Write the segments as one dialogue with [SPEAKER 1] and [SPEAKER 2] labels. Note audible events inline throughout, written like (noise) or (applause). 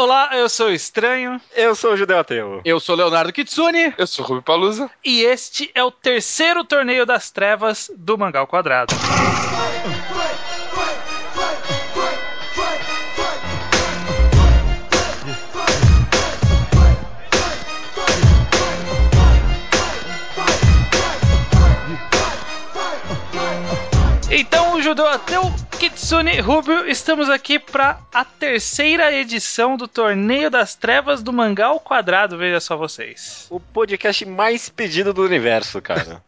[SPEAKER 1] Olá, eu sou o Estranho.
[SPEAKER 2] Eu sou o Judeu Ateu.
[SPEAKER 3] Eu sou Leonardo Kitsune.
[SPEAKER 4] Eu sou o Rubi Palusa.
[SPEAKER 1] E este é o terceiro torneio das trevas do Mangal Quadrado. Então, o judeu ateu Kitsune Rubio, estamos aqui para a terceira edição do Torneio das Trevas do Mangá ao Quadrado, veja só vocês.
[SPEAKER 2] O podcast mais pedido do universo,
[SPEAKER 1] (laughs)
[SPEAKER 2] cara.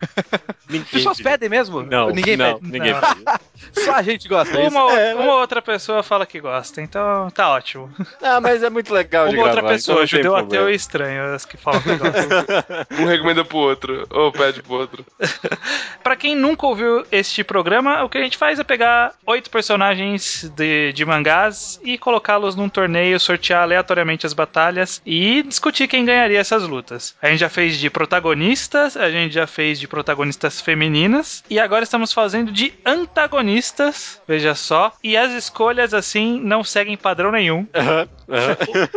[SPEAKER 3] Ninguém Pessoas pedem mesmo?
[SPEAKER 2] Não,
[SPEAKER 3] ninguém
[SPEAKER 2] não,
[SPEAKER 3] pede.
[SPEAKER 2] ninguém
[SPEAKER 1] Não.
[SPEAKER 2] pede.
[SPEAKER 3] Só a gente gosta. é isso.
[SPEAKER 1] Uma, uma outra pessoa fala que gosta, então tá ótimo.
[SPEAKER 2] Ah, mas é muito legal de
[SPEAKER 1] Uma outra
[SPEAKER 2] gravar, então
[SPEAKER 1] pessoa,
[SPEAKER 2] não tem
[SPEAKER 1] judeu ateu
[SPEAKER 2] problema.
[SPEAKER 1] e estranho, as que falam que gostam.
[SPEAKER 4] (laughs) Um recomenda pro outro, ou um pede pro outro.
[SPEAKER 1] (laughs) Pra quem nunca ouviu este programa, o que a gente faz é pegar oito personagens de, de mangás e colocá-los num torneio, sortear aleatoriamente as batalhas e discutir quem ganharia essas lutas. A gente já fez de protagonistas, a gente já fez de protagonistas femininas e agora estamos fazendo de antagonistas, veja só. E as escolhas assim não seguem padrão nenhum.
[SPEAKER 2] Aham, aham.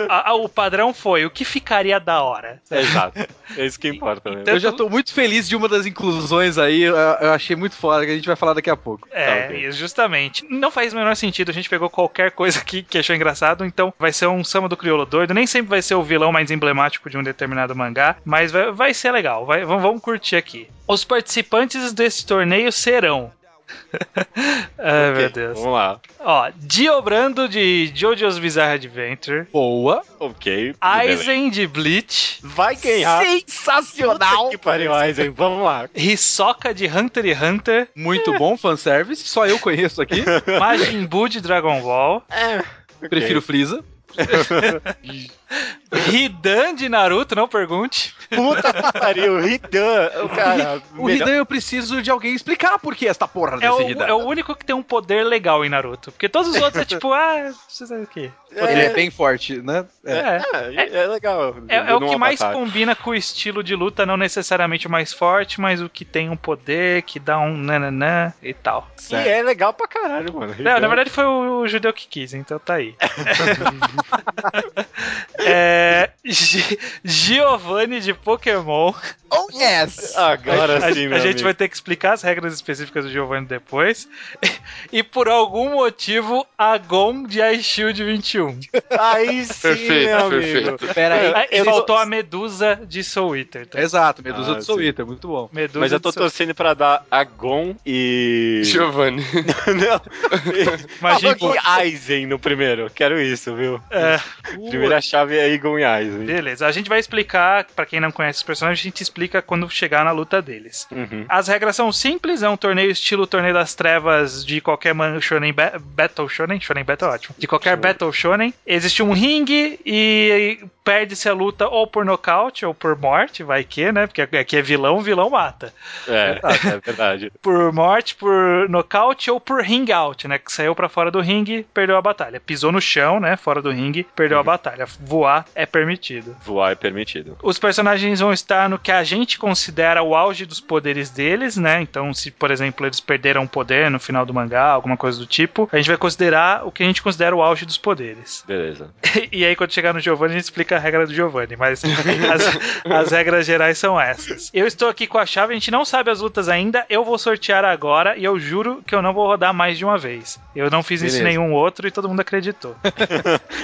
[SPEAKER 1] A- a- o padrão foi o que ficaria da hora.
[SPEAKER 2] Exato. (laughs) É isso que importa mesmo.
[SPEAKER 1] Então-
[SPEAKER 3] Eu já tô muito feliz de uma das inclusões aí. Eu, eu achei muito foda, que a gente vai falar daqui a pouco.
[SPEAKER 1] É,
[SPEAKER 2] Tá, ok.
[SPEAKER 1] isso, justamente. Não faz o menor sentido, a gente pegou qualquer coisa aqui que achou engraçado, então vai ser um Sama do Crioulo doido, nem sempre vai ser o vilão mais emblemático de um determinado mangá, mas vai, vai ser legal, vai- vamos, vamos curtir aqui. Os participantes desse torneio serão... (laughs) Ai,
[SPEAKER 2] Ok,
[SPEAKER 1] meu Deus.
[SPEAKER 2] Vamos lá.
[SPEAKER 1] Ó, Diobrando de JoJo's Bizarre Adventure,
[SPEAKER 3] Boa.
[SPEAKER 2] Ok. beleza.
[SPEAKER 1] Aizen de Bleach,
[SPEAKER 2] vai ganhar.
[SPEAKER 3] Sensacional.
[SPEAKER 2] Puta que pariu, Aizen. Vamos lá.
[SPEAKER 1] Hisoka de Hunter x
[SPEAKER 2] (laughs)
[SPEAKER 1] Hunter,
[SPEAKER 3] Muito bom, fanservice. Só eu conheço (laughs) aqui.
[SPEAKER 1] Majin Buu de Dragon Ball,
[SPEAKER 3] Prefiro Freeza.
[SPEAKER 1] Hidan de Naruto, não pergunte.
[SPEAKER 2] Puta que pariu. Ridan. O cara.
[SPEAKER 3] O
[SPEAKER 2] melhor-
[SPEAKER 3] Hidan eu preciso de alguém explicar por que esta porra
[SPEAKER 1] É
[SPEAKER 3] desse
[SPEAKER 1] o,
[SPEAKER 3] Hidan.
[SPEAKER 1] é o único que tem um poder legal em Naruto. Porque todos os outros é tipo, ah, precisa aqui.
[SPEAKER 3] Ele é bem forte, né?
[SPEAKER 1] É.
[SPEAKER 3] É.
[SPEAKER 1] É,
[SPEAKER 2] É, é legal.
[SPEAKER 1] é o
[SPEAKER 2] Num
[SPEAKER 1] que mais
[SPEAKER 2] avatar.
[SPEAKER 1] combina com o estilo de luta, não necessariamente o mais forte, mas o que tem um poder, que dá um nananã e tal.
[SPEAKER 2] E é legal pra caralho, mano. é
[SPEAKER 1] Não, na verdade foi o, o judeu que quis, então tá aí. (laughs) é, Gi- Giovanni de Pokémon.
[SPEAKER 3] Oh, yes!
[SPEAKER 2] Agora
[SPEAKER 1] a,
[SPEAKER 2] sim,
[SPEAKER 1] a
[SPEAKER 2] meu
[SPEAKER 1] gente
[SPEAKER 2] amigo.
[SPEAKER 1] vai ter que explicar as regras específicas do Giovanni depois. (laughs) E por algum motivo, Agon de Ice Shield 21.
[SPEAKER 2] Aí sim,
[SPEAKER 4] Perfeito,
[SPEAKER 2] meu amigo.
[SPEAKER 4] perfeito.
[SPEAKER 3] Pera aí.
[SPEAKER 1] Ah, E
[SPEAKER 2] eu
[SPEAKER 1] faltou a Medusa de Soul Eater. Tá?
[SPEAKER 3] (laughs) Exato, Medusa
[SPEAKER 2] Ah,
[SPEAKER 3] do
[SPEAKER 2] sim.
[SPEAKER 3] Soul Eater, muito bom.
[SPEAKER 1] Medusa
[SPEAKER 2] Mas eu tô
[SPEAKER 1] de Soul-
[SPEAKER 2] torcendo pra dar Agon e.
[SPEAKER 4] (laughs) Giovanni.
[SPEAKER 2] (laughs) Não.
[SPEAKER 1] Imagina-
[SPEAKER 2] Falou que Aizen no primeiro. Quero isso, viu?
[SPEAKER 1] É,
[SPEAKER 2] Primeira chave é Agon e Aizen.
[SPEAKER 1] beleza, a gente vai explicar, pra quem não conhece os personagens, a gente explica quando chegar na luta deles.
[SPEAKER 2] Uhum.
[SPEAKER 1] As regras são simples, é um torneio estilo Torneio das Trevas de qualquer man shonen ba- battle shonen, shonen battle é ótimo. De qualquer battle shonen, existe um ringue e e perde-se a luta ou por nocaute ou por morte, vai que, né? Porque aqui é vilão, vilão mata.
[SPEAKER 2] É, é verdade.
[SPEAKER 1] por morte, por nocaute ou por ring out, né? Que saiu pra fora do ringue, perdeu a batalha. Pisou no chão, né? Fora do ringue, perdeu a batalha. Voar é permitido.
[SPEAKER 2] Voar é permitido.
[SPEAKER 1] Os personagens vão estar no que a gente considera o auge dos poderes deles, né? Então, se, por exemplo, eles perderam um poder no final do mangá, alguma coisa do tipo, a gente vai considerar o que a gente considera o auge dos poderes. (laughs)
[SPEAKER 2] Beleza.
[SPEAKER 1] E aí, quando chegar no Giovanni, a gente explica a regra do Giovanni, mas (laughs) as, as regras gerais são essas. Eu estou aqui com a chave, a gente não sabe as lutas ainda, eu vou sortear agora e eu juro que eu não vou rodar mais de uma vez. Eu não fiz isso em
[SPEAKER 3] Beleza.
[SPEAKER 1] nenhum outro e todo mundo acreditou.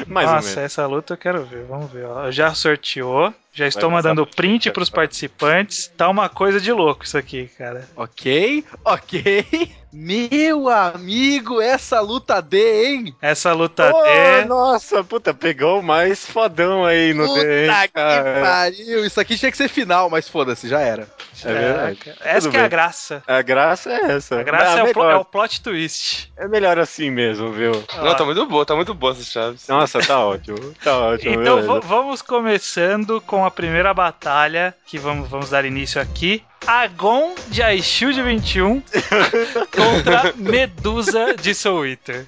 [SPEAKER 2] Mais ou
[SPEAKER 1] Nossa,
[SPEAKER 2] menos.
[SPEAKER 1] Ah, essa luta eu quero ver, vamos ver. ó. Já sorteou, já estou
[SPEAKER 2] passar
[SPEAKER 1] mandando
[SPEAKER 2] pra
[SPEAKER 1] print
[SPEAKER 2] gente
[SPEAKER 1] para os
[SPEAKER 2] agora.
[SPEAKER 1] participantes. Tá uma coisa de louco isso aqui, cara.
[SPEAKER 3] Ok, ok. (laughs) Meu amigo, essa luta D, hein?
[SPEAKER 1] Essa luta
[SPEAKER 2] Ô,
[SPEAKER 1] é...
[SPEAKER 2] Nossa, puta, pegou o mais fodão aí no
[SPEAKER 3] Puta
[SPEAKER 2] D,
[SPEAKER 3] que
[SPEAKER 2] cara.
[SPEAKER 3] pariu. Isso aqui tinha que ser final, mas foda-se, já era.
[SPEAKER 2] É verdade.
[SPEAKER 1] Caraca, Essa
[SPEAKER 2] Tudo
[SPEAKER 1] que é a
[SPEAKER 2] bem.
[SPEAKER 1] graça.
[SPEAKER 2] A graça é essa.
[SPEAKER 1] A graça
[SPEAKER 2] Ah,
[SPEAKER 1] é, o, plo- é
[SPEAKER 2] melhor.
[SPEAKER 1] o plot twist.
[SPEAKER 2] É melhor assim mesmo, viu?
[SPEAKER 4] Não, tá muito boa, tá muito boa essas chaves.
[SPEAKER 2] Nossa, tá ótimo. Tá ótimo.
[SPEAKER 1] Então
[SPEAKER 2] beleza.
[SPEAKER 1] va- vamos começando com a primeira batalha que vamos, vamos dar início aqui. Agon de iShield
[SPEAKER 2] (laughs)
[SPEAKER 1] 21 contra Medusa de Soul Eater.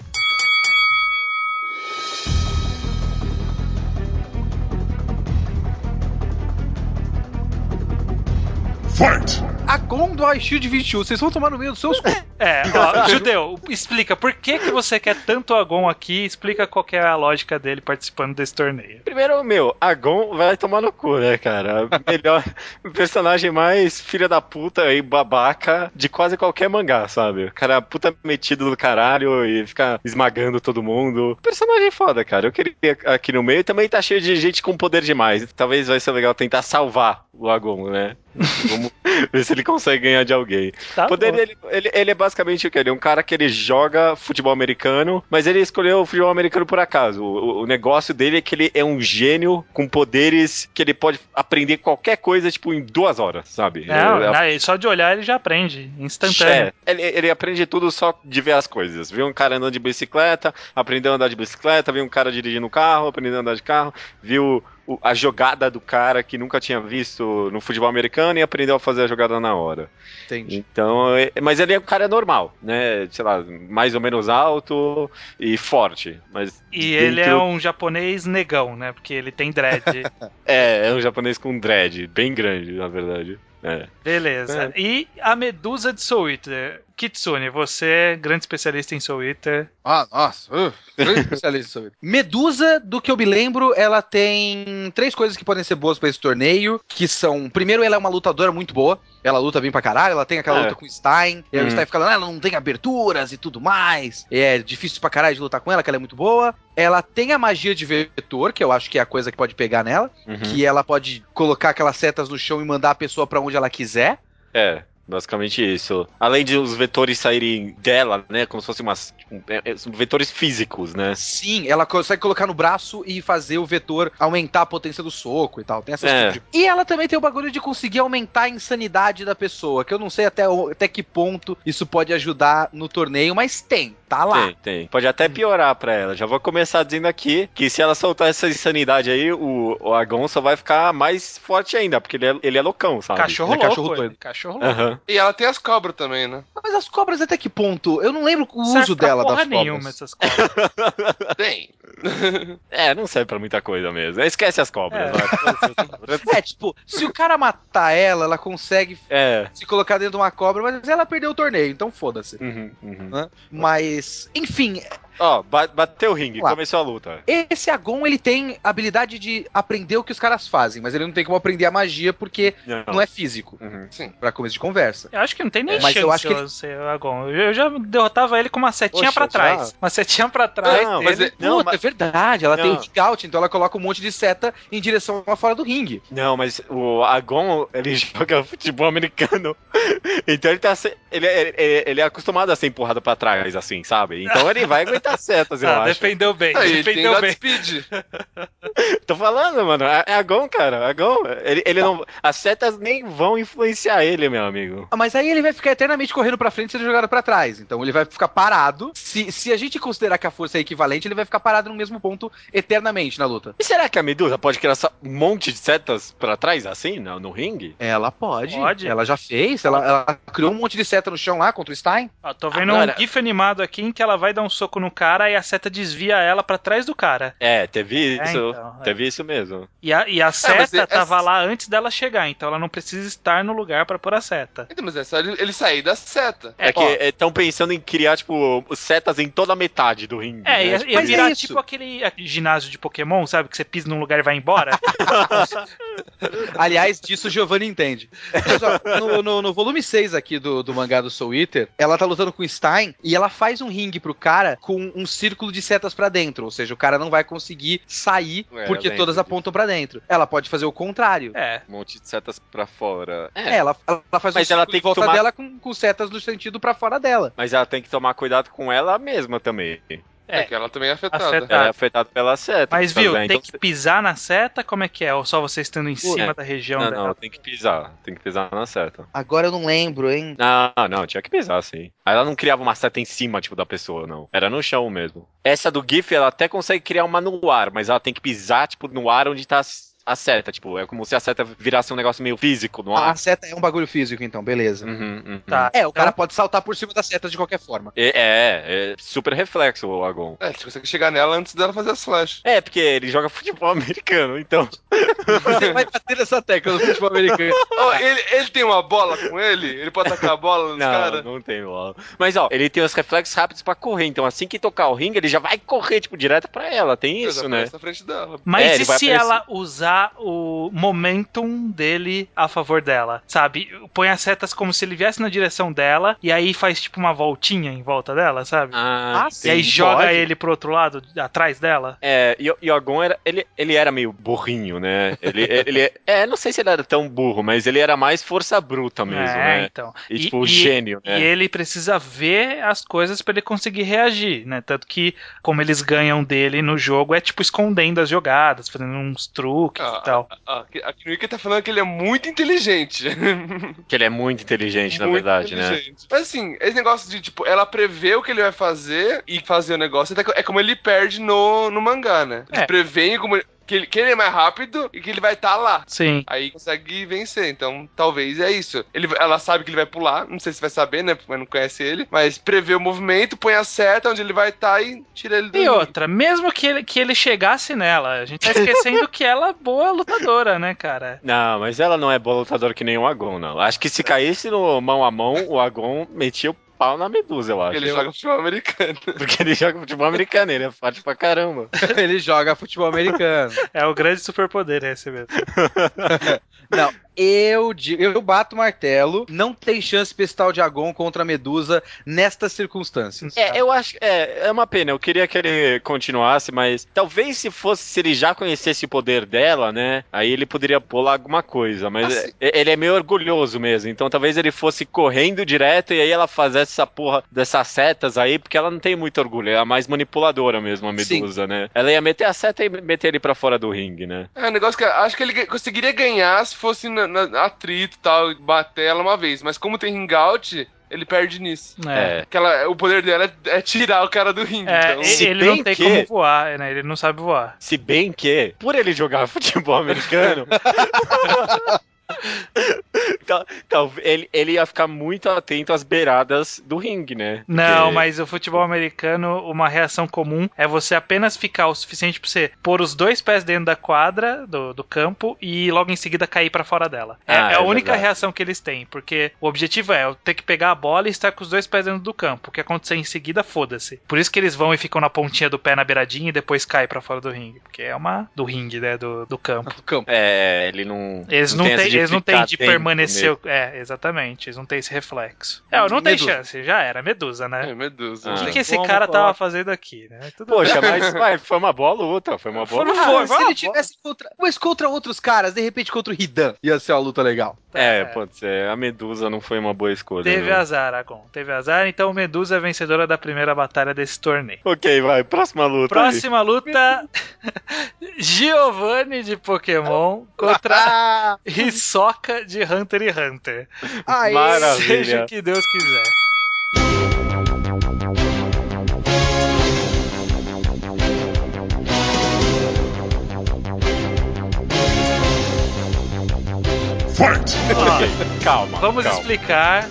[SPEAKER 3] A Gondo Ice Shield 21, vocês vão um. tomar no meio dos seus cu. (laughs)
[SPEAKER 1] É, ó, Judeu, explica por que, que você quer tanto o Agon aqui? Explica qual que é a lógica dele participando desse torneio.
[SPEAKER 2] Primeiro, meu, Agon vai tomar no cu, né, cara? Melhor (laughs) personagem mais filha da puta e babaca de quase qualquer mangá, sabe? O cara é puta metido do caralho e fica esmagando todo mundo. Personagem foda, cara. Eu queria aqui no meio. Também tá cheio de gente com poder demais. Talvez vai ser legal tentar salvar o Agon, né? Vamos ver se ele consegue ganhar de alguém.
[SPEAKER 1] Tá
[SPEAKER 2] poder
[SPEAKER 1] bom.
[SPEAKER 2] ele, ele, ele é basicamente o que? Ele é um cara que ele joga futebol americano, mas ele escolheu o futebol americano por acaso. O, o- o negócio dele é que ele é um gênio com poderes que ele pode aprender qualquer coisa, tipo, em duas horas, sabe?
[SPEAKER 1] Não,
[SPEAKER 2] Ele-
[SPEAKER 3] né?
[SPEAKER 1] não, ele só de olhar ele já aprende, É, instantâneo.
[SPEAKER 2] é, ele, ele aprende tudo só de ver as coisas. Viu um cara andando de bicicleta, aprendeu a andar de bicicleta, viu um cara dirigindo um carro, aprendeu a andar de carro, viu o- a jogada do cara que nunca tinha visto no futebol americano e aprendeu a fazer a jogada na hora.
[SPEAKER 3] Entendi.
[SPEAKER 2] Então, é- mas ele é um cara normal, né? Sei lá, mais ou menos alto e forte. Mas
[SPEAKER 1] E ele é
[SPEAKER 2] dentro-
[SPEAKER 1] um japonês negão, né? Porque ele tem
[SPEAKER 3] (laughs)
[SPEAKER 1] dread.
[SPEAKER 2] é, é um japonês com dread, bem grande, na verdade. É.
[SPEAKER 1] Beleza. E a medusa de Soul Eater. Kitsune, você é grande especialista em Soul Eater.
[SPEAKER 3] Ah, nossa. Uh, grande especialista sobre. Medusa, do que eu me lembro, ela tem três coisas que podem ser boas pra esse torneio, que são, primeiro, ela é uma lutadora muito boa, ela luta bem pra caralho, ela tem aquela
[SPEAKER 2] É.
[SPEAKER 3] luta com o Stein, e aí o
[SPEAKER 2] Hum.
[SPEAKER 3] Stein fica lá, "Ah, ela não tem aberturas e tudo mais, é difícil pra caralho de lutar com ela, que ela é muito boa. Ela tem a magia de vetor, que eu acho que é a coisa que pode pegar nela,
[SPEAKER 2] Uhum.
[SPEAKER 3] que ela pode colocar aquelas setas no chão e mandar a pessoa pra onde ela quiser.
[SPEAKER 2] É, basicamente isso. Além de os vetores saírem dela, né? Como se fossem umas. tipo, é- é- são vetores físicos, né?
[SPEAKER 3] Sim, ela consegue colocar no braço e fazer o vetor aumentar a potência do soco e tal. Tem essas
[SPEAKER 2] É.
[SPEAKER 3] coisas. E ela também tem o bagulho de conseguir aumentar a insanidade da pessoa, que eu não sei até, o- até que ponto isso pode ajudar no torneio, mas tem, tá lá.
[SPEAKER 2] Tem, tem. Pode até piorar pra ela. Já vou começar dizendo aqui que se ela soltar essa insanidade aí, o, o Agon só vai ficar mais forte ainda, porque ele é, ele é loucão, sabe?
[SPEAKER 1] Cachorro
[SPEAKER 3] é
[SPEAKER 1] louco.
[SPEAKER 3] cachorro
[SPEAKER 1] ele.
[SPEAKER 3] doido.
[SPEAKER 1] Cachorro louco.
[SPEAKER 2] Aham.
[SPEAKER 4] E ela tem as cobras também, né?
[SPEAKER 3] Mas as cobras até que ponto? Eu não lembro o
[SPEAKER 1] Serve
[SPEAKER 3] uso
[SPEAKER 1] pra
[SPEAKER 3] dela
[SPEAKER 1] porra
[SPEAKER 3] das
[SPEAKER 1] nenhuma
[SPEAKER 3] cobras.
[SPEAKER 1] essas cobras.
[SPEAKER 4] Tem.
[SPEAKER 2] É, não serve pra muita coisa mesmo. Esquece as cobras,
[SPEAKER 1] É.
[SPEAKER 2] vai.
[SPEAKER 3] É, tipo, se o cara matar ela, ela consegue
[SPEAKER 2] É.
[SPEAKER 3] se colocar dentro de uma cobra, mas ela perdeu o torneio, então foda-se.
[SPEAKER 2] Uhum, uhum.
[SPEAKER 3] Mas, enfim,
[SPEAKER 2] Ó, ba- bateu o ringue,
[SPEAKER 3] Lá.
[SPEAKER 2] começou a luta.
[SPEAKER 3] Esse Agon, ele tem a habilidade de aprender o que os caras fazem, mas ele não tem como aprender a magia porque
[SPEAKER 2] Não,
[SPEAKER 3] não, é físico,
[SPEAKER 2] Uhum.
[SPEAKER 3] pra começo de conversa.
[SPEAKER 1] Eu acho que não tem nem
[SPEAKER 3] É, Mas
[SPEAKER 1] chance
[SPEAKER 3] eu acho que ele-
[SPEAKER 1] eu sei, Agon. Eu eu já derrotava ele com uma setinha
[SPEAKER 2] Poxa,
[SPEAKER 1] pra trás.
[SPEAKER 2] já?
[SPEAKER 1] Uma setinha pra trás
[SPEAKER 2] Não,
[SPEAKER 1] dele.
[SPEAKER 2] mas é- Não,
[SPEAKER 3] Puta,
[SPEAKER 2] mas-
[SPEAKER 3] é verdade, ela tem o
[SPEAKER 2] Não.
[SPEAKER 3] kick-out, então ela coloca um monte de seta em direção lá fora do ringue.
[SPEAKER 2] Não, mas o Agon, ele (laughs) joga futebol americano. Então ele tá. se- Ele, é- ele, é- ele é acostumado a ser empurrado pra trás, assim, sabe? Então ele vai aguentar setas, eu
[SPEAKER 1] Ah,
[SPEAKER 2] acho.
[SPEAKER 1] defendeu bem,
[SPEAKER 4] Aí, tem
[SPEAKER 1] defendeu bem.
[SPEAKER 4] Godspeed.
[SPEAKER 2] Tô falando, mano. É Agon, cara. Agon. Ele, ele não. As setas nem vão influenciar ele, meu amigo.
[SPEAKER 3] Ah, Mas aí ele vai ficar eternamente correndo pra frente sendo jogado pra trás, então ele vai ficar parado. Se, se a gente considerar que a força é equivalente, ele vai ficar parado no mesmo ponto eternamente na luta.
[SPEAKER 2] E será que a Medusa pode criar só um monte de setas pra trás, assim, no, no ringue?
[SPEAKER 3] Ela pode,
[SPEAKER 1] Pode.
[SPEAKER 3] ela já fez, ela, ela criou um monte de seta no chão lá contra o Stein.
[SPEAKER 1] Ó, tô vendo
[SPEAKER 2] Agora-
[SPEAKER 1] um gif animado aqui em que ela vai dar um soco no cara e a seta desvia ela pra trás do cara.
[SPEAKER 2] É, teve
[SPEAKER 1] É,
[SPEAKER 2] isso.
[SPEAKER 1] então, é.
[SPEAKER 2] Teve isso mesmo.
[SPEAKER 1] E a, e a
[SPEAKER 4] mas
[SPEAKER 1] seta
[SPEAKER 4] é-
[SPEAKER 1] tava
[SPEAKER 4] é-
[SPEAKER 1] lá antes dela chegar, então ela não precisa estar no lugar pra pôr a seta.
[SPEAKER 4] Então, Mas é só ele, ele sair da seta.
[SPEAKER 2] É que
[SPEAKER 1] ó.
[SPEAKER 2] estão pensando em criar, tipo, setas em toda a metade do ringue.
[SPEAKER 1] É,
[SPEAKER 2] né?
[SPEAKER 1] ia,
[SPEAKER 2] Tipo,
[SPEAKER 1] ia
[SPEAKER 3] Mas é
[SPEAKER 1] virar
[SPEAKER 3] isso.
[SPEAKER 1] tipo aquele a- ginásio de Pokémon, sabe? Que você pisa num lugar e vai embora.
[SPEAKER 2] (laughs)
[SPEAKER 3] Aliás, disso o Giovanni entende. Mas,
[SPEAKER 2] (laughs)
[SPEAKER 3] ó, no, no- no volume 6 aqui do, do mangá do Soul Eater, ela tá lutando com o Stein e ela faz um ringue pro cara com um círculo de setas pra dentro. Ou seja, o cara não vai conseguir sair
[SPEAKER 2] É,
[SPEAKER 3] porque
[SPEAKER 2] eu lembro
[SPEAKER 3] todas
[SPEAKER 2] disso.
[SPEAKER 3] apontam pra dentro. Ela pode fazer o contrário.
[SPEAKER 1] é.
[SPEAKER 2] um monte de setas pra fora.
[SPEAKER 3] É, ela, ela faz
[SPEAKER 2] Mas ela tem
[SPEAKER 3] em
[SPEAKER 2] que
[SPEAKER 3] volta
[SPEAKER 2] tomar-
[SPEAKER 3] dela com, com setas no sentido pra fora dela.
[SPEAKER 2] Mas ela tem que tomar cuidado com ela mesma também.
[SPEAKER 1] É.
[SPEAKER 4] É, que ela também é afetada.
[SPEAKER 1] Afetada.
[SPEAKER 2] Ela é afetada pela seta.
[SPEAKER 1] Mas
[SPEAKER 2] sabe,
[SPEAKER 1] viu,
[SPEAKER 2] né?
[SPEAKER 1] tem
[SPEAKER 2] Então,
[SPEAKER 1] que pisar na seta? Como é que é? Ou só você estando em cima
[SPEAKER 2] é.
[SPEAKER 1] da região
[SPEAKER 2] Não,
[SPEAKER 1] dela?
[SPEAKER 2] não, tem que pisar. Tem que pisar na seta.
[SPEAKER 3] Agora eu não lembro, hein?
[SPEAKER 2] Não, não, tinha que pisar, sim. Aí Ela não criava uma seta em cima, tipo, da pessoa, não. Era no chão mesmo. Essa do GIF, ela até consegue criar uma no ar, mas ela tem que pisar, tipo, no ar onde tá as- a seta, tipo, é como se a seta virasse um negócio meio físico no
[SPEAKER 3] A
[SPEAKER 2] ar.
[SPEAKER 3] seta é um bagulho físico, então, beleza.
[SPEAKER 2] Uhum, uhum.
[SPEAKER 1] Tá.
[SPEAKER 3] É, o cara
[SPEAKER 1] Então,
[SPEAKER 3] pode saltar por cima da seta de qualquer forma. (laughs)
[SPEAKER 2] E- É, é super reflexo o Agon.
[SPEAKER 4] É, você consegue chegar nela antes dela fazer as (laughs) flash.
[SPEAKER 2] É, porque ele joga (laughs) futebol americano, então.
[SPEAKER 3] Você vai bater nessa tecla no
[SPEAKER 2] (laughs)
[SPEAKER 3] futebol americano.
[SPEAKER 4] Ó, ele, ele tem uma bola com ele? Ele pode tacar a bola nos
[SPEAKER 2] Não,
[SPEAKER 4] caras?
[SPEAKER 2] não tem bola. Mas ó, ele tem os reflexos rápidos pra correr, então assim que tocar o ringue, ele já vai correr, tipo, direto pra ela. Tem
[SPEAKER 4] Deus,
[SPEAKER 2] isso, né?
[SPEAKER 4] aparece Na frente dela.
[SPEAKER 2] É,
[SPEAKER 1] Mas
[SPEAKER 2] ele
[SPEAKER 1] e
[SPEAKER 2] vai
[SPEAKER 1] se
[SPEAKER 2] aparecer.
[SPEAKER 1] ela usar o momentum dele a favor dela? Sabe? Põe as setas como se ele viesse na direção dela e aí faz tipo uma voltinha em volta dela, sabe?
[SPEAKER 2] Ah,
[SPEAKER 3] Ah,
[SPEAKER 1] e aí
[SPEAKER 3] sim,
[SPEAKER 1] joga
[SPEAKER 3] pode.
[SPEAKER 1] ele pro outro lado, atrás dela.
[SPEAKER 2] É, e o e o Agon era, ele, ele era meio burrinho, né? Ele, ele, é, não sei se ele era tão burro, mas ele era mais força bruta mesmo,
[SPEAKER 1] é,
[SPEAKER 2] né?
[SPEAKER 1] então.
[SPEAKER 2] E, tipo, gênio, né?
[SPEAKER 1] E ele precisa ver as coisas pra ele conseguir reagir, né? Tanto que, como eles ganham dele no jogo, é tipo escondendo as jogadas, fazendo uns truques
[SPEAKER 4] Ah,
[SPEAKER 1] e tal.
[SPEAKER 4] Ah, aqui- aqui no Wiki tá falando que ele é muito inteligente. (laughs)
[SPEAKER 2] Que ele é muito inteligente, na
[SPEAKER 4] Muito
[SPEAKER 2] verdade, né?
[SPEAKER 4] inteligente. Mas assim, esse negócio de, tipo, ela prevê o que ele vai fazer e fazer o negócio, até que- é como ele perde no, no mangá, né? Ele
[SPEAKER 1] É.
[SPEAKER 4] prevê como ele- que, ele, que ele é mais rápido e que ele vai estar lá.
[SPEAKER 1] Sim.
[SPEAKER 4] Aí consegue vencer, então talvez é isso. Ele, ela sabe que ele vai pular, não sei se vai saber, né? Porque não conhece ele, mas prevê o movimento, põe a seta onde ele vai estar e tira ele do.
[SPEAKER 1] E
[SPEAKER 4] ringue.
[SPEAKER 1] outra, mesmo que ele, que ele chegasse nela, a gente tá esquecendo que ela é boa lutadora, né, cara?
[SPEAKER 2] Não, mas ela não é boa lutadora que nem o Agon, não. Acho que se caísse no mão a mão, o Agon metia o pau na medusa, eu acho.
[SPEAKER 4] Ele joga futebol americano.
[SPEAKER 2] (laughs) Porque ele joga futebol americano, ele é forte pra caramba.
[SPEAKER 3] Ele joga futebol americano.
[SPEAKER 1] É o grande superpoder esse mesmo.
[SPEAKER 3] Não, eu, digo- eu bato o martelo. Não tem chance pra esse tal de Agon contra a Medusa nestas circunstâncias.
[SPEAKER 1] Tá.
[SPEAKER 2] É, eu acho. É, é uma pena. Eu queria que ele continuasse, mas talvez se fosse, se ele já conhecesse o poder dela, né? Aí ele poderia pular alguma coisa. Mas
[SPEAKER 4] Assim-
[SPEAKER 2] é- ele é meio orgulhoso mesmo. Então talvez ele fosse correndo direto e aí ela fizesse essa porra dessas setas aí, porque ela não tem muito orgulho. Ela é mais manipuladora mesmo, a medusa, né? Ela ia meter a seta e meter ele pra fora do ringue, né?
[SPEAKER 4] É um negócio que eu acho que ele ga- conseguiria ganhar se fosse na, na- atrito e tal, e bater ela uma vez. Mas como tem ringout, ele perde nisso.
[SPEAKER 1] É.
[SPEAKER 2] É.
[SPEAKER 4] Que ela- o poder dela é, é tirar o cara do ringue.
[SPEAKER 1] É,
[SPEAKER 4] então.
[SPEAKER 1] e-
[SPEAKER 2] Se
[SPEAKER 1] ele
[SPEAKER 2] bem
[SPEAKER 1] não tem
[SPEAKER 2] que-
[SPEAKER 1] como voar, né? Ele não sabe voar.
[SPEAKER 2] Se bem que, por ele jogar (laughs) futebol americano. tal- tal- ele, ele ia ficar muito atento às beiradas do ringue, né?
[SPEAKER 1] Não,
[SPEAKER 2] Porque-
[SPEAKER 1] mas o futebol americano, uma reação comum é você apenas ficar o suficiente pra você pôr os dois pés dentro da quadra, do, do campo, e logo em seguida cair pra fora dela. É,
[SPEAKER 2] Ah,
[SPEAKER 1] é
[SPEAKER 2] é
[SPEAKER 1] a única
[SPEAKER 2] verdade.
[SPEAKER 1] reação que eles têm, porque o objetivo é eu ter que pegar a bola e estar com os dois pés dentro do campo. O que acontecer em seguida, foda-se. Por isso que eles vão e ficam na pontinha do pé na beiradinha e depois caem pra fora do ringue, porque é uma. do ringue, né? Do, do campo.
[SPEAKER 3] Do campo.
[SPEAKER 2] É, ele não.
[SPEAKER 1] Eles não,
[SPEAKER 2] tem
[SPEAKER 1] têm
[SPEAKER 2] essa
[SPEAKER 1] eles não têm
[SPEAKER 2] ficar
[SPEAKER 1] de
[SPEAKER 2] atento
[SPEAKER 1] permanecer.
[SPEAKER 2] mesmo.
[SPEAKER 1] É, exatamente. Eles não têm esse reflexo. É, não tem
[SPEAKER 3] Medusa.
[SPEAKER 1] chance. Já era, medusa, né?
[SPEAKER 4] Ai, meu Deus.
[SPEAKER 2] Ah.
[SPEAKER 1] O que,
[SPEAKER 4] gente.
[SPEAKER 1] que esse
[SPEAKER 2] Vamos
[SPEAKER 1] cara
[SPEAKER 2] falar.
[SPEAKER 1] tava fazendo aqui, né? Tudo (laughs)
[SPEAKER 2] Poxa, mas vai, foi uma boa luta, foi uma
[SPEAKER 1] Foi-
[SPEAKER 2] boa luta.
[SPEAKER 3] Ah,
[SPEAKER 1] for,
[SPEAKER 3] se
[SPEAKER 1] vá,
[SPEAKER 3] ele tivesse contra, mas contra outros caras, de repente contra o Hidan, ia ser uma luta legal.
[SPEAKER 2] É,
[SPEAKER 1] é.
[SPEAKER 2] pode ser. A Medusa não foi uma boa escolha.
[SPEAKER 1] Teve
[SPEAKER 2] não.
[SPEAKER 1] azar, Agon. Teve azar, então Medusa é vencedora da primeira batalha desse torneio.
[SPEAKER 2] Ok, vai, próxima luta.
[SPEAKER 1] Próxima luta: (laughs) Giovanni de Pokémon contra Hisoka de Hunter x Hunter.
[SPEAKER 3] Ah,
[SPEAKER 1] Ah,
[SPEAKER 3] Aí,
[SPEAKER 2] Maravilha.
[SPEAKER 1] Seja o que Deus quiser. Ó,
[SPEAKER 2] Ok, calma.
[SPEAKER 1] Vamos
[SPEAKER 2] calma.
[SPEAKER 1] explicar.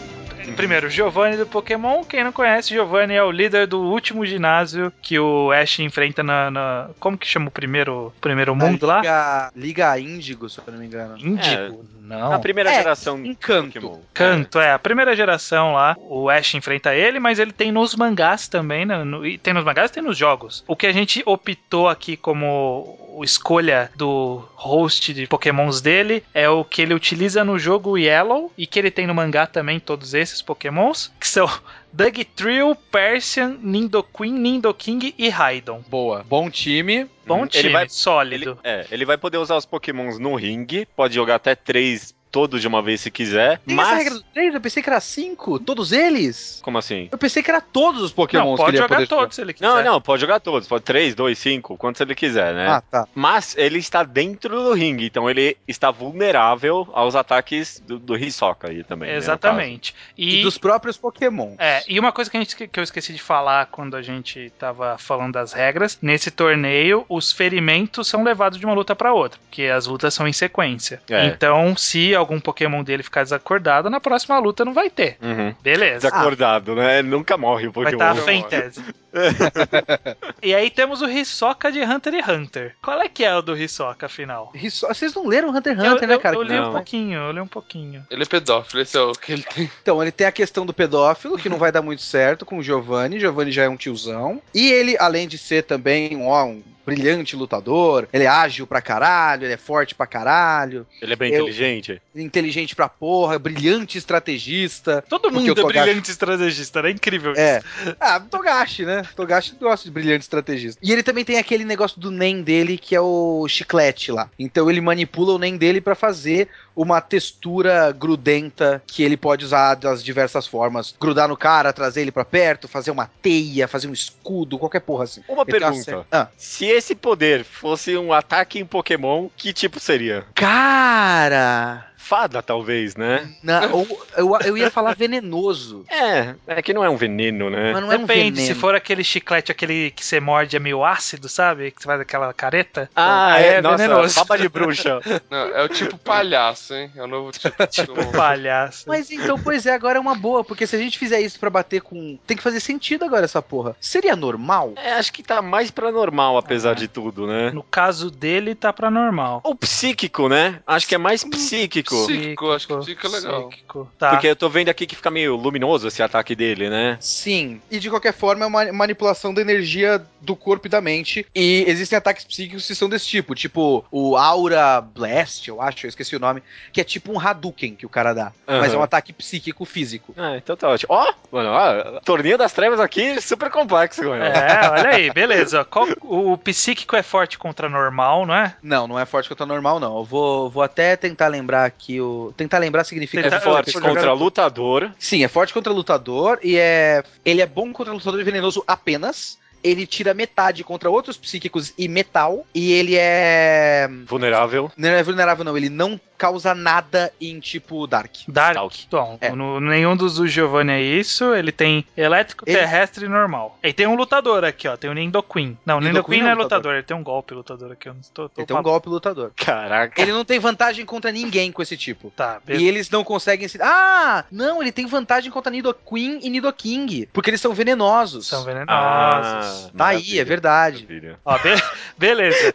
[SPEAKER 1] Primeiro, Giovanni do Pokémon. Quem não conhece, Giovanni é o líder do último ginásio que o Ash enfrenta na. na- como que chama o primeiro, primeiro mundo lá?
[SPEAKER 3] Liga, Liga Índigo, se eu não me engano.
[SPEAKER 1] Índigo?
[SPEAKER 2] Na
[SPEAKER 1] Não.
[SPEAKER 2] primeira
[SPEAKER 3] É,
[SPEAKER 2] geração
[SPEAKER 3] Encanto.
[SPEAKER 2] Pokémon.
[SPEAKER 1] Canto, é, a primeira geração lá, o Ash enfrenta ele, mas ele tem nos mangás também, né? No- e tem nos mangás e tem nos jogos. O que a gente optou aqui como o- escolha do host de pokémons dele é o que ele utiliza no jogo Yellow e que ele tem no mangá também todos esses pokémons, que são (laughs) Dugtrio, Persian, Nindoqueen, Nindoking e Raidon.
[SPEAKER 3] Boa. Bom time.
[SPEAKER 2] Uhum.
[SPEAKER 1] Bom time,
[SPEAKER 2] Ele vai- Ele,
[SPEAKER 1] sólido.
[SPEAKER 2] é, ele vai poder usar os pokémons no ringue, pode jogar até três todo de uma vez se quiser.
[SPEAKER 3] Tem essa
[SPEAKER 2] mas.
[SPEAKER 3] regra dos três? Eu pensei que era cinco. Todos eles?
[SPEAKER 2] Como assim?
[SPEAKER 3] Eu pensei que era todos os Pokémons
[SPEAKER 1] Não,
[SPEAKER 3] que
[SPEAKER 1] pode
[SPEAKER 3] ele ia
[SPEAKER 1] jogar
[SPEAKER 3] poder
[SPEAKER 1] todos se ele quiser.
[SPEAKER 2] Não, não, pode jogar todos. Pode 3, 2, 5, quantos ele quiser, né?
[SPEAKER 3] jogar. Ah, tá.
[SPEAKER 2] Mas ele está dentro do ringue, então ele está vulnerável aos ataques do, do Hisoka aí também. né, no
[SPEAKER 1] Exatamente.
[SPEAKER 3] E,
[SPEAKER 1] E,
[SPEAKER 3] dos próprios Pokémon.
[SPEAKER 1] é, e uma coisa que, a gente, que eu esqueci de falar quando a gente tava falando das regras, nesse torneio, os ferimentos são levados de uma luta pra outra, porque as lutas são em sequência.
[SPEAKER 2] É.
[SPEAKER 1] Então, se algum Pokémon dele ficar desacordado, na próxima luta não vai ter.
[SPEAKER 2] caso. Uhum.
[SPEAKER 1] Beleza.
[SPEAKER 2] Desacordado, né? Nunca morre o
[SPEAKER 1] Vai tá estar
[SPEAKER 2] Pokémon.
[SPEAKER 1] a
[SPEAKER 4] eu-
[SPEAKER 1] Fentese. (laughs) e aí temos o Hisoka de Hunter x Hunter. Qual é que é o do Hisoka, afinal?
[SPEAKER 3] Hiso- Vocês não leram Hunter x Hunter,
[SPEAKER 1] eu,
[SPEAKER 3] né,
[SPEAKER 1] eu-
[SPEAKER 3] cara?
[SPEAKER 1] eu li
[SPEAKER 2] Não.
[SPEAKER 1] um pouquinho, eu li um pouquinho.
[SPEAKER 4] Ele é pedófilo, esse é o que ele tem.
[SPEAKER 3] Então, ele tem a questão do pedófilo, que não vai dar muito certo com o Giovanni. Giovanni já é um tiozão. E ele, além de ser também um, ó, um brilhante lutador, ele é ágil pra caralho, ele é forte pra caralho,
[SPEAKER 2] Ele é bem
[SPEAKER 3] Eu-
[SPEAKER 2] inteligente.
[SPEAKER 3] inteligente pra porra, brilhante estrategista.
[SPEAKER 1] Todo
[SPEAKER 3] Porque o
[SPEAKER 1] mundo é
[SPEAKER 3] Togashi-
[SPEAKER 1] brilhante estrategista, né? Incrível isso.
[SPEAKER 3] É. (laughs) Ah, Togashi, né? Togashi gosta de brilhante estrategista. E ele também tem aquele negócio do NEM dele, que é o chiclete lá. Então ele manipula o NEM dele pra fazer uma textura grudenta que ele pode usar das diversas formas. Grudar no cara, trazer ele pra perto, fazer uma teia, fazer um escudo, qualquer porra assim.
[SPEAKER 2] Uma
[SPEAKER 3] Ele tem uma
[SPEAKER 2] pergunta.
[SPEAKER 3] série- Ah,
[SPEAKER 2] Se esse poder fosse um ataque em Pokémon, que tipo seria?
[SPEAKER 3] cara!
[SPEAKER 2] Fada, talvez, né?
[SPEAKER 3] Na- ou- eu, eu ia falar venenoso.
[SPEAKER 2] É, é que não é um veneno, né?
[SPEAKER 3] Mas não é um
[SPEAKER 1] Depende,
[SPEAKER 3] veneno.
[SPEAKER 1] se for aquele chiclete, aquele que você morde é meio ácido, sabe? Que você faz aquela
[SPEAKER 4] (laughs)
[SPEAKER 1] careta.
[SPEAKER 2] Ah,
[SPEAKER 1] Aí
[SPEAKER 2] é,
[SPEAKER 1] é
[SPEAKER 2] nossa,
[SPEAKER 1] venenoso.
[SPEAKER 2] baba de bruxa.
[SPEAKER 4] Não, é o tipo palhaço, hein? É o novo tipo.
[SPEAKER 1] (laughs) Tipo palhaço.
[SPEAKER 3] Mas então, pois é, agora é uma boa, porque se a gente fizer isso pra bater com. Tem que fazer sentido agora essa porra. Seria normal?
[SPEAKER 2] É, acho que tá mais pra normal, apesar
[SPEAKER 1] Ah.
[SPEAKER 2] de tudo, né?
[SPEAKER 1] No caso dele, tá pra normal.
[SPEAKER 2] Ou psíquico, né? Acho que é mais
[SPEAKER 1] Hum,
[SPEAKER 2] psíquico.
[SPEAKER 4] Psíquico, acho que psíquico é legal.
[SPEAKER 1] tipo, psíquico. Tá.
[SPEAKER 2] Porque eu tô vendo aqui que fica meio luminoso esse ataque dele, né?
[SPEAKER 3] Sim. E de qualquer forma, é uma manipulação da energia do corpo e da mente. E existem ataques psíquicos que são desse tipo, tipo o Aura Blast, eu acho, eu esqueci o nome, que é tipo um Hadouken que o cara dá.
[SPEAKER 2] Aham.
[SPEAKER 3] Mas é um ataque psíquico físico.
[SPEAKER 2] Ah, então tá ótimo. Ó, mano, ó, torneio das trevas aqui super complexo, mano.
[SPEAKER 1] É, olha aí, beleza. Qual- o psíquico é forte contra normal, não é?
[SPEAKER 3] Não, não é forte contra normal, não. Eu vou, vou até tentar lembrar aqui o. Tentar lembrar significa.
[SPEAKER 2] É
[SPEAKER 1] Tentar-
[SPEAKER 2] forte
[SPEAKER 1] eu tô
[SPEAKER 2] contra
[SPEAKER 1] jogando-
[SPEAKER 2] lutador.
[SPEAKER 3] Sim, é forte contra lutador e é. Ele é bom contra lutador e venenoso apenas. Ele tira metade contra outros psíquicos e metal. E ele é.
[SPEAKER 1] Hum.
[SPEAKER 2] Vulnerável.
[SPEAKER 3] Não é vulnerável, não. Ele não causa nada em tipo Dark.
[SPEAKER 1] Dark.
[SPEAKER 2] Stalk.
[SPEAKER 1] Bom,
[SPEAKER 3] É.
[SPEAKER 1] no, nenhum dos do Giovanni é isso. Ele tem elétrico,
[SPEAKER 3] Ele-
[SPEAKER 1] terrestre e normal. E tem um lutador aqui, ó. Tem o Nindoqueen. Não, o Nindoqueen não é lutador.
[SPEAKER 3] lutador.
[SPEAKER 1] Ele tem um golpe lutador aqui. Eu não tô, tô
[SPEAKER 3] Ele tem um
[SPEAKER 1] falando.
[SPEAKER 3] golpe lutador.
[SPEAKER 2] Caraca.
[SPEAKER 3] Ele não tem vantagem contra ninguém com esse tipo.
[SPEAKER 1] Tá, beleza.
[SPEAKER 3] E eles não conseguem se. Ah! Não, ele tem vantagem contra Nidoqueen e Nidoking. Porque eles são venenosos.
[SPEAKER 1] São venenosos.
[SPEAKER 2] Ah,
[SPEAKER 3] Tá aí,
[SPEAKER 2] maravilha,
[SPEAKER 3] é verdade.
[SPEAKER 2] maravilha.
[SPEAKER 1] Ó, be- (laughs) beleza.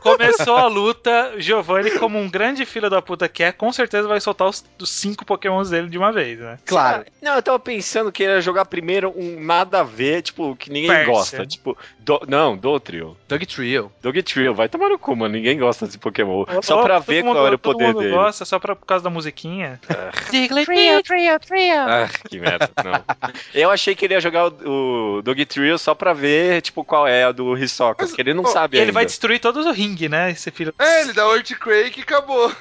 [SPEAKER 1] Começou a luta. Giovanni, como um grande filho da puta que é, com certeza vai soltar os, os cinco pokémons dele de uma vez, né?
[SPEAKER 3] Claro.
[SPEAKER 2] Ah, Não, eu tava pensando que ele ia jogar primeiro um nada a ver, tipo, que ninguém
[SPEAKER 1] Pérsia.
[SPEAKER 2] gosta. Tipo, do, não, Dotrio.
[SPEAKER 3] Doug Trio.
[SPEAKER 2] Dogtrio, vai tomar no cu, mano. Ninguém gosta desse Pokémon.
[SPEAKER 1] Ô,
[SPEAKER 2] Só pra
[SPEAKER 1] todo
[SPEAKER 2] ver
[SPEAKER 1] mundo-
[SPEAKER 2] qual era o poder
[SPEAKER 1] Todo mundo
[SPEAKER 2] dele. Tá
[SPEAKER 1] gosta só pra, por causa da musiquinha. Trio, trio, trio.
[SPEAKER 2] Ah, que merda, não. Eu achei que ele ia jogar o, o Dogtrio só pra ver, tipo, qual é a do Hisoka, porque ele não
[SPEAKER 4] pô,
[SPEAKER 2] sabe
[SPEAKER 1] E ele
[SPEAKER 2] ainda.
[SPEAKER 1] vai destruir todo o ringue, né? Esse filho.
[SPEAKER 4] É, ele dá Earthquake e acabou.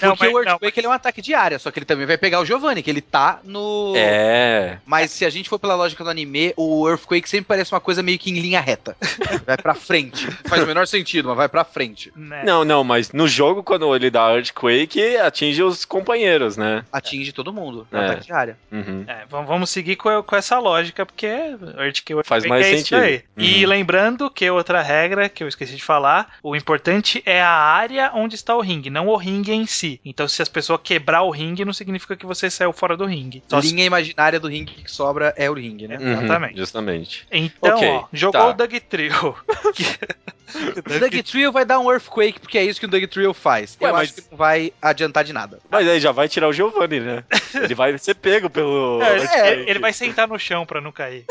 [SPEAKER 1] Não,
[SPEAKER 3] Porque
[SPEAKER 1] mas-
[SPEAKER 3] o
[SPEAKER 1] não,
[SPEAKER 3] Earthquake ele é um ataque de área, só que ele também vai pegar o Giovanni, que ele tá no.
[SPEAKER 2] É.
[SPEAKER 3] Mas se a gente for pela lógica do anime, o Earthquake sempre parece uma coisa meio que em linha (laughs) reta. Vai pra frente. (laughs) Faz o menor sentido, mas vai pra frente.
[SPEAKER 1] né?
[SPEAKER 2] Não, não, mas no jogo, quando ele dá Earthquake, atinge os companheiros, né?
[SPEAKER 3] Atinge todo mundo. É.
[SPEAKER 2] É.
[SPEAKER 3] Ataque de área.
[SPEAKER 2] Uhum.
[SPEAKER 1] É, vam- vamos seguir com, com essa lógica, porque Earthquake
[SPEAKER 2] Faz mais
[SPEAKER 1] é
[SPEAKER 2] sentido.
[SPEAKER 1] aí.
[SPEAKER 2] Uhum.
[SPEAKER 1] E lembrando que outra regra que eu esqueci de falar, o importante é a área onde está o ringue, não o ringue em si. Então se as pessoas quebrar o ringue, não significa que você saiu fora do ringue. Só se-
[SPEAKER 3] Linha imaginária do ringue que sobra é o ringue, (laughs) né?
[SPEAKER 2] Uhum,
[SPEAKER 1] Exatamente.
[SPEAKER 2] Justamente.
[SPEAKER 1] Então,
[SPEAKER 2] Ok,
[SPEAKER 1] ó, jogou
[SPEAKER 2] tá.
[SPEAKER 1] o Doug Trio.
[SPEAKER 2] (laughs)
[SPEAKER 1] Que-
[SPEAKER 3] O Doug Trio vai dar um Earthquake, porque é isso que o Doug Trio faz.
[SPEAKER 2] Ué,
[SPEAKER 3] Eu
[SPEAKER 2] mas-
[SPEAKER 3] acho que não vai adiantar de nada.
[SPEAKER 2] Mas aí já vai tirar o Giovanni, né? Ele vai ser pego pelo.
[SPEAKER 1] (laughs) É,
[SPEAKER 2] Earthquake.
[SPEAKER 1] ele, ele vai sentar no chão pra não cair.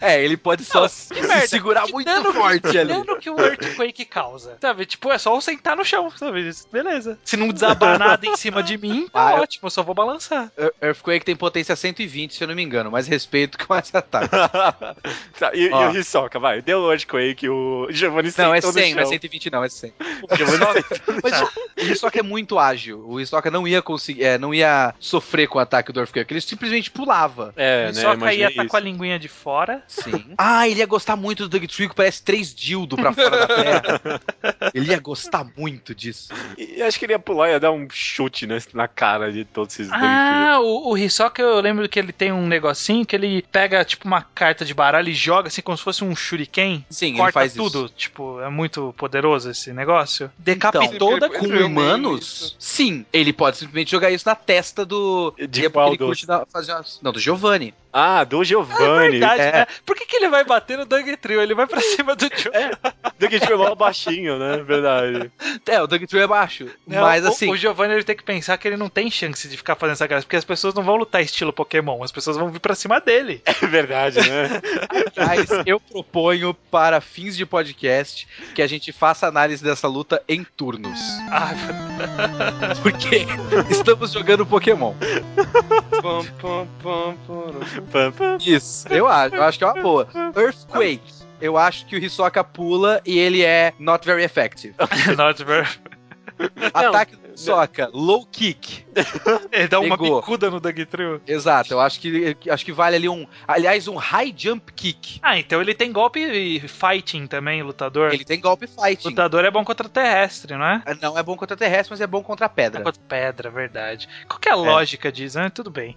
[SPEAKER 3] É, ele pode só se
[SPEAKER 1] merda.
[SPEAKER 3] segurar
[SPEAKER 1] Que
[SPEAKER 3] muito
[SPEAKER 1] dano-
[SPEAKER 3] forte ali.
[SPEAKER 1] Dano que o Earthquake causa. Sabe, tipo, é só eu sentar no chão, sabe? Beleza. Se não
[SPEAKER 2] (laughs)
[SPEAKER 1] desabar nada em cima de mim, tá
[SPEAKER 3] Ah, eu-
[SPEAKER 1] ótimo, eu só vou balançar.
[SPEAKER 3] Ear- Earthquake tem potência 120, se eu não me engano, mas respeito com esse ataque.
[SPEAKER 2] (laughs) tá, e, e
[SPEAKER 3] Ó.
[SPEAKER 2] o Hisoka, vai. Deu o Earthquake, aí que o Giovanni
[SPEAKER 3] Não, é
[SPEAKER 2] sentou no
[SPEAKER 3] 100, não é
[SPEAKER 2] chão.
[SPEAKER 3] 120 não, é 100.
[SPEAKER 1] (laughs)
[SPEAKER 2] Giovanni
[SPEAKER 3] (laughs) Mas o Hisoka é muito ágil. O Hisoka não ia conseguir, é, não ia sofrer com o ataque do Dorf Kirk. Ele simplesmente pulava.
[SPEAKER 2] É, né?
[SPEAKER 1] Só que aí
[SPEAKER 2] imaginei
[SPEAKER 1] ia tá
[SPEAKER 2] isso.
[SPEAKER 1] com a linguinha de fora.
[SPEAKER 3] Sim. (laughs) Ah, ele ia gostar muito do Doug Tree, que parece três dildo pra fora da terra. (laughs) Ele ia gostar muito disso.
[SPEAKER 2] E acho que ele ia pular e ia dar um chute né, na cara de todos esses dois.
[SPEAKER 1] Ah, o, o Hisoka, eu lembro que ele tem um negocinho que ele pega, tipo, uma carta de baralho e joga, assim, como se fosse um shuriken.
[SPEAKER 3] Sim, ele
[SPEAKER 1] corta
[SPEAKER 3] faz isso.
[SPEAKER 1] tudo. Tipo, é muito poderoso esse negócio. Decapitou.
[SPEAKER 3] Capitoda
[SPEAKER 4] Ele-
[SPEAKER 3] com
[SPEAKER 4] ele-
[SPEAKER 3] humanos? Então, Sim, ele pode simplesmente jogar isso na testa do.
[SPEAKER 2] De
[SPEAKER 3] e é porque
[SPEAKER 2] qual
[SPEAKER 3] ele
[SPEAKER 2] dos?
[SPEAKER 3] curte dar- fazer umas- Não, do Giovanni.
[SPEAKER 2] Ah, do Giovanni.
[SPEAKER 1] Verdade,
[SPEAKER 3] é.
[SPEAKER 1] né? Por que, que ele vai bater no Doug Trio? Ele vai pra (laughs) cima do Joe.
[SPEAKER 2] (laughs) Do que foi mal baixinho, né? Verdade.
[SPEAKER 3] É, o Doug Tree é baixo.
[SPEAKER 1] Não,
[SPEAKER 3] mas
[SPEAKER 1] o-
[SPEAKER 3] assim.
[SPEAKER 1] O Giovanni ele tem que pensar que ele não tem chance de ficar fazendo essa graça, porque as pessoas não vão lutar estilo Pokémon, as pessoas vão vir pra cima
[SPEAKER 3] (laughs)
[SPEAKER 1] dele.
[SPEAKER 2] É verdade, né?
[SPEAKER 3] Mas eu proponho para fins de podcast que a gente faça análise dessa luta em turnos. (laughs)
[SPEAKER 1] Ah,
[SPEAKER 3] Porque estamos jogando Pokémon.
[SPEAKER 4] Pam, pam, pam, pam.
[SPEAKER 2] Pam, pam.
[SPEAKER 3] Isso, eu acho. Eu acho que é uma boa. Earthquake. Eu acho que o Hisoka pula e ele é not very effective.
[SPEAKER 1] not very-
[SPEAKER 3] Ataque do Hisoka, low kick.
[SPEAKER 1] (laughs) Ele dá uma
[SPEAKER 3] Pegou.
[SPEAKER 1] bicuda no Doug Trio.
[SPEAKER 3] Exato, eu acho que acho que vale ali um, aliás, um high jump kick.
[SPEAKER 1] Ah, então ele tem golpe fighting também, lutador.
[SPEAKER 3] Ele tem golpe fighting.
[SPEAKER 1] Lutador é bom contra terrestre, não é?
[SPEAKER 3] Não é bom contra terrestre, mas é bom contra pedra.
[SPEAKER 1] Contra pedra, verdade. Qual que é a lógica disso? Ah, tudo bem.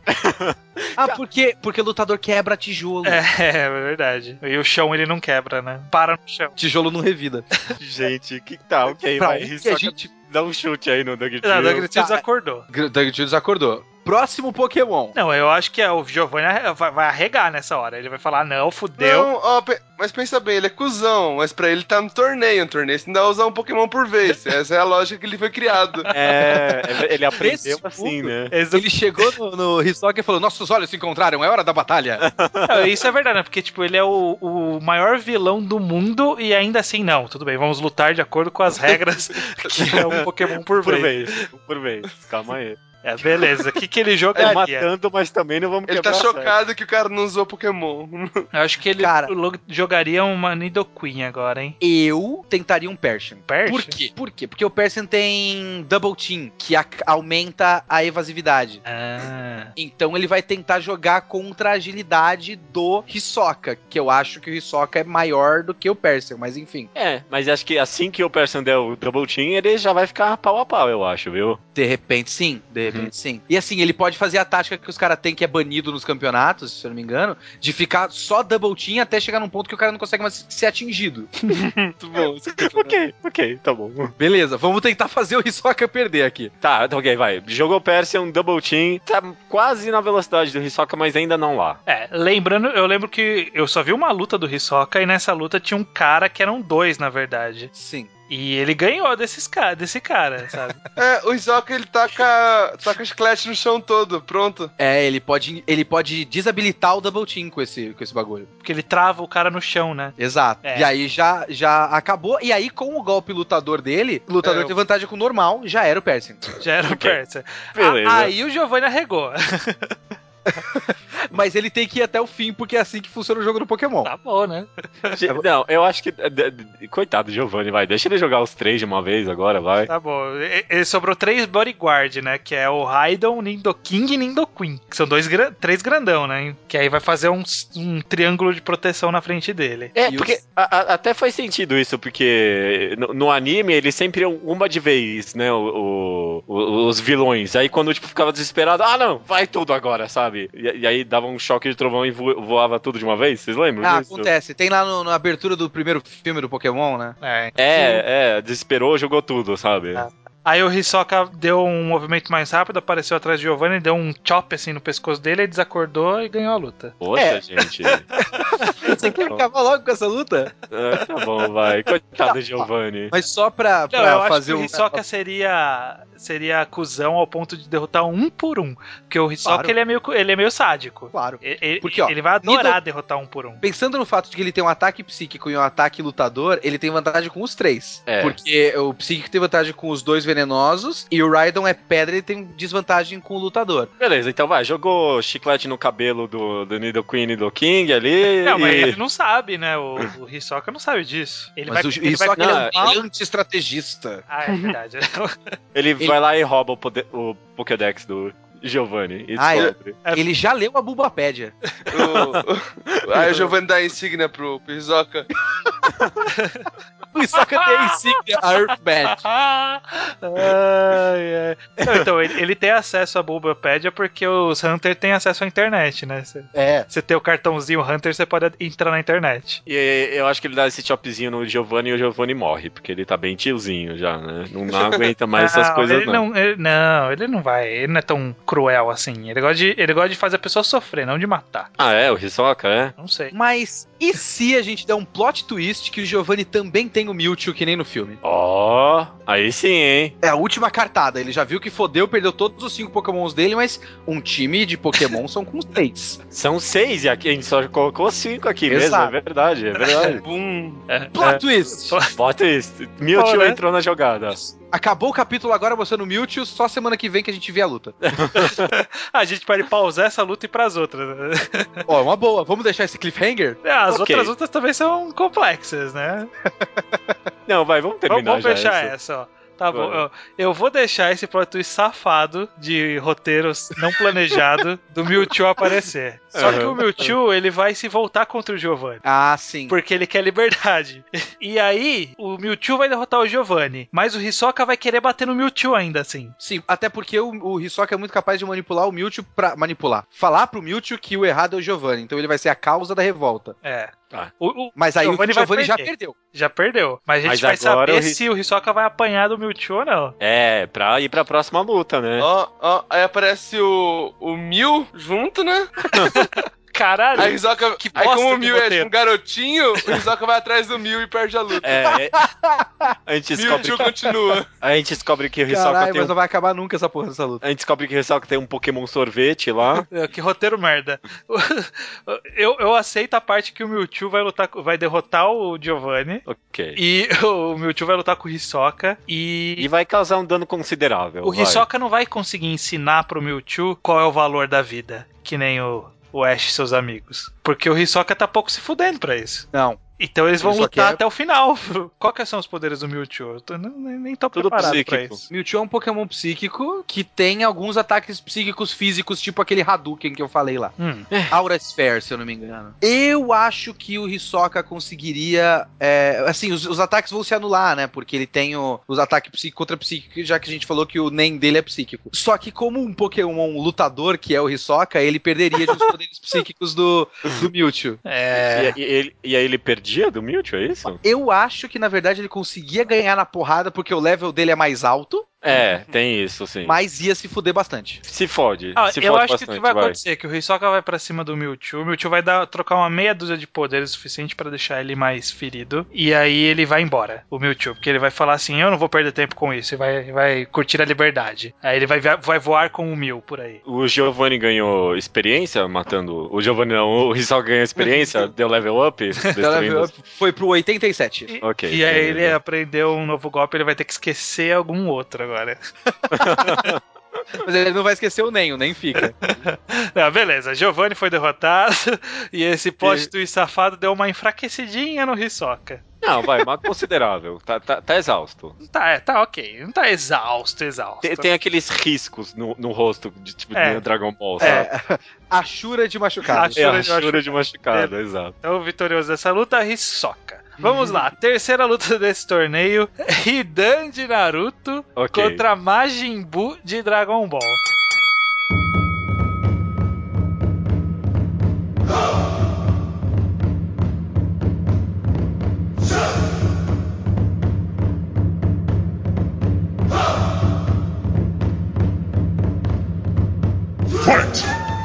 [SPEAKER 3] Ah, porque porque lutador quebra tijolo.
[SPEAKER 1] É, é verdade. E o chão ele não quebra, né? Para no chão.
[SPEAKER 3] Tijolo não revida.
[SPEAKER 2] Gente, que tá, ok,
[SPEAKER 3] pra
[SPEAKER 2] vai.
[SPEAKER 3] onde que
[SPEAKER 2] Só
[SPEAKER 3] a
[SPEAKER 2] que
[SPEAKER 3] gente
[SPEAKER 2] dá um chute aí no Doug
[SPEAKER 1] Não, o
[SPEAKER 2] Trio.
[SPEAKER 1] Doug Trio desacordou.
[SPEAKER 3] Doug Tio desacordou. Próximo Pokémon.
[SPEAKER 1] Não, eu acho que é, o Giovanni vai vai arregar nessa hora. Ele vai falar, não, fudeu.
[SPEAKER 4] Não, ó, pe- mas pensa bem, ele é cuzão, mas pra ele tá no torneio, no torneio você não dá usar um Pokémon por vez. Essa é a lógica que ele foi criado.
[SPEAKER 2] É, é, ele aprendeu
[SPEAKER 3] Nesse
[SPEAKER 2] assim,
[SPEAKER 3] mundo,
[SPEAKER 2] né?
[SPEAKER 1] (laughs) Eles
[SPEAKER 3] Ele chegou no, no Hisoka e falou: Nossos olhos se encontraram, é hora da batalha.
[SPEAKER 1] Não, isso é verdade, né? Porque, tipo, ele é o, o maior vilão do mundo e ainda assim, não, tudo bem, vamos lutar de acordo com as regras que é um Pokémon por
[SPEAKER 2] Por
[SPEAKER 1] vez.
[SPEAKER 2] vez, por vez. Calma aí.
[SPEAKER 1] É, beleza, o que, que ele
[SPEAKER 2] É,
[SPEAKER 1] jogaria?
[SPEAKER 2] matando, mas também não vamos
[SPEAKER 4] Ele
[SPEAKER 2] quebrar
[SPEAKER 4] tá
[SPEAKER 2] a série.
[SPEAKER 4] chocado que o cara não usou Pokémon.
[SPEAKER 1] Eu acho que ele
[SPEAKER 3] Cara.
[SPEAKER 1] lo- jogaria uma Nidoqueen agora, hein?
[SPEAKER 3] Eu tentaria um Persian.
[SPEAKER 1] Persian?
[SPEAKER 3] Por quê? Por quê? Porque o Persian tem Double Team, que a- aumenta a evasividade.
[SPEAKER 1] Ah.
[SPEAKER 3] Então ele vai tentar jogar contra a agilidade do Hisoka, que eu acho que o Hisoka é maior do que o Persian, mas enfim.
[SPEAKER 2] É, mas acho que assim que o Person der o double team, ele já vai ficar pau a pau, eu acho, viu?
[SPEAKER 3] De repente sim, de repente sim. E assim, ele pode fazer a tática que os caras têm, que é banido nos campeonatos, se eu não me engano, de ficar só Double Team até chegar num ponto que o cara não consegue mais ser atingido.
[SPEAKER 4] Muito bom. isso aqui.
[SPEAKER 2] Ok, ok, tá bom.
[SPEAKER 3] Beleza, vamos tentar (laughs) fazer o Hisoka perder aqui.
[SPEAKER 2] Tá, tá, ok, vai. Jogou Persian, double team, tá quase na velocidade do Hisoka, mas ainda não lá.
[SPEAKER 1] É, lembrando, eu lembro que eu só vi uma luta do Hisoka e nessa luta tinha um cara que eram dois, na verdade.
[SPEAKER 3] Sim.
[SPEAKER 1] E ele ganhou desses ca desse cara, sabe?
[SPEAKER 4] (laughs) É, o Isoca ele taca, taca chiclete no chão todo, pronto.
[SPEAKER 3] É, ele pode, ele pode desabilitar o Double Team com esse, com esse bagulho.
[SPEAKER 1] Porque ele trava o cara no chão, né?
[SPEAKER 3] Exato.
[SPEAKER 1] É.
[SPEAKER 3] E aí já, já acabou. E aí, com o golpe lutador dele, o lutador
[SPEAKER 4] É,
[SPEAKER 3] tem vantagem com o normal, já era
[SPEAKER 1] (laughs)
[SPEAKER 3] o Persian.
[SPEAKER 1] Já era o
[SPEAKER 2] Ok.
[SPEAKER 1] Persa.
[SPEAKER 2] Beleza.
[SPEAKER 1] A- Aí o Giovanni arregou. (laughs)
[SPEAKER 3] Mas ele tem que ir até o fim, porque é assim que funciona o jogo do Pokémon.
[SPEAKER 1] Tá bom, né?
[SPEAKER 2] Ge- Não, eu acho que. d- d- Coitado do Giovanni, vai. Deixa ele jogar os três de uma vez agora, vai.
[SPEAKER 1] Tá bom. E- e sobrou três bodyguard, né? Que é o Raidon, Nindoking e Nindoqueen. Que são dois gran- três grandão, né? Que aí vai fazer um, s- um triângulo de proteção na frente dele.
[SPEAKER 2] É,
[SPEAKER 3] E
[SPEAKER 2] porque
[SPEAKER 3] os-
[SPEAKER 2] a- a- até faz sentido isso, porque no, no anime ele sempre é uma de vez, né? o- o- o- os vilões. Aí quando tipo, ficava desesperado, ah não, vai tudo agora, sabe? E, e aí dava um choque de trovão e vo- voava tudo de uma vez, vocês lembram?
[SPEAKER 3] Ah,
[SPEAKER 2] disso?
[SPEAKER 3] acontece. Tem lá no- na abertura do primeiro filme do Pokémon, né?
[SPEAKER 1] É.
[SPEAKER 2] É, é, desesperou, jogou tudo, sabe?
[SPEAKER 1] Ah. Aí o Hisoka deu um movimento mais rápido, apareceu atrás de Giovanni, deu um chop assim no pescoço dele, ele desacordou e ganhou a luta.
[SPEAKER 2] Poxa,
[SPEAKER 3] É.
[SPEAKER 2] (laughs) gente. É,
[SPEAKER 3] Você quer acabar logo com essa luta?
[SPEAKER 2] tá bom, (laughs) vai. Coitado do Giovanni.
[SPEAKER 3] Mas só pra,
[SPEAKER 1] Não,
[SPEAKER 3] pra
[SPEAKER 1] eu acho que
[SPEAKER 3] fazer um
[SPEAKER 1] o Hisoka seria seria cuzão ao ponto de derrotar um por um. Porque o Hisoka
[SPEAKER 3] Claro.
[SPEAKER 1] ele, é meio, cu- ele é meio sádico.
[SPEAKER 3] Claro.
[SPEAKER 1] E- e-
[SPEAKER 3] Porque, ó,
[SPEAKER 1] ele vai adorar derrotar um por um.
[SPEAKER 3] Pensando no fato de que ele tem um ataque psíquico e um ataque lutador, ele tem vantagem com os três.
[SPEAKER 2] É.
[SPEAKER 3] Porque o psíquico tem vantagem com os dois venenosos e o Raidon é pedra e tem desvantagem com o lutador.
[SPEAKER 2] Beleza, então vai. Jogou chiclete no cabelo do, do Nidoqueen e do King ali.
[SPEAKER 1] Não, mas
[SPEAKER 2] e
[SPEAKER 1] ele não sabe, né? O, o Hisoka não sabe disso. Ele
[SPEAKER 3] Mas
[SPEAKER 1] vai,
[SPEAKER 3] o
[SPEAKER 1] ele vai
[SPEAKER 3] Hisoka
[SPEAKER 2] não,
[SPEAKER 1] criando
[SPEAKER 3] é um
[SPEAKER 1] mal-
[SPEAKER 3] grande estrategista.
[SPEAKER 1] Ah, é verdade. (laughs)
[SPEAKER 2] Ele,
[SPEAKER 3] Ele-
[SPEAKER 2] vai lá e rouba o, pode- o Pokédex do Giovanni e
[SPEAKER 3] Ah,
[SPEAKER 2] descobre.
[SPEAKER 1] É.
[SPEAKER 3] Ele já leu a Bulbapédia. (laughs)
[SPEAKER 4] O-
[SPEAKER 1] (laughs)
[SPEAKER 4] o- aí o Giovanni dá a insígnia pro, pro Hisoka.
[SPEAKER 3] O Hisoka tem a insígnia a Earthbed.
[SPEAKER 1] Ai, ai. Não, Então, ele, ele tem acesso à Bulbapedia porque os Hunter têm acesso à internet, né? Você-
[SPEAKER 3] É.
[SPEAKER 1] Você tem o cartãozinho Hunter, você pode entrar na internet.
[SPEAKER 2] E aí, eu acho que ele dá esse chopzinho no Giovanni e o Giovanni morre, porque ele tá bem tiozinho já, né? Não, não aguenta mais (laughs) essas coisas,
[SPEAKER 1] Ah, ele
[SPEAKER 2] Ah, não.
[SPEAKER 1] ele- não, ele não vai. Ele não é tão cruel assim. Ele gosta de, ele gosta de fazer a pessoa sofrer, não de matar.
[SPEAKER 2] Ah, é? O Hisoka, é?
[SPEAKER 1] Não sei.
[SPEAKER 3] Mas e se a gente der um plot twist que o Giovanni também tem o Mewtwo, que nem no filme?
[SPEAKER 2] Ó, aí sim, hein?
[SPEAKER 3] É a última cartada. Ele já viu que fodeu, perdeu todos os cinco pokémons dele, mas um time de pokémon são com seis.
[SPEAKER 2] São seis e aqui a gente só colocou cinco aqui
[SPEAKER 3] Exato.
[SPEAKER 2] mesmo, é verdade, é (laughs) verdade.
[SPEAKER 4] Bum.
[SPEAKER 3] Plot twist!
[SPEAKER 2] Bota isso. Mewtwo
[SPEAKER 1] Pô, né?
[SPEAKER 2] entrou na jogada.
[SPEAKER 3] Acabou o capítulo agora mostrando o Mewtwo, só semana que vem que a gente vê a luta.
[SPEAKER 1] A gente pode pausar essa luta e ir pras outras. né?
[SPEAKER 3] Ó, uma boa. Vamos deixar esse cliffhanger?
[SPEAKER 1] É, As
[SPEAKER 2] Ok.
[SPEAKER 1] outras lutas também são complexas, né?
[SPEAKER 2] Não, vai, vamos
[SPEAKER 1] Vamos,
[SPEAKER 2] terminar
[SPEAKER 1] vamos
[SPEAKER 2] já
[SPEAKER 1] fechar
[SPEAKER 2] isso.
[SPEAKER 1] essa, ó. Tá bom.
[SPEAKER 2] Bora.
[SPEAKER 1] Eu, eu vou deixar esse plot twist safado de roteiros não planejado do Mewtwo aparecer. Só que o
[SPEAKER 2] Aham.
[SPEAKER 1] Mewtwo, ele vai se voltar contra o Giovanni.
[SPEAKER 3] Ah, sim.
[SPEAKER 1] Porque ele quer liberdade. E aí, o Mewtwo vai derrotar o Giovanni. Mas o Hisoka vai querer bater no Mewtwo ainda assim.
[SPEAKER 3] Sim, até porque o, o Hisoka é muito capaz de manipular o Mewtwo pra. manipular. Falar pro Mewtwo que o errado é o Giovanni, então ele vai ser a causa da revolta.
[SPEAKER 1] É.
[SPEAKER 2] Tá.
[SPEAKER 1] O, o-
[SPEAKER 3] Mas aí
[SPEAKER 1] Giovanni
[SPEAKER 3] o
[SPEAKER 1] vai
[SPEAKER 3] Giovanni já
[SPEAKER 1] perder.
[SPEAKER 3] perdeu.
[SPEAKER 1] já perdeu. Mas a gente
[SPEAKER 2] Mas
[SPEAKER 1] vai
[SPEAKER 2] agora
[SPEAKER 1] saber
[SPEAKER 2] o Hi-
[SPEAKER 1] se o Hisoka vai apanhar do Mewtwo ou não.
[SPEAKER 2] É, pra ir pra próxima luta, né?
[SPEAKER 4] Ó, ó, aí aparece o, o Mil junto, né?
[SPEAKER 1] Caralho.
[SPEAKER 4] Aí, o Hisoka,
[SPEAKER 1] Que
[SPEAKER 4] aí
[SPEAKER 1] bosta
[SPEAKER 4] como o
[SPEAKER 1] de
[SPEAKER 4] Mil é
[SPEAKER 1] roteiro.
[SPEAKER 4] tipo um garotinho, o Hisoka vai atrás do Mil e perde a luta.
[SPEAKER 2] É,
[SPEAKER 1] (laughs)
[SPEAKER 2] é- a, gente
[SPEAKER 4] Mil
[SPEAKER 2] descobre,
[SPEAKER 4] Mewtwo continua.
[SPEAKER 2] (laughs) a gente descobre que o Hisoka
[SPEAKER 3] Caralho,
[SPEAKER 2] tem
[SPEAKER 3] mas
[SPEAKER 2] um,
[SPEAKER 3] não vai acabar nunca essa porra dessa luta.
[SPEAKER 2] a gente descobre que o Hisoka tem um Pokémon
[SPEAKER 1] (laughs)
[SPEAKER 2] sorvete lá.
[SPEAKER 1] Que roteiro merda. (laughs) Eu, eu aceito a parte que o Mewtwo vai lutar, com- vai derrotar o Giovanni.
[SPEAKER 2] Ok.
[SPEAKER 1] E (laughs) o Mewtwo vai lutar com o Hisoka. E,
[SPEAKER 2] E vai causar um dano considerável.
[SPEAKER 1] o
[SPEAKER 2] vai.
[SPEAKER 1] Hisoka não vai conseguir ensinar pro Mewtwo qual é o valor da vida. Que nem o, o Ash e seus amigos. Porque o Hisoka tá pouco se fudendo pra isso.
[SPEAKER 3] Não.
[SPEAKER 1] Então eles vão
[SPEAKER 3] Ele só
[SPEAKER 1] lutar
[SPEAKER 3] quer-
[SPEAKER 1] até o final. (laughs) Qual que são os poderes do Mewtwo? Eu tô- nem- nem tô
[SPEAKER 2] Tudo
[SPEAKER 1] preparado pra
[SPEAKER 2] psíquico.
[SPEAKER 1] isso.
[SPEAKER 3] Mewtwo é um Pokémon psíquico que tem alguns ataques psíquicos físicos, tipo aquele Hadouken que eu falei lá.
[SPEAKER 2] (laughs)
[SPEAKER 1] Hum.
[SPEAKER 3] Aura Sphere, se eu não me engano. Eu acho que o Hisoka conseguiria. é, assim, os, os ataques vão se anular, né? Porque ele tem o- os ataques psíquico contra psíquico, já que a gente falou que o NEM dele é psíquico. Só que, como um Pokémon lutador, que é o Hisoka, ele perderia de uns poderes (laughs) psíquicos do, do Mewtwo.
[SPEAKER 1] É.
[SPEAKER 2] E, e ele, e aí ele perdia do Mewtwo, é isso?
[SPEAKER 3] Eu acho que, na verdade, ele conseguia ganhar na porrada porque o level dele é mais alto,
[SPEAKER 2] É, tem isso, sim.
[SPEAKER 3] mas ia se fuder bastante.
[SPEAKER 2] Se fode.
[SPEAKER 1] Ah,
[SPEAKER 2] se
[SPEAKER 1] eu
[SPEAKER 2] fode
[SPEAKER 1] acho
[SPEAKER 2] bastante,
[SPEAKER 1] que o que vai, acontecer é que o Hisoka vai pra cima do Mewtwo, o Mewtwo vai dar, trocar uma meia dúzia de poderes suficiente pra deixar ele mais ferido, e aí ele vai embora, o Mewtwo, porque ele vai falar assim, eu não vou perder tempo com isso, e vai, vai curtir a liberdade. Aí ele vai, via- vai voar com o Mew por aí.
[SPEAKER 2] O Giovanni ganhou experiência matando. O Giovanni não, o Hisoka ganhou
[SPEAKER 1] (laughs)
[SPEAKER 2] experiência, deu level up, destruindo.
[SPEAKER 3] Então, level up foi pro 87.
[SPEAKER 1] E,
[SPEAKER 2] Ok,
[SPEAKER 1] e aí
[SPEAKER 2] beleza.
[SPEAKER 1] ele aprendeu um novo golpe, ele vai ter que esquecer algum outro agora. (laughs)
[SPEAKER 3] Mas ele não vai esquecer o Nen, o Nen fica.
[SPEAKER 1] Ah, beleza, Giovanni foi derrotado, (laughs) e esse plot
[SPEAKER 2] E-
[SPEAKER 1] twist safado deu uma enfraquecidinha no Hisoka.
[SPEAKER 2] Não, vai, mas considerável. Tá, tá, tá exausto.
[SPEAKER 1] Tá, é, tá ok. Não tá exausto, exausto.
[SPEAKER 2] Tem, tem aqueles riscos no, no rosto, de, tipo,
[SPEAKER 1] É.
[SPEAKER 2] do Dragon Ball, sabe?
[SPEAKER 3] É, a Shura de machucado.
[SPEAKER 1] A
[SPEAKER 2] É,
[SPEAKER 1] Chura
[SPEAKER 2] a
[SPEAKER 1] de machucado.
[SPEAKER 2] chura de É. machucado, exato.
[SPEAKER 1] Então, o vitorioso dessa luta, Hisoka.
[SPEAKER 2] Uhum.
[SPEAKER 1] Vamos lá, terceira luta (laughs) desse torneio: Hidan de Naruto
[SPEAKER 2] Ok.
[SPEAKER 1] contra Majin Buu de Dragon Ball.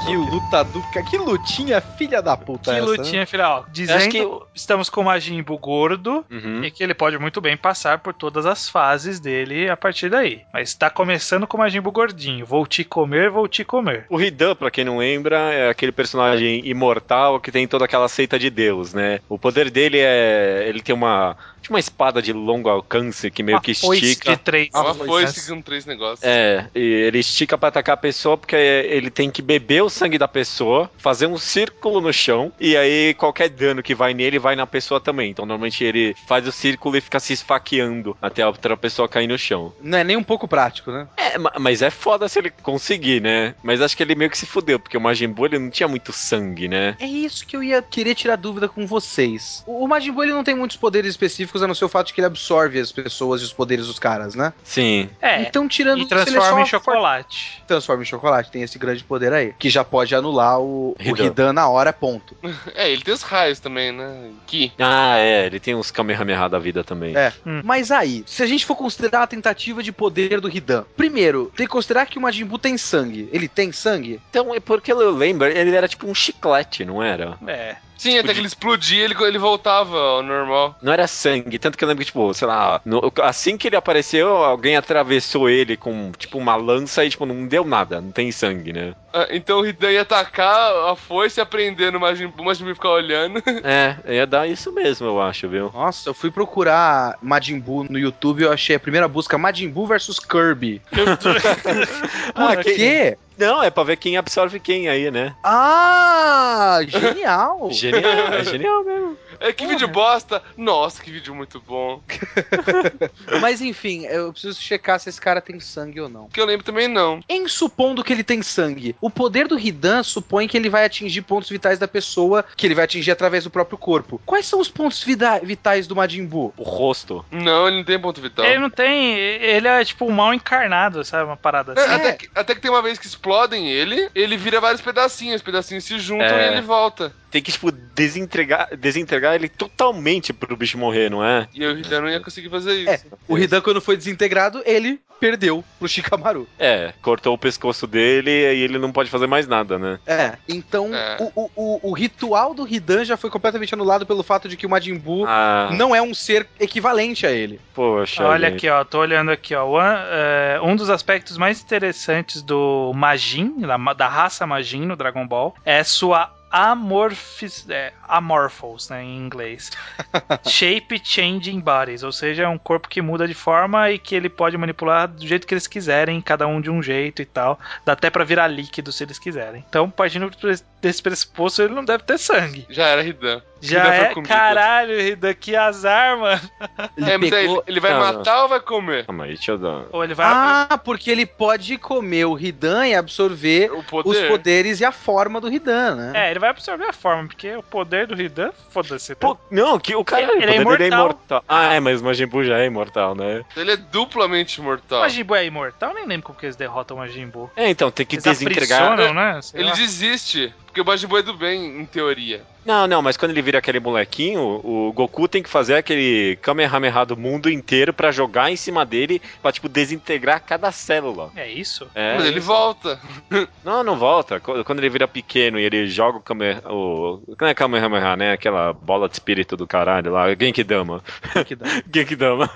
[SPEAKER 3] Que luta duca, que lutinha filha da
[SPEAKER 1] que
[SPEAKER 3] puta essa, né?
[SPEAKER 1] lutinha, final. Dizendo
[SPEAKER 2] acho
[SPEAKER 1] que
[SPEAKER 2] que-
[SPEAKER 1] estamos com o Majin Buu gordo.
[SPEAKER 2] Uhum.
[SPEAKER 1] E que ele pode muito bem passar por todas as fases dele a partir daí. Mas tá começando com o Majin Buu gordinho. Vou te comer, vou te comer.
[SPEAKER 2] O Hidan, pra quem não lembra, é aquele personagem imortal que tem toda aquela seita de Deus, né? O poder dele é. Ele tem uma. tipo uma espada de longo alcance que meio
[SPEAKER 1] Uma
[SPEAKER 2] que
[SPEAKER 1] foice
[SPEAKER 2] estica.
[SPEAKER 1] de três.
[SPEAKER 4] Uma
[SPEAKER 1] coisas.
[SPEAKER 4] foice com três negócios.
[SPEAKER 2] É, e ele estica pra atacar a pessoa porque ele tem que beber o sangue da pessoa, fazer um círculo no chão, e aí qualquer dano que vai nele vai na pessoa também. Então normalmente ele faz o círculo e fica se esfaqueando até a outra pessoa cair no chão.
[SPEAKER 3] Não é nem um pouco prático, né?
[SPEAKER 2] É, ma- mas é foda se ele conseguir, né? Mas acho que ele meio que se fudeu, porque o Majin Buu ele não tinha muito sangue, né?
[SPEAKER 3] É isso que eu ia querer tirar dúvida com vocês. O o Majin Buu ele não tem muitos poderes específicos, a não ser o fato de que ele absorve as pessoas e os poderes dos caras, né?
[SPEAKER 2] Sim.
[SPEAKER 1] É,
[SPEAKER 3] então, tirando
[SPEAKER 1] e
[SPEAKER 3] isso, ele é só
[SPEAKER 1] transforma em
[SPEAKER 3] for-
[SPEAKER 1] chocolate.
[SPEAKER 3] Transforma em chocolate, tem esse grande poder aí. Que já pode anular o o
[SPEAKER 2] Hidan.
[SPEAKER 3] Hidan, na hora, ponto.
[SPEAKER 4] É, ele tem os raios também, né? Ki.
[SPEAKER 2] Ah, é, ele tem uns Kamehameha da vida também.
[SPEAKER 3] É.
[SPEAKER 1] Hum.
[SPEAKER 3] Mas aí, se a gente for considerar a tentativa de poder do Hidan, primeiro, tem que considerar que o Majin Buu tem sangue. Ele tem sangue?
[SPEAKER 2] Então, é porque eu lembro, ele era tipo um chiclete, não era?
[SPEAKER 1] É.
[SPEAKER 4] Sim, até que ele explodia, ele, ele voltava ao normal.
[SPEAKER 2] Não era sangue, tanto que eu lembro que, tipo, sei lá, no- assim que ele apareceu, alguém atravessou ele com, tipo, uma lança e, tipo, não deu nada, não tem sangue, né?
[SPEAKER 4] Ah, Então o Hidan ia atacar a força e aprender no Majin Buu, o Majin Buu ficar
[SPEAKER 1] (laughs)
[SPEAKER 4] olhando.
[SPEAKER 2] (laughs) É, ia dar isso mesmo, eu acho, viu?
[SPEAKER 3] Nossa, eu fui procurar Majin Buu no YouTube, eu achei a primeira busca Majin Buu versus Kirby. Por
[SPEAKER 2] Ah, que-
[SPEAKER 3] quê?
[SPEAKER 2] Não, é pra ver quem absorve quem aí, né?
[SPEAKER 3] Ah, genial!
[SPEAKER 2] (laughs) Genial, é genial mesmo.
[SPEAKER 4] É, que vídeo bosta! Nossa, que vídeo muito bom.
[SPEAKER 3] Mas enfim, eu preciso checar se esse cara tem sangue ou não.
[SPEAKER 4] Que eu lembro também não.
[SPEAKER 3] Em supondo que ele tem sangue, o poder do Hidan supõe que ele vai atingir pontos vitais da pessoa, que ele vai atingir através do próprio corpo. Quais são os pontos vida- vitais do Majin Buu?
[SPEAKER 2] O rosto.
[SPEAKER 4] Não, ele não tem ponto
[SPEAKER 2] Então.
[SPEAKER 4] vital.
[SPEAKER 1] Ele não tem. Ele é tipo um mal encarnado, sabe? Uma parada
[SPEAKER 4] É,
[SPEAKER 1] assim.
[SPEAKER 4] Até, que, até que tem uma vez que explodem ele, ele vira vários pedacinhos, os pedacinhos se juntam
[SPEAKER 2] É.
[SPEAKER 4] e ele volta.
[SPEAKER 2] Tem que, tipo, desentregar, desentregar ele totalmente pro bicho morrer, não é?
[SPEAKER 4] E eu já não ia conseguir fazer
[SPEAKER 3] É,
[SPEAKER 4] isso.
[SPEAKER 3] o Hidan, quando foi desintegrado, ele perdeu pro Shikamaru.
[SPEAKER 2] É, cortou o pescoço dele e ele não pode fazer mais nada, né?
[SPEAKER 3] É. Então,
[SPEAKER 4] É.
[SPEAKER 3] O, o- o- o ritual do Hidan já foi completamente anulado pelo fato de que o Majin Buu
[SPEAKER 2] Ah,
[SPEAKER 3] não é um ser equivalente a ele.
[SPEAKER 2] poxa.
[SPEAKER 1] Olha
[SPEAKER 2] gente.
[SPEAKER 1] aqui, ó, tô olhando aqui, ó. One, é, um dos aspectos mais interessantes do Majin, da, ma- da raça Majin no Dragon Ball, é sua amorphis, é, amorphous, né, em inglês. Shape changing bodies, ou seja, é um corpo que muda de forma e que ele pode manipular do jeito que eles quiserem, cada um de um jeito e tal. Dá até pra virar líquido se eles quiserem. Então, partindo pre- desse pressuposto, ele não deve ter sangue.
[SPEAKER 4] Já era Hidan.
[SPEAKER 1] Já
[SPEAKER 4] Ainda foi
[SPEAKER 1] é,
[SPEAKER 4] comigo.
[SPEAKER 1] caralho, Rida, que azar, mano.
[SPEAKER 3] Ele
[SPEAKER 4] é, mas aí ele,
[SPEAKER 3] pegou-
[SPEAKER 4] ele vai
[SPEAKER 2] Ah,
[SPEAKER 4] matar ou vai comer?
[SPEAKER 2] Calma aí, deixa eu dar.
[SPEAKER 1] Ou ele vai
[SPEAKER 3] Ah, porque ele pode comer o Hidan e absorver
[SPEAKER 4] O
[SPEAKER 3] os
[SPEAKER 4] poder.
[SPEAKER 3] poderes e a forma do Hidan, né?
[SPEAKER 1] É, ele vai absorver a forma, porque o poder do Ridan, foda-se. tá?
[SPEAKER 2] Pô, não, que o cara
[SPEAKER 1] Ele- ele é
[SPEAKER 2] o poder dele
[SPEAKER 1] imortal.
[SPEAKER 2] Ah, é, mas o Majin Buu já é imortal, né?
[SPEAKER 4] Ele é duplamente
[SPEAKER 1] O
[SPEAKER 4] mortal.
[SPEAKER 1] Majin Buu é imortal, nem lembro como que eles derrotam o Majin Buu.
[SPEAKER 2] É, então, tem que
[SPEAKER 4] tá
[SPEAKER 1] Eles
[SPEAKER 2] desentregar.
[SPEAKER 1] aprisionam, né? Sei
[SPEAKER 4] Ele
[SPEAKER 1] lá.
[SPEAKER 4] desiste, porque o Majin Buu é do bem, em teoria.
[SPEAKER 2] Não, não, mas quando ele vira aquele molequinho, o Goku tem que fazer aquele Kamehameha do mundo inteiro pra jogar em cima dele, pra, tipo, desintegrar cada célula.
[SPEAKER 1] É isso?
[SPEAKER 2] É,
[SPEAKER 4] mas ele volta.
[SPEAKER 2] Não, não volta. Qu- Quando ele vira pequeno e ele joga o Kame... o... Não é Kamehameha, né? Aquela bola de espírito do caralho lá. Genkidama. (laughs)
[SPEAKER 3] É. (laughs)
[SPEAKER 2] Genkidama.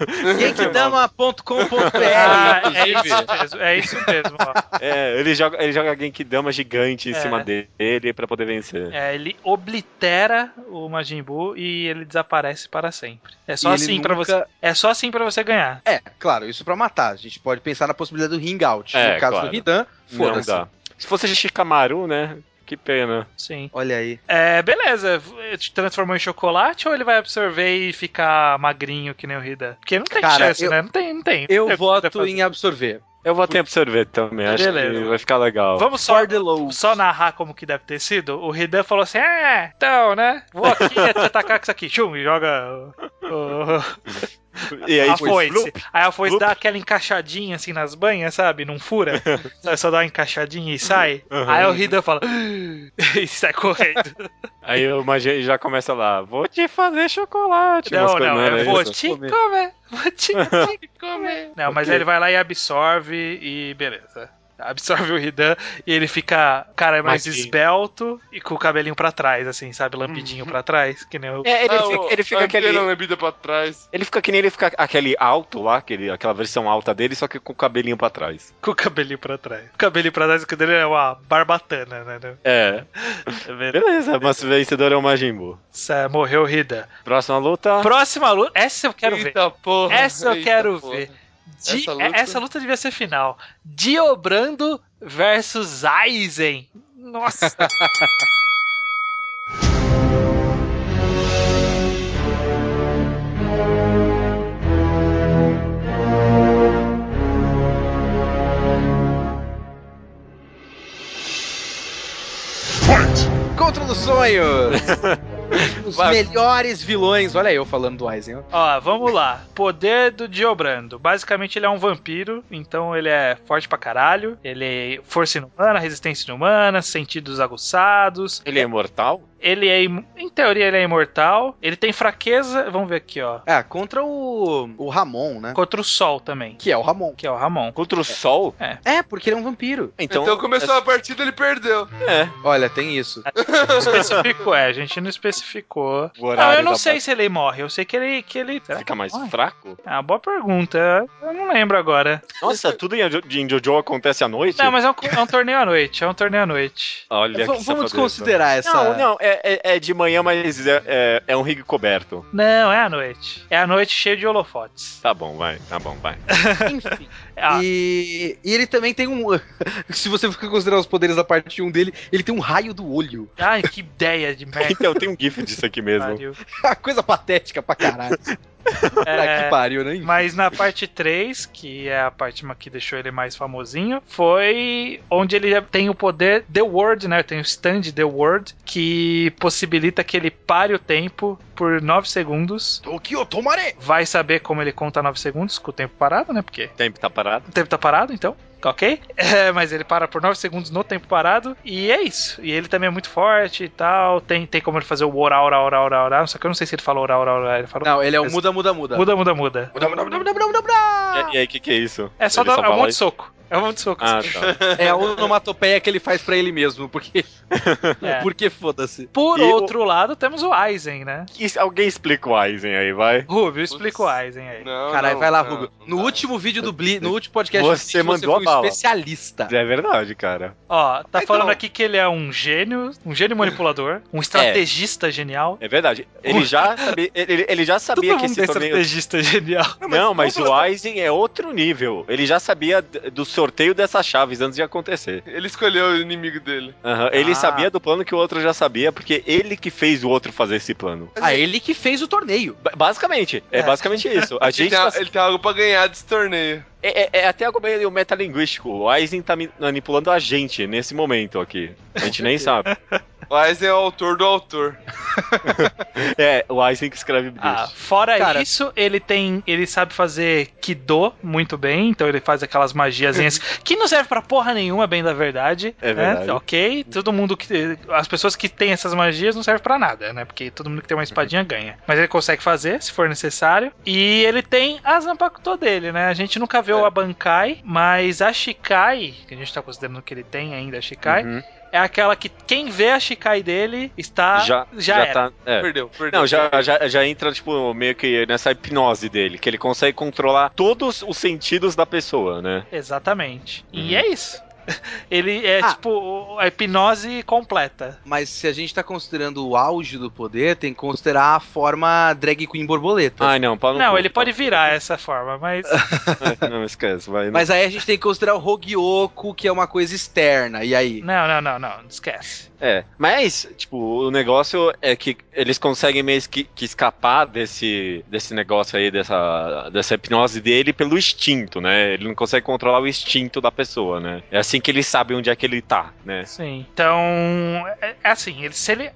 [SPEAKER 1] Ah,
[SPEAKER 3] Genkidama.com.br
[SPEAKER 1] é isso mesmo, é isso mesmo. ó.
[SPEAKER 2] É, ele joga, ele joga Genkidama gigante em
[SPEAKER 1] É.
[SPEAKER 2] cima dele pra poder vencer.
[SPEAKER 1] É, ele oblitera o Majin Buu e ele desaparece para sempre. É só
[SPEAKER 3] E ele
[SPEAKER 1] assim pra
[SPEAKER 3] nunca-
[SPEAKER 1] você. É só assim para você ganhar.
[SPEAKER 3] É, claro, isso pra matar. A gente pode pensar na possibilidade do ring out.
[SPEAKER 2] É,
[SPEAKER 3] no caso
[SPEAKER 2] claro.
[SPEAKER 3] do Hidan,
[SPEAKER 2] não
[SPEAKER 3] foda-se.
[SPEAKER 2] dá. Se fosse Shikamaru, né? Que pena.
[SPEAKER 1] Sim.
[SPEAKER 3] Olha aí.
[SPEAKER 1] É, beleza. Te transformou em chocolate ou ele vai absorver e ficar magrinho que nem o Rida? Porque não tem
[SPEAKER 3] Cara,
[SPEAKER 1] chance,
[SPEAKER 3] eu-
[SPEAKER 1] né? Não tem, não tem.
[SPEAKER 3] Eu
[SPEAKER 1] Não tem o que dá pra
[SPEAKER 3] voto
[SPEAKER 1] fazer.
[SPEAKER 3] em absorver.
[SPEAKER 2] Eu vou ter sorvete também, acho
[SPEAKER 1] Beleza.
[SPEAKER 2] que vai ficar legal.
[SPEAKER 1] Vamos só
[SPEAKER 3] For the low.
[SPEAKER 1] só narrar como que deve ter sido, o Hidan falou assim: É, então, né? Vou aqui (laughs) te atacar com isso aqui. Tchum, e joga o- o-
[SPEAKER 2] E aí, tipo,
[SPEAKER 1] a
[SPEAKER 2] foi.
[SPEAKER 1] foice. Aí a foice
[SPEAKER 2] blup.
[SPEAKER 1] dá aquela encaixadinha assim nas banhas, sabe? Não
[SPEAKER 2] (laughs)
[SPEAKER 1] fura. Só- Só dá uma encaixadinha e sai.
[SPEAKER 2] Uhum.
[SPEAKER 1] Aí o Hidan fala: (gasps) é E sai correndo.
[SPEAKER 2] Aí o Majin já começa lá, vou te fazer chocolate. umas
[SPEAKER 1] não,
[SPEAKER 2] coisas, né,
[SPEAKER 1] não,
[SPEAKER 2] era
[SPEAKER 1] é vou
[SPEAKER 2] isso?
[SPEAKER 1] te
[SPEAKER 3] Comer.
[SPEAKER 1] comer. Vou te, te
[SPEAKER 4] (laughs) Comer.
[SPEAKER 1] comer. Não, mas
[SPEAKER 2] Ok.
[SPEAKER 1] aí ele vai lá e absorve e beleza. Absorve o Hidan e ele fica, cara, mais
[SPEAKER 2] Magrinho.
[SPEAKER 1] esbelto e com o cabelinho pra trás, assim, sabe? Lampidinho
[SPEAKER 4] Uhum.
[SPEAKER 1] pra trás, que nem o
[SPEAKER 2] É, ele
[SPEAKER 4] Ah,
[SPEAKER 2] fica,
[SPEAKER 4] o-
[SPEAKER 2] ele fica
[SPEAKER 4] a
[SPEAKER 2] aquele...
[SPEAKER 4] antena lambida pra trás.
[SPEAKER 2] Ele fica que nem ele fica aquele alto lá, aquele, aquela versão alta dele, só que com o cabelinho pra trás.
[SPEAKER 1] Com o cabelinho pra trás. O cabelinho pra trás, o dele é uma barbatana, né? né?
[SPEAKER 2] É.
[SPEAKER 1] Tá vendo?
[SPEAKER 2] Beleza, mas o vencedor é o Majin Buu.
[SPEAKER 1] Sa- Morreu Rida.
[SPEAKER 2] Próxima luta.
[SPEAKER 1] Próxima luta. Essa eu quero ver.
[SPEAKER 4] Ah. Eita porra.
[SPEAKER 1] Essa eu
[SPEAKER 4] eita
[SPEAKER 1] quero
[SPEAKER 4] porra.
[SPEAKER 1] ver. Di-
[SPEAKER 4] Essa
[SPEAKER 1] é- essa,
[SPEAKER 4] luta-
[SPEAKER 1] luta... devia ser final. Diobrando versus Aizen Nossa!
[SPEAKER 3] Encontro do sonho! Os
[SPEAKER 2] Vai.
[SPEAKER 3] melhores vilões. Olha eu falando do Aizen. ó.
[SPEAKER 1] Ó, vamos lá. Poder do Diobrando. Basicamente, ele é um vampiro, então ele é forte pra caralho. Ele é força inumana, resistência inumana, sentidos aguçados.
[SPEAKER 2] Ele é imortal?
[SPEAKER 1] Ele é, im- em teoria, ele é imortal. Ele tem fraqueza, vamos ver aqui, ó.
[SPEAKER 3] Ah, contra o, o Ramon, né?
[SPEAKER 1] Contra o Sol também,
[SPEAKER 3] Que é o Ramon.
[SPEAKER 1] que é o Ramon.
[SPEAKER 2] Contra o sol?
[SPEAKER 3] É, porque ele é um vampiro.
[SPEAKER 2] Então,
[SPEAKER 4] Então, começou a partida, ele perdeu.
[SPEAKER 2] É,
[SPEAKER 3] Olha, tem isso.
[SPEAKER 1] Não especificou, é, a gente não especificou.
[SPEAKER 2] o
[SPEAKER 1] Não,
[SPEAKER 2] horário
[SPEAKER 1] Ah, eu não
[SPEAKER 2] da
[SPEAKER 1] sei
[SPEAKER 2] bat-
[SPEAKER 1] se ele morre, eu sei que ele. Que ele será que
[SPEAKER 2] Fica mais
[SPEAKER 1] morre?
[SPEAKER 2] fraco?
[SPEAKER 1] É uma boa pergunta, eu não lembro agora.
[SPEAKER 2] Nossa, tudo em Jo- em Jojo acontece à noite?
[SPEAKER 1] Não, mas é um, é um torneio à noite, é um torneio à noite.
[SPEAKER 2] Olha
[SPEAKER 3] V-
[SPEAKER 2] é que
[SPEAKER 3] vamos
[SPEAKER 2] safadeza.
[SPEAKER 3] desconsiderar essa.
[SPEAKER 2] Não, não, é, é- é de manhã, mas é, é- é um rig coberto.
[SPEAKER 1] Não, é à noite. É à noite cheio de holofotes.
[SPEAKER 2] Tá bom, vai, tá bom, vai.
[SPEAKER 3] (laughs) Enfim.
[SPEAKER 1] Ah,
[SPEAKER 3] E, e ele também tem um. (laughs) Se você for considerar os poderes da parte 1 dele, ele tem um raio do olho. (laughs)
[SPEAKER 1] Ai, que ideia de
[SPEAKER 2] (laughs)
[SPEAKER 1] merda.
[SPEAKER 2] Então, tem um gif disso aqui mesmo.
[SPEAKER 1] pariu.
[SPEAKER 3] Coisa patética pra caralho. Pra
[SPEAKER 1] É,
[SPEAKER 3] que pariu, né?
[SPEAKER 1] Mas na parte 3, que é a parte ma- que deixou ele mais famosinho, foi onde ele tem o poder The World, né? Tem o stand The World, que possibilita que ele pare o tempo por 9 segundos.
[SPEAKER 3] O que eu tomarei?
[SPEAKER 1] Vai saber como ele conta 9 segundos com o tempo parado, né? Porque
[SPEAKER 2] O tempo tá parado.
[SPEAKER 1] o tempo tá parado, então. Ok? (laughs) É, mas ele para por 9 segundos no tempo parado. E é isso. E ele também é muito forte e tal. Tem, tem como ele fazer o orar, orar, orar, orar, orar. Só que eu não sei se ele falou orar, orar, orar. Ele falou.
[SPEAKER 3] Não, ele é o
[SPEAKER 1] Mas-
[SPEAKER 3] muda, muda, muda.
[SPEAKER 1] Muda, muda, muda.
[SPEAKER 4] Muda, muda, muda, muda.
[SPEAKER 3] Muda, muda, muda, muda.
[SPEAKER 2] E, e aí, o que, que é isso?
[SPEAKER 1] É só
[SPEAKER 2] Ele
[SPEAKER 1] dar é um
[SPEAKER 2] fala
[SPEAKER 1] monte de
[SPEAKER 2] isso?
[SPEAKER 1] soco. É um monte de soco.
[SPEAKER 2] Ah, tá.
[SPEAKER 3] É a onomatopeia que ele faz pra ele mesmo, porque.
[SPEAKER 1] (laughs) É.
[SPEAKER 3] Porque foda-se.
[SPEAKER 1] Por
[SPEAKER 2] E
[SPEAKER 1] outro lado, temos o Aizen, né?
[SPEAKER 2] (laughs) Isso- alguém explica o Aizen aí, vai.
[SPEAKER 1] Rubio, explica o Aizen aí.
[SPEAKER 4] Não,
[SPEAKER 3] Caralho,
[SPEAKER 4] não,
[SPEAKER 3] vai lá,
[SPEAKER 4] não,
[SPEAKER 3] Rubio.
[SPEAKER 4] não
[SPEAKER 3] No
[SPEAKER 4] dá.
[SPEAKER 3] último vídeo do Blitz, no último podcast
[SPEAKER 2] Você
[SPEAKER 3] do Blitz,
[SPEAKER 2] mandou a
[SPEAKER 3] foi um
[SPEAKER 2] bala.
[SPEAKER 3] especialista.
[SPEAKER 2] É verdade, cara.
[SPEAKER 1] Ó, tá
[SPEAKER 4] Então.
[SPEAKER 1] falando aqui que ele é um gênio, um gênio manipulador,
[SPEAKER 2] (laughs)
[SPEAKER 1] um estrategista genial.
[SPEAKER 2] É verdade. Ele já sabia, ele, ele já sabia
[SPEAKER 1] Todo
[SPEAKER 2] que
[SPEAKER 1] mundo é
[SPEAKER 2] esse torneio.
[SPEAKER 1] estrategista genial.
[SPEAKER 2] Não, mas o Aizen é outro nível. Ele já sabia d- do sorteio dessas chaves antes de acontecer.
[SPEAKER 4] Ele escolheu o inimigo dele.
[SPEAKER 2] Aham, Ele
[SPEAKER 1] Ah.
[SPEAKER 2] sabia do plano que o outro já sabia, porque ele que fez o outro fazer esse plano.
[SPEAKER 3] Ah, ele que fez o torneio.
[SPEAKER 2] Ba- basicamente, é,
[SPEAKER 1] É.
[SPEAKER 2] basicamente isso. A
[SPEAKER 4] Ele
[SPEAKER 2] gente
[SPEAKER 4] tem,
[SPEAKER 2] tá-
[SPEAKER 4] ele tem algo pra ganhar desse torneio.
[SPEAKER 2] é, é- é até algo meio metalinguístico. O Aizen tá mi- manipulando a gente nesse momento aqui. A
[SPEAKER 1] (laughs)
[SPEAKER 2] gente nem sabe.
[SPEAKER 4] O Aizen é o autor do autor.
[SPEAKER 2] É, o Aizen que escreve
[SPEAKER 1] Ah,
[SPEAKER 2] bicho.
[SPEAKER 1] fora
[SPEAKER 3] Cara-
[SPEAKER 1] isso, ele tem. Ele sabe fazer Kido muito bem, então ele faz aquelas
[SPEAKER 2] (laughs)
[SPEAKER 1] magiazinhas que não serve pra porra nenhuma, bem da verdade.
[SPEAKER 2] É
[SPEAKER 1] né?
[SPEAKER 2] verdade.
[SPEAKER 1] Ok? Todo mundo que. As pessoas que têm essas magias não servem pra nada, né? Porque todo mundo que tem uma
[SPEAKER 2] Uhum.
[SPEAKER 1] espadinha ganha. Mas ele consegue fazer, se for necessário. E ele tem a Zanpakuto dele, né? A gente nunca
[SPEAKER 2] É.
[SPEAKER 1] vê o Abankai, mas a Shikai, que a gente tá considerando que ele tem ainda, a Shikai,
[SPEAKER 2] Uhum.
[SPEAKER 1] é aquela que quem vê a Shikai dele está.
[SPEAKER 2] já,
[SPEAKER 1] Ah, já
[SPEAKER 2] já
[SPEAKER 1] era.
[SPEAKER 2] tá. é.
[SPEAKER 4] Perdeu, perdeu.
[SPEAKER 2] Não, já, já, já entra, tipo, meio que nessa hipnose dele, que ele consegue controlar todos os sentidos da pessoa, né?
[SPEAKER 1] Exatamente. E
[SPEAKER 2] Uhum.
[SPEAKER 1] é isso. (laughs) Ele é
[SPEAKER 3] Ah.
[SPEAKER 1] tipo o- a hipnose completa.
[SPEAKER 3] Mas se a gente tá considerando o auge do poder, tem que considerar a forma drag queen borboleta.
[SPEAKER 2] Ai, não, Paulo.
[SPEAKER 1] Não, ele pode virar essa forma, mas
[SPEAKER 2] (laughs) Não,
[SPEAKER 1] (laughs)
[SPEAKER 2] esquece, vai.
[SPEAKER 3] Mas aí a gente tem que considerar o Roguioco, que é uma coisa externa. E aí?
[SPEAKER 1] não, não, não, não, esquece.
[SPEAKER 2] É, mas, tipo, o negócio é que eles conseguem meio que, que escapar desse, desse negócio aí, dessa, dessa hipnose dele pelo instinto, né? Ele não consegue controlar o instinto da pessoa, né? É assim que ele sabe onde é que ele tá, né?
[SPEAKER 1] Sim. Então, é é assim, ele, se ele f-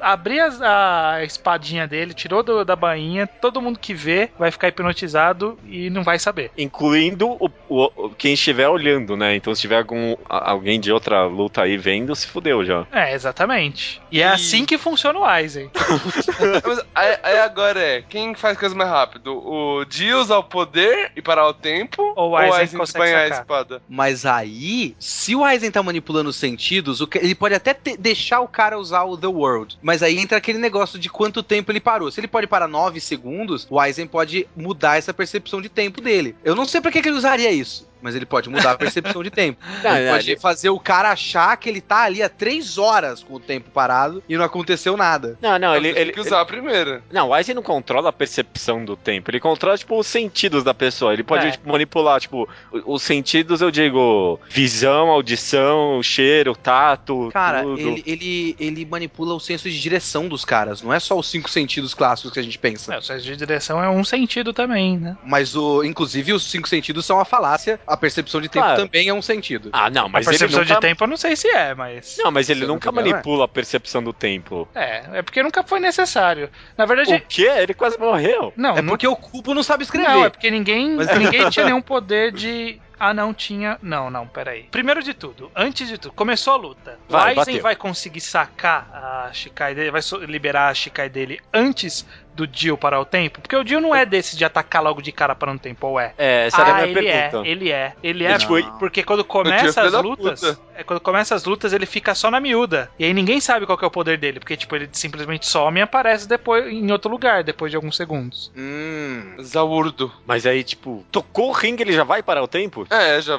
[SPEAKER 1] abrir as- a espadinha dele, tirou do- da bainha, todo mundo que vê vai ficar hipnotizado e não vai saber.
[SPEAKER 2] Incluindo o, o- o- quem estiver olhando, né? Então, se tiver algum, a- alguém de outra luta aí vendo, se fudeu já.
[SPEAKER 1] É, exatamente. E é assim que funciona o
[SPEAKER 2] (laughs)
[SPEAKER 1] Aizen.
[SPEAKER 4] (laughs) Mas aí, aí agora é, quem faz coisa mais rápido? O Dio usar o poder e parar o tempo?
[SPEAKER 1] Ou o Aizen consegue
[SPEAKER 4] desbanhar a
[SPEAKER 1] sacar?
[SPEAKER 4] espada?
[SPEAKER 3] Mas aí, se o Aizen tá manipulando os sentidos, o ca- ele pode até te- deixar o cara usar o The World. Mas aí entra aquele negócio de quanto tempo ele parou. Se ele pode parar 9 segundos, o Aizen pode mudar essa percepção de tempo dele. Eu não sei pra que, que ele usaria isso. mas ele pode mudar a percepção de (laughs) tempo.
[SPEAKER 2] Não,
[SPEAKER 3] ele
[SPEAKER 2] não,
[SPEAKER 3] pode
[SPEAKER 2] ele-
[SPEAKER 3] fazer o cara achar que ele tá ali há três horas com o tempo parado e não aconteceu nada.
[SPEAKER 2] Não, não,
[SPEAKER 4] Não,
[SPEAKER 2] ele.
[SPEAKER 4] ele, tem
[SPEAKER 2] ele
[SPEAKER 4] que usar a primeira.
[SPEAKER 2] não, o Aizen não controla a percepção do tempo. Ele controla, tipo, os sentidos da pessoa. Ele pode
[SPEAKER 1] É.
[SPEAKER 2] tipo, manipular, tipo, o- os sentidos, eu digo, visão, audição, cheiro, tato.
[SPEAKER 3] Cara,
[SPEAKER 2] tudo.
[SPEAKER 3] ele, ele, ele manipula o senso de direção dos caras, não é só os cinco sentidos clássicos que a gente pensa.
[SPEAKER 1] É, o senso de direção é um sentido também, né?
[SPEAKER 3] Mas o, inclusive, os cinco sentidos são a falácia, a percepção de tempo
[SPEAKER 2] Claro.
[SPEAKER 3] também é um sentido.
[SPEAKER 2] Ah, não, mas
[SPEAKER 1] a
[SPEAKER 2] ele
[SPEAKER 1] percepção
[SPEAKER 2] nunca...
[SPEAKER 1] de tempo eu não sei se é, mas.
[SPEAKER 2] Não, mas ele
[SPEAKER 3] Você não
[SPEAKER 2] nunca
[SPEAKER 3] entendeu,
[SPEAKER 2] manipula a percepção do tempo.
[SPEAKER 1] É, é porque nunca foi necessário. Na verdade,
[SPEAKER 2] O quê? Ele quase morreu.
[SPEAKER 1] Ah, não,
[SPEAKER 3] é
[SPEAKER 1] nu-
[SPEAKER 3] porque o cubo não sabe escrever.
[SPEAKER 1] Não, é porque ninguém,
[SPEAKER 3] Mas-
[SPEAKER 1] (laughs) ninguém tinha nenhum poder de. Ah, não tinha. Não, não, peraí. Primeiro de tudo, antes de tudo, começou a luta. O
[SPEAKER 2] Vai,
[SPEAKER 1] Aizen
[SPEAKER 2] bateu.
[SPEAKER 1] vai conseguir sacar a Shikai dele, vai so- liberar a Shikai dele antes do Dio parar o tempo? Porque o Dio não é desse de atacar logo de cara para um tempo, ou é?
[SPEAKER 2] É, essa era a
[SPEAKER 1] ah,
[SPEAKER 2] minha
[SPEAKER 1] ele
[SPEAKER 2] pergunta.
[SPEAKER 1] é, ele é, ele
[SPEAKER 2] Ele
[SPEAKER 1] é,
[SPEAKER 2] foi-
[SPEAKER 1] porque quando
[SPEAKER 4] Dio é
[SPEAKER 1] começa
[SPEAKER 4] filho
[SPEAKER 1] as
[SPEAKER 4] da
[SPEAKER 1] lutas,
[SPEAKER 4] puta.
[SPEAKER 1] é, quando começa as lutas ele fica só na miúda, e aí ninguém sabe qual que é o poder dele, porque tipo, ele simplesmente some e aparece depois, em outro lugar, depois de alguns segundos.
[SPEAKER 3] Hum.
[SPEAKER 4] Zaurdo.
[SPEAKER 2] Mas aí, tipo, tocou o ringue, ele já vai parar o tempo?
[SPEAKER 4] É, já.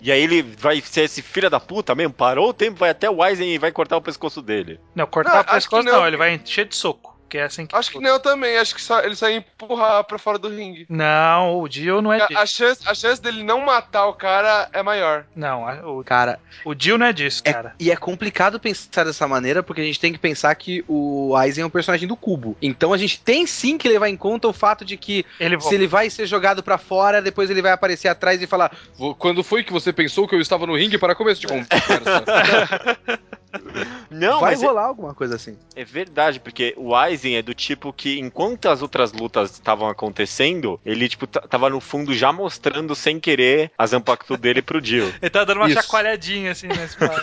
[SPEAKER 2] E aí ele vai ser esse filho da puta mesmo? Parou o tempo, vai até o Aizen e vai cortar o pescoço dele.
[SPEAKER 1] Não, cortar
[SPEAKER 4] Não,
[SPEAKER 1] o
[SPEAKER 4] acho
[SPEAKER 1] pescoço
[SPEAKER 4] que
[SPEAKER 1] não,
[SPEAKER 4] não.
[SPEAKER 1] ele vai encher de soco. Que é assim que
[SPEAKER 4] Acho que não eu também. Acho que só, ele só ia empurrar pra fora do ringue.
[SPEAKER 1] Não, o Dio não é disso.
[SPEAKER 4] A, a chance, a chance dele não matar o cara é maior.
[SPEAKER 1] Não, a- o,
[SPEAKER 3] Cara,
[SPEAKER 1] o Dio não é disso,
[SPEAKER 3] é-
[SPEAKER 1] cara.
[SPEAKER 3] e é complicado pensar dessa maneira porque a gente tem que pensar que o Aizen é um personagem do cubo. Então a gente tem sim que levar em conta o fato de que
[SPEAKER 1] Ele
[SPEAKER 3] se ele vai ser jogado pra fora, depois ele vai aparecer atrás e falar: "Vo- Quando foi que você pensou que eu estava no ringue para começo de conversa?
[SPEAKER 2] Não,
[SPEAKER 3] vai
[SPEAKER 2] mas é-
[SPEAKER 3] rolar alguma coisa assim.
[SPEAKER 2] é, verdade, porque o Aizen é do tipo que, enquanto as outras lutas estavam acontecendo, ele, tipo, t- tava no fundo já mostrando sem querer as impacto dele pro Dio.
[SPEAKER 1] Ele tá dando uma
[SPEAKER 3] Isso.
[SPEAKER 1] chacoalhadinha assim na
[SPEAKER 4] (laughs)
[SPEAKER 1] espada.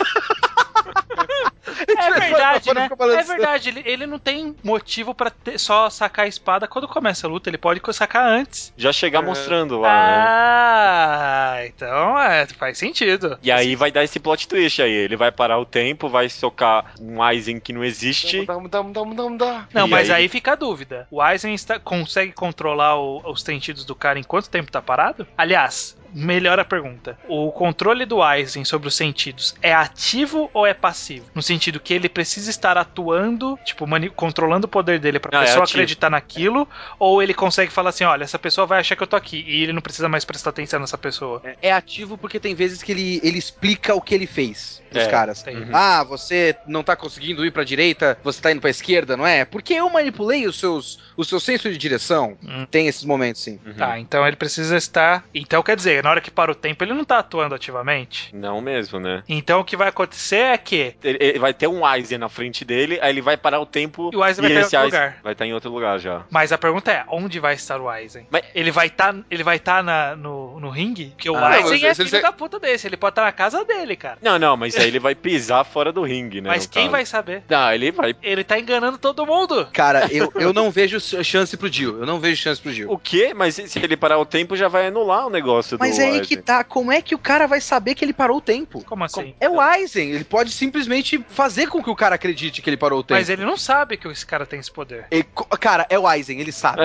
[SPEAKER 1] É verdade, né? É verdade, ele, ele não tem motivo pra ter- só sacar a espada quando começa a luta, ele pode sacar antes.
[SPEAKER 2] Já chegar
[SPEAKER 4] É.
[SPEAKER 2] mostrando lá, né?
[SPEAKER 1] Ah, então é, faz sentido.
[SPEAKER 2] E aí vai dar esse plot twist aí. Ele vai parar o tempo, vai socar um Aizen que não existe.
[SPEAKER 4] Mudar, mudar, mudar, mudar, mudar.
[SPEAKER 1] Não,
[SPEAKER 2] E
[SPEAKER 1] mas
[SPEAKER 2] aí?
[SPEAKER 1] aí? fica a dúvida. O Aizen está- consegue controlar o- os sentidos do cara enquanto o tempo tá parado? Aliás, melhor a pergunta. O controle do Aizen sobre os sentidos é ativo ou é passivo? No sentido que ele precisa estar atuando, tipo, mani- controlando o poder dele pra
[SPEAKER 2] Não, é
[SPEAKER 1] pessoa
[SPEAKER 2] ativo.
[SPEAKER 1] acreditar naquilo, ou ele consegue falar assim, olha, essa pessoa vai achar que eu tô aqui, e ele não precisa mais prestar atenção nessa pessoa.
[SPEAKER 3] É ativo porque tem vezes que ele, ele explica o que ele fez pros
[SPEAKER 2] É.
[SPEAKER 3] caras.
[SPEAKER 1] Tem-
[SPEAKER 2] Uhum.
[SPEAKER 3] Ah, você não tá conseguindo ir pra direita, você tá indo pra esquerda, não é? Porque eu manipulei os seus, o seu senso de direção.
[SPEAKER 1] Hum.
[SPEAKER 3] Tem esses momentos, sim.
[SPEAKER 2] Uhum.
[SPEAKER 1] Tá, então ele precisa estar... Então quer dizer, na hora que para o tempo, ele não tá atuando ativamente?
[SPEAKER 2] Não mesmo, né?
[SPEAKER 1] Então o que vai acontecer é que
[SPEAKER 2] Ele, ele vai ter um Aizen na frente dele, aí ele vai parar o tempo
[SPEAKER 1] E o Aizen vai
[SPEAKER 2] e
[SPEAKER 1] tá em
[SPEAKER 2] esse
[SPEAKER 1] outro
[SPEAKER 2] Aizen
[SPEAKER 1] lugar.
[SPEAKER 2] Vai estar em outro lugar já.
[SPEAKER 1] Mas a pergunta é, onde vai estar o Aizen?
[SPEAKER 2] Mas-
[SPEAKER 1] Ele vai estar ele vai tá na- no, no ringue? Porque o
[SPEAKER 3] Ah,
[SPEAKER 4] mas
[SPEAKER 1] Aizen é
[SPEAKER 4] se ele
[SPEAKER 1] filho
[SPEAKER 4] se-
[SPEAKER 1] da puta desse, ele pode estar na casa dele, cara.
[SPEAKER 2] Não, não, mas aí ele vai pisar fora do ringue, né?
[SPEAKER 1] mas
[SPEAKER 2] no
[SPEAKER 1] quem
[SPEAKER 2] caso.
[SPEAKER 1] vai saber?
[SPEAKER 2] Não, ele vai.
[SPEAKER 1] Ele tá enganando todo mundo.
[SPEAKER 3] Cara, eu, (laughs) eu não vejo chance pro Dio. Eu não vejo chance pro Dio.
[SPEAKER 2] O quê? Mas se se ele parar o tempo, já vai anular o negócio
[SPEAKER 3] Mas
[SPEAKER 2] do
[SPEAKER 3] é aí
[SPEAKER 2] Aizen.
[SPEAKER 3] que tá. Como é que o cara vai saber que ele parou o tempo?
[SPEAKER 1] Como assim?
[SPEAKER 3] É o Aizen. Ele pode simplesmente fazer com que o cara acredite que ele parou o tempo.
[SPEAKER 1] Mas ele não sabe que esse cara tem esse poder.
[SPEAKER 3] Ele co- cara, é o Aizen, ele sabe.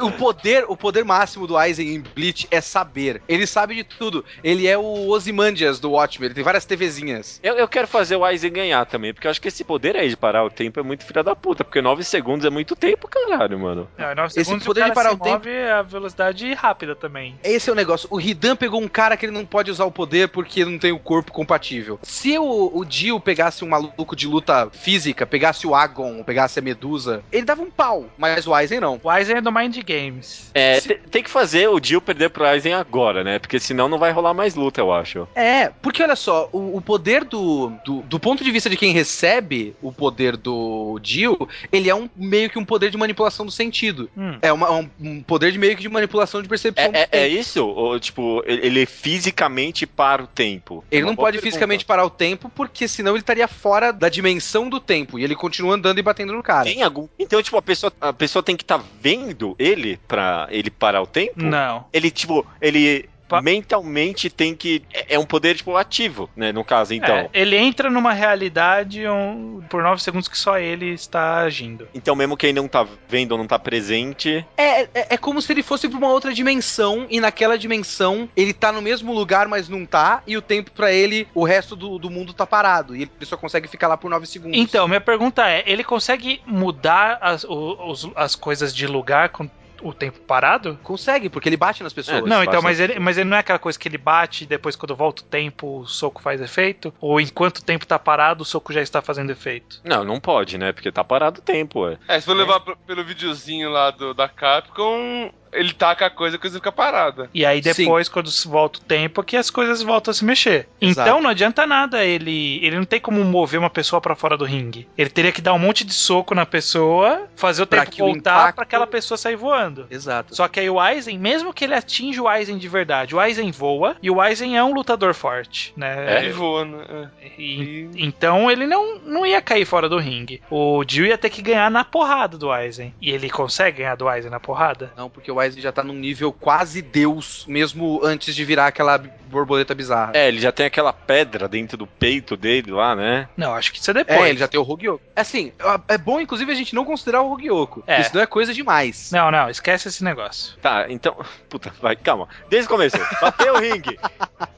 [SPEAKER 3] o poder, o poder máximo do Aizen em Bleach é saber. Ele sabe de tudo. Ele é o Ozymandias do Watchmen, ele tem várias TVzinhas.
[SPEAKER 2] Eu, eu quero fazer o Aizen ganhar também, porque eu acho que esse poder aí de parar o tempo é muito filha da puta, porque 9 segundos é muito tempo, caralho, mano.
[SPEAKER 1] Não, é nove
[SPEAKER 3] Esse
[SPEAKER 1] segundos e
[SPEAKER 3] poder
[SPEAKER 1] o
[SPEAKER 3] de
[SPEAKER 1] cara
[SPEAKER 3] parar
[SPEAKER 1] se
[SPEAKER 3] o tempo-
[SPEAKER 1] move a velocidade rápida também.
[SPEAKER 3] Esse é o negócio. O Hidan pegou um cara que ele não pode usar o poder porque não tem o corpo compatível. Se o, o Dio pegasse um maluco de luta física, pegasse o Agon, pegasse a Medusa, ele dava um pau. Mas o Aizen não.
[SPEAKER 1] O Aizen é do Mind Games.
[SPEAKER 2] É, te- tem que fazer o Dio perder pro Aizen agora, né? Porque senão não vai rolar mais luta, eu acho.
[SPEAKER 3] É, porque olha só, o, o poder do, do. Do ponto de vista de quem recebe o poder do Dio, ele é um meio que um poder de manipulação do sentido.
[SPEAKER 1] Hum.
[SPEAKER 3] É uma- um, um poder de meio que de manipulação de percepção do
[SPEAKER 2] É, é, é
[SPEAKER 3] tempo.
[SPEAKER 2] isso? Ou, tipo, ele ele fisicamente para o tempo? É
[SPEAKER 3] Ele
[SPEAKER 2] uma
[SPEAKER 3] não
[SPEAKER 2] boa
[SPEAKER 3] pode
[SPEAKER 2] pergunta.
[SPEAKER 3] fisicamente parar o tempo, porque senão ele estaria fora da dimensão do tempo. E ele continua andando e batendo no cara.
[SPEAKER 2] Tem algum. Então, tipo, a pessoa, tá a pessoa tem que estar vendo ele pra ele parar o tempo?
[SPEAKER 1] Não.
[SPEAKER 2] Ele, tipo, ele.
[SPEAKER 1] Pa-
[SPEAKER 2] mentalmente tem que. É é um poder, tipo, ativo, né? No caso, então.
[SPEAKER 1] É, ele entra numa realidade on- por 9 segundos que só ele está agindo.
[SPEAKER 2] Então, mesmo quem não tá vendo ou não tá presente,
[SPEAKER 3] É, é, é como se ele fosse pra uma outra dimensão e naquela dimensão ele tá no mesmo lugar, mas não tá, e o tempo pra ele, o resto do, do mundo tá parado. E ele só consegue ficar lá por 9 segundos.
[SPEAKER 1] Então, minha pergunta é: ele consegue mudar as, o- os- as coisas de lugar com o tempo parado?
[SPEAKER 3] Consegue, porque ele bate nas pessoas.
[SPEAKER 2] É,
[SPEAKER 1] Não, então,
[SPEAKER 2] bastante.
[SPEAKER 1] mas ele, mas ele não é aquela coisa que ele bate e depois, quando volta o tempo, o soco faz efeito? Ou enquanto o tempo tá parado, o soco já está fazendo efeito?
[SPEAKER 2] não, não pode, né? Porque tá parado o tempo, ué.
[SPEAKER 4] É, se for levar p- pelo videozinho lá do, da Capcom, ele taca a coisa e a coisa fica parada.
[SPEAKER 1] E aí
[SPEAKER 3] Sim.
[SPEAKER 1] depois, quando se volta o tempo, é que as coisas voltam a se mexer.
[SPEAKER 3] Exato.
[SPEAKER 1] Então não adianta nada ele. Ele não tem como mover uma pessoa pra fora do ringue. Ele teria que dar um monte de soco na pessoa, fazer o
[SPEAKER 3] Pra
[SPEAKER 1] tempo
[SPEAKER 3] que o
[SPEAKER 1] voltar
[SPEAKER 3] impacto-
[SPEAKER 1] pra aquela pessoa sair voando.
[SPEAKER 3] Exato.
[SPEAKER 1] Só que aí o Aizen, mesmo que ele atinja o Aizen de verdade, o Aizen voa e o Aizen é um lutador forte,
[SPEAKER 2] É?
[SPEAKER 3] É.
[SPEAKER 1] né?
[SPEAKER 4] E voa, né?
[SPEAKER 1] E- então ele não, não ia cair fora do ringue. O Jill ia ter que ganhar na porrada do Aizen. E ele consegue ganhar do Aizen na porrada?
[SPEAKER 3] Não, porque o Aizen já tá num nível quase Deus, mesmo antes de virar aquela borboleta bizarra.
[SPEAKER 2] É, ele já tem aquela pedra dentro do peito dele lá, né?
[SPEAKER 1] Não, acho que isso é depois.
[SPEAKER 3] É, ele já tem o Rogyoko. Assim, é bom, inclusive, a gente não considerar o Rogyoko.
[SPEAKER 1] É.
[SPEAKER 3] Isso não é coisa demais.
[SPEAKER 1] Não, não, esquece esse negócio.
[SPEAKER 2] Tá, então. (laughs) Puta, vai, calma. Desde o começo, bateu o ringue.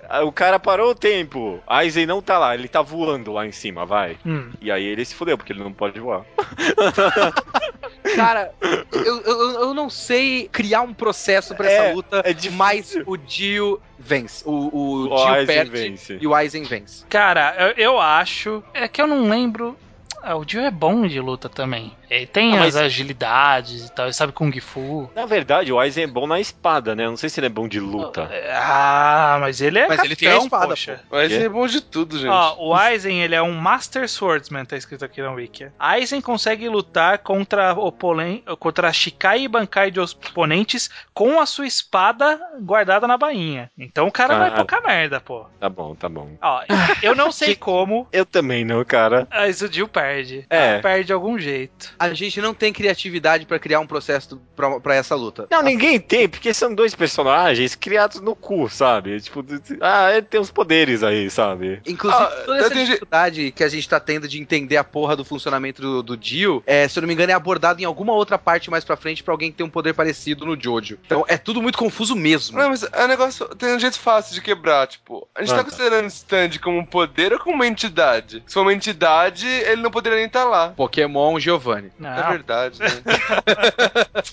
[SPEAKER 2] Ah, O cara parou o tempo. Aizen não tá lá, ele tá voando lá em cima, vai.
[SPEAKER 1] Hum.
[SPEAKER 2] E aí ele se fudeu, porque ele não pode voar. Né?
[SPEAKER 3] Cara, eu, eu, eu não sei criar um processo pra
[SPEAKER 2] É,
[SPEAKER 3] essa luta,
[SPEAKER 2] é difícil.
[SPEAKER 3] mas o Dio vence. O, o,
[SPEAKER 2] O
[SPEAKER 3] Dio
[SPEAKER 2] Aizen
[SPEAKER 3] perde
[SPEAKER 2] vence.
[SPEAKER 3] e o Aizen vence.
[SPEAKER 1] Cara, eu, eu acho. É que eu não lembro. Ah, o Dio é bom de luta também. Ele tem
[SPEAKER 2] Ah,
[SPEAKER 1] as
[SPEAKER 2] mas-
[SPEAKER 1] agilidades e tal, ele sabe Kung Fu.
[SPEAKER 2] Na verdade, o Aizen é bom na espada, né? Eu não sei se ele é bom de luta.
[SPEAKER 1] Ah, mas ele é.
[SPEAKER 3] Mas ele tem a
[SPEAKER 1] capitão,
[SPEAKER 3] espada,
[SPEAKER 1] poxa.
[SPEAKER 4] Mas
[SPEAKER 2] Quê?
[SPEAKER 4] esse é bom de tudo, gente.
[SPEAKER 1] Ó, o Aizen, ele é um Master Swordsman, tá escrito aqui na Wiki. Aizen consegue lutar contra, oponen- contra Shikai e Bankai de oponentes com a sua espada guardada na bainha. Então o cara vai
[SPEAKER 2] Ah.
[SPEAKER 1] pouca merda, pô.
[SPEAKER 2] Tá bom, tá bom.
[SPEAKER 1] Ó, eu
[SPEAKER 4] (laughs)
[SPEAKER 1] não sei como,
[SPEAKER 2] Eu também não, cara.
[SPEAKER 1] mas o Jill perde.
[SPEAKER 2] É.
[SPEAKER 1] Ela Perde de algum jeito.
[SPEAKER 3] A gente não tem criatividade pra criar um processo pra, pra essa luta.
[SPEAKER 2] Não, ninguém tem, porque são dois personagens criados no cu, sabe? Tipo, ah, ele tem uns poderes aí, sabe?
[SPEAKER 3] Inclusive,
[SPEAKER 4] Ah,
[SPEAKER 3] toda essa
[SPEAKER 4] eu tenho je-
[SPEAKER 3] dificuldade que a gente tá tendo de entender a porra do funcionamento do, do Dio, é, se eu não me engano, é abordado em alguma outra parte mais pra frente pra alguém que tem um poder parecido no Jojo. Então é tudo muito confuso mesmo.
[SPEAKER 4] Não, mas é um negócio. Tem um jeito fácil de quebrar. Tipo, a gente
[SPEAKER 2] Ah,
[SPEAKER 4] tá
[SPEAKER 2] tá.
[SPEAKER 4] considerando o stand como um poder ou como uma entidade? Se for uma entidade, ele não poderia nem estar lá.
[SPEAKER 3] Pokémon Giovanni.
[SPEAKER 1] Não,
[SPEAKER 4] É verdade, né?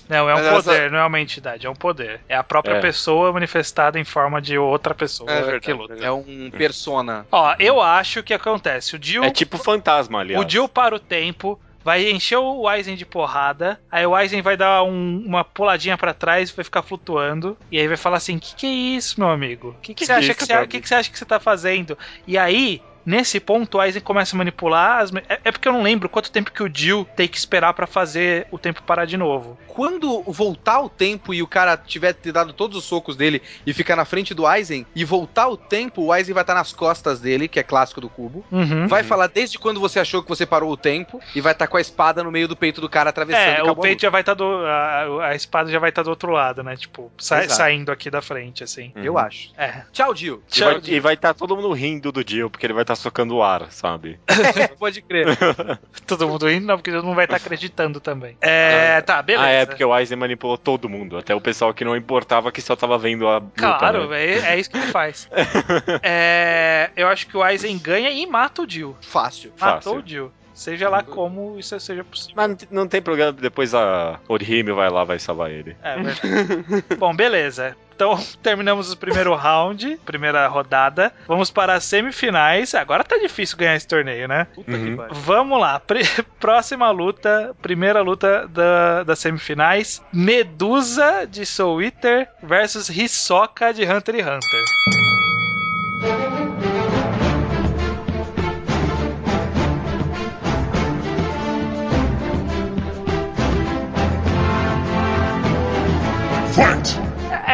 [SPEAKER 1] não é um
[SPEAKER 4] Mas ela
[SPEAKER 1] poder, não é uma entidade, é um poder. É a própria
[SPEAKER 2] É.
[SPEAKER 1] pessoa manifestada em forma de outra pessoa
[SPEAKER 4] É
[SPEAKER 1] que
[SPEAKER 4] verdade.
[SPEAKER 1] luta.
[SPEAKER 3] É um persona.
[SPEAKER 1] Ó, eu acho que acontece. O Jill
[SPEAKER 2] É tipo fantasma, aliás.
[SPEAKER 1] O Jill para o tempo, vai encher o Aizen de porrada, aí o Aizen vai dar um- uma puladinha pra trás, vai ficar flutuando, e aí vai falar assim: que que é isso, meu amigo? Que que você acha que
[SPEAKER 2] isso,
[SPEAKER 1] você,
[SPEAKER 2] meu
[SPEAKER 1] que que você acha que você tá fazendo? E aí. Nesse ponto, o Aizen começa a manipular. As... me- É é porque eu não lembro quanto tempo que o Jill tem que esperar pra fazer o tempo parar de novo.
[SPEAKER 3] Quando voltar o tempo e o cara tiver te dado todos os socos dele e ficar na frente do Aizen, e voltar o tempo, o Aizen vai estar nas costas dele, que é clássico do cubo.
[SPEAKER 1] Uhum.
[SPEAKER 3] Vai falar desde quando você achou que você parou o tempo e vai estar com a espada no meio do peito do cara atravessando. e
[SPEAKER 1] É, o
[SPEAKER 3] acabou a
[SPEAKER 1] peito
[SPEAKER 3] luta.
[SPEAKER 1] já vai estar do. A, a espada já vai estar do outro lado, né? Tipo, sa-
[SPEAKER 3] Exato.
[SPEAKER 1] saindo aqui da frente, assim.
[SPEAKER 2] Uhum.
[SPEAKER 3] Eu acho.
[SPEAKER 1] É.
[SPEAKER 3] Tchau, Dio.
[SPEAKER 2] E vai, e vai tá todo mundo rindo do Jill, porque ele vai estar socando o ar, sabe?
[SPEAKER 3] Pode crer.
[SPEAKER 1] Todo mundo indo, não, porque todo mundo vai estar acredititando também. É, tá, beleza.
[SPEAKER 2] Ah, é, porque o Aizen manipulou todo mundo, até o pessoal que não importava que só tava vendo a luta,
[SPEAKER 1] Claro,
[SPEAKER 2] né?
[SPEAKER 1] é, é isso que ele
[SPEAKER 2] (laughs)
[SPEAKER 1] faz. É, eu acho que o Aizen ganha e mata o Jill.
[SPEAKER 3] Fácil.
[SPEAKER 2] Fácil.
[SPEAKER 1] Matou o Jill. Seja lá como isso seja possível.
[SPEAKER 2] Mas não tem- não tem problema, depois a Orihime vai lá, vai salvar ele.
[SPEAKER 1] (laughs) É, verdade. Bom, beleza. Então (laughs) terminamos o primeiro round, primeira rodada. Vamos para as semifinais. Agora tá difícil ganhar esse torneio, né?
[SPEAKER 3] Puta
[SPEAKER 2] Uhum.
[SPEAKER 3] que pariu.
[SPEAKER 1] Vamos lá. Pri- (laughs) próxima luta, primeira luta da, das semifinais: Medusa de Soul Eater versus Hisoka de Hunter x Hunter. É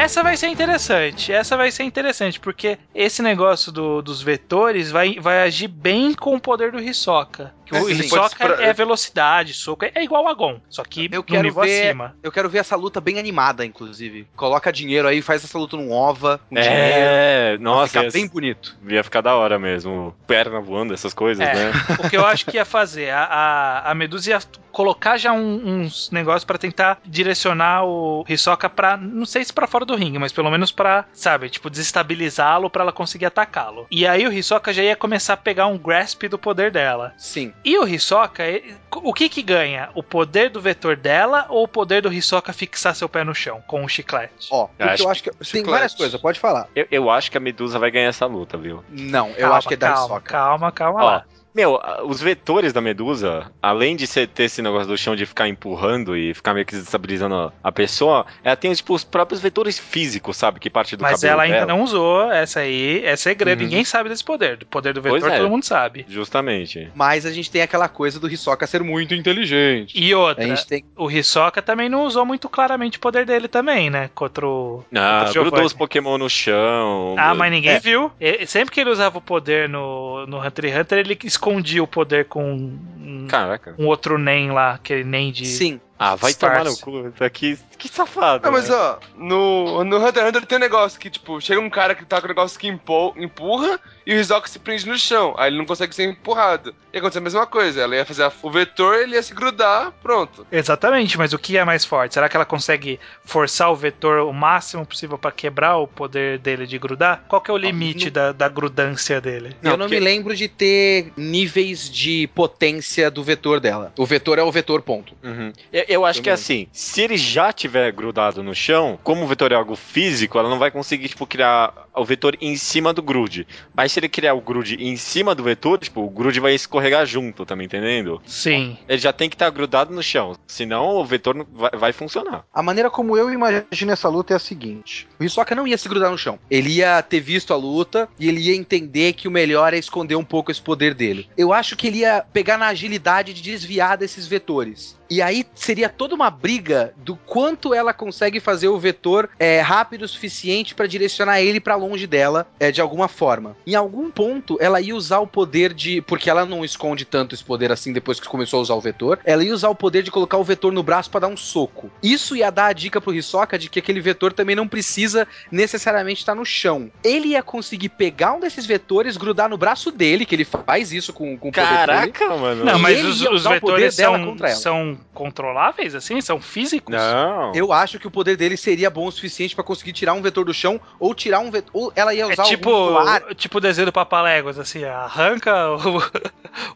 [SPEAKER 1] Essa vai ser interessante. Essa vai ser interessante, porque esse negócio do- dos vetores vai, vai agir bem com o poder do Hisoka. Que O
[SPEAKER 4] Sim.
[SPEAKER 1] Hisoka
[SPEAKER 4] Pode espra-
[SPEAKER 1] é velocidade, soco, é- é igual o Agon, só que
[SPEAKER 3] Eu
[SPEAKER 1] no
[SPEAKER 3] quero
[SPEAKER 1] nível
[SPEAKER 3] ver-
[SPEAKER 1] acima.
[SPEAKER 3] Eu quero ver essa luta bem animada, inclusive. Coloca dinheiro aí, faz essa luta num ova, um dinheiro.
[SPEAKER 2] É, nossa,
[SPEAKER 3] fica
[SPEAKER 2] ia,
[SPEAKER 3] bem bonito.
[SPEAKER 2] ia ficar da hora mesmo. Perna voando, essas coisas,
[SPEAKER 1] É.
[SPEAKER 2] né?
[SPEAKER 1] O que eu acho que ia fazer, a, a, a Medusa ia colocar já um- uns negócios pra tentar direcionar o Hisoka pra, não sei se pra fora do ringue, mas pelo menos pra, sabe, tipo, desestabilizá-lo pra ela conseguir atacá-lo. E aí o Hisoka já ia começar a pegar um grasp do poder dela.
[SPEAKER 3] Sim.
[SPEAKER 1] E o Hisoka, ele- o que que ganha? O poder do vetor dela ou o poder do Hisoka fixar seu pé no chão com o chiclete?
[SPEAKER 3] Ó, porque
[SPEAKER 2] acho
[SPEAKER 3] eu acho que. Tem
[SPEAKER 4] chiclete.
[SPEAKER 3] várias coisas, pode falar.
[SPEAKER 2] Eu, eu acho que a Medusa vai ganhar essa luta, viu?
[SPEAKER 3] Não, eu
[SPEAKER 1] Calma,
[SPEAKER 3] acho que é da
[SPEAKER 1] calma,
[SPEAKER 3] Hisoka.
[SPEAKER 1] Calma, calma
[SPEAKER 2] Ó,
[SPEAKER 1] lá.
[SPEAKER 2] Meu, a- os vetores da Medusa, além de você ter esse negócio do chão de ficar empurrando e ficar meio que desestabilizando a- a pessoa, ela tem, tipo, os próprios vetores físicos, sabe? Que parte do
[SPEAKER 1] Mas
[SPEAKER 2] cabelo
[SPEAKER 1] ela ainda
[SPEAKER 2] dela.
[SPEAKER 1] não usou, essa aí é segredo,
[SPEAKER 2] Uhum.
[SPEAKER 1] ninguém sabe desse poder. Do poder do
[SPEAKER 2] Pois
[SPEAKER 1] vetor
[SPEAKER 2] é.
[SPEAKER 1] todo mundo sabe.
[SPEAKER 2] Justamente.
[SPEAKER 3] Mas a gente tem aquela coisa do Hisoka ser muito inteligente. É.
[SPEAKER 1] E
[SPEAKER 3] A
[SPEAKER 1] outra,
[SPEAKER 3] gente tem.
[SPEAKER 1] o Hisoka também não usou muito claramente o poder dele também, né? Contra o...
[SPEAKER 2] Ah,
[SPEAKER 1] Outro
[SPEAKER 2] grudou
[SPEAKER 1] Giovanni.
[SPEAKER 2] os Pokémon no chão.
[SPEAKER 1] Ah, mas ninguém
[SPEAKER 3] É.
[SPEAKER 1] viu. E- Sempre que ele usava o poder no, no Hunter x Hunter, ele escondia o poder com um,
[SPEAKER 2] Caraca.
[SPEAKER 1] um outro Nen lá, aquele Nen de...
[SPEAKER 3] Sim.
[SPEAKER 2] Ah, vai
[SPEAKER 1] Stars.
[SPEAKER 2] tomar no cu. tá? Que, que safado.
[SPEAKER 4] Não, mas
[SPEAKER 2] né?
[SPEAKER 4] ó, no, no Hunter x Hunter tem um negócio que, tipo, chega um cara que tá com um negócio que empo- empurra e o Hisoka se prende no chão. Aí ele não consegue ser empurrado. E aconteceu a mesma coisa. Ela ia fazer a- o vetor, ele ia se grudar, pronto.
[SPEAKER 1] Exatamente, mas o que é mais forte? Será que ela consegue forçar o vetor o máximo possível pra quebrar o poder dele de grudar? Qual que é o limite
[SPEAKER 3] não-
[SPEAKER 1] da, da grudância dele?
[SPEAKER 3] eu não
[SPEAKER 2] porque-
[SPEAKER 3] me lembro de ter níveis de potência do vetor dela. O vetor é o vetor, ponto.
[SPEAKER 2] Uhum. Eu, eu acho
[SPEAKER 3] Eu
[SPEAKER 2] que é
[SPEAKER 3] não-
[SPEAKER 2] assim, se ele já tiver grudado no chão, como o vetor é algo físico, ela não vai conseguir, tipo, criar o vetor em cima do grude. Mas se ele criar o grude em cima do vetor, tipo, o grude vai escorregar junto, tá me entendendo?
[SPEAKER 1] Sim.
[SPEAKER 2] Ele já tem que estar grudado no chão, senão o vetor não vai, vai funcionar.
[SPEAKER 3] A maneira como eu imagino essa luta é a seguinte: o Hisoka não ia se grudar no chão. Ele ia ter visto a luta e ele ia entender que o melhor é esconder um pouco esse poder dele. Eu acho que ele ia pegar na agilidade de desviar desses vetores. E aí seria toda uma briga do quanto ela consegue fazer o vetor é, rápido o suficiente pra direcionar ele pra longe dela é, de alguma forma. Em algum ponto, ela ia usar o poder de. Porque ela não esconde tanto esse poder assim depois que começou a usar o vetor. Ela ia usar o poder de colocar o vetor no braço pra dar um soco. Isso ia dar a dica pro Hisoka de que aquele vetor também não precisa necessariamente estar no chão. Ele ia conseguir pegar um desses vetores, grudar no braço dele, que ele faz isso com, com o poder dele.
[SPEAKER 2] Caraca, mano.
[SPEAKER 1] Não,
[SPEAKER 3] E
[SPEAKER 1] mas
[SPEAKER 3] ele
[SPEAKER 1] os,
[SPEAKER 3] ia
[SPEAKER 1] os
[SPEAKER 3] usar o poder
[SPEAKER 1] vetores
[SPEAKER 3] dela
[SPEAKER 1] são,
[SPEAKER 3] contra ela.
[SPEAKER 1] são controláveis, assim? São físicos?
[SPEAKER 2] Não.
[SPEAKER 3] Eu acho que o poder dele seria bom o suficiente pra conseguir tirar um vetor do chão ou tirar um vetor. Ou ela ia
[SPEAKER 1] É
[SPEAKER 3] usar o
[SPEAKER 1] tipo tipo o desenho do Papaléguas, assim, arranca o,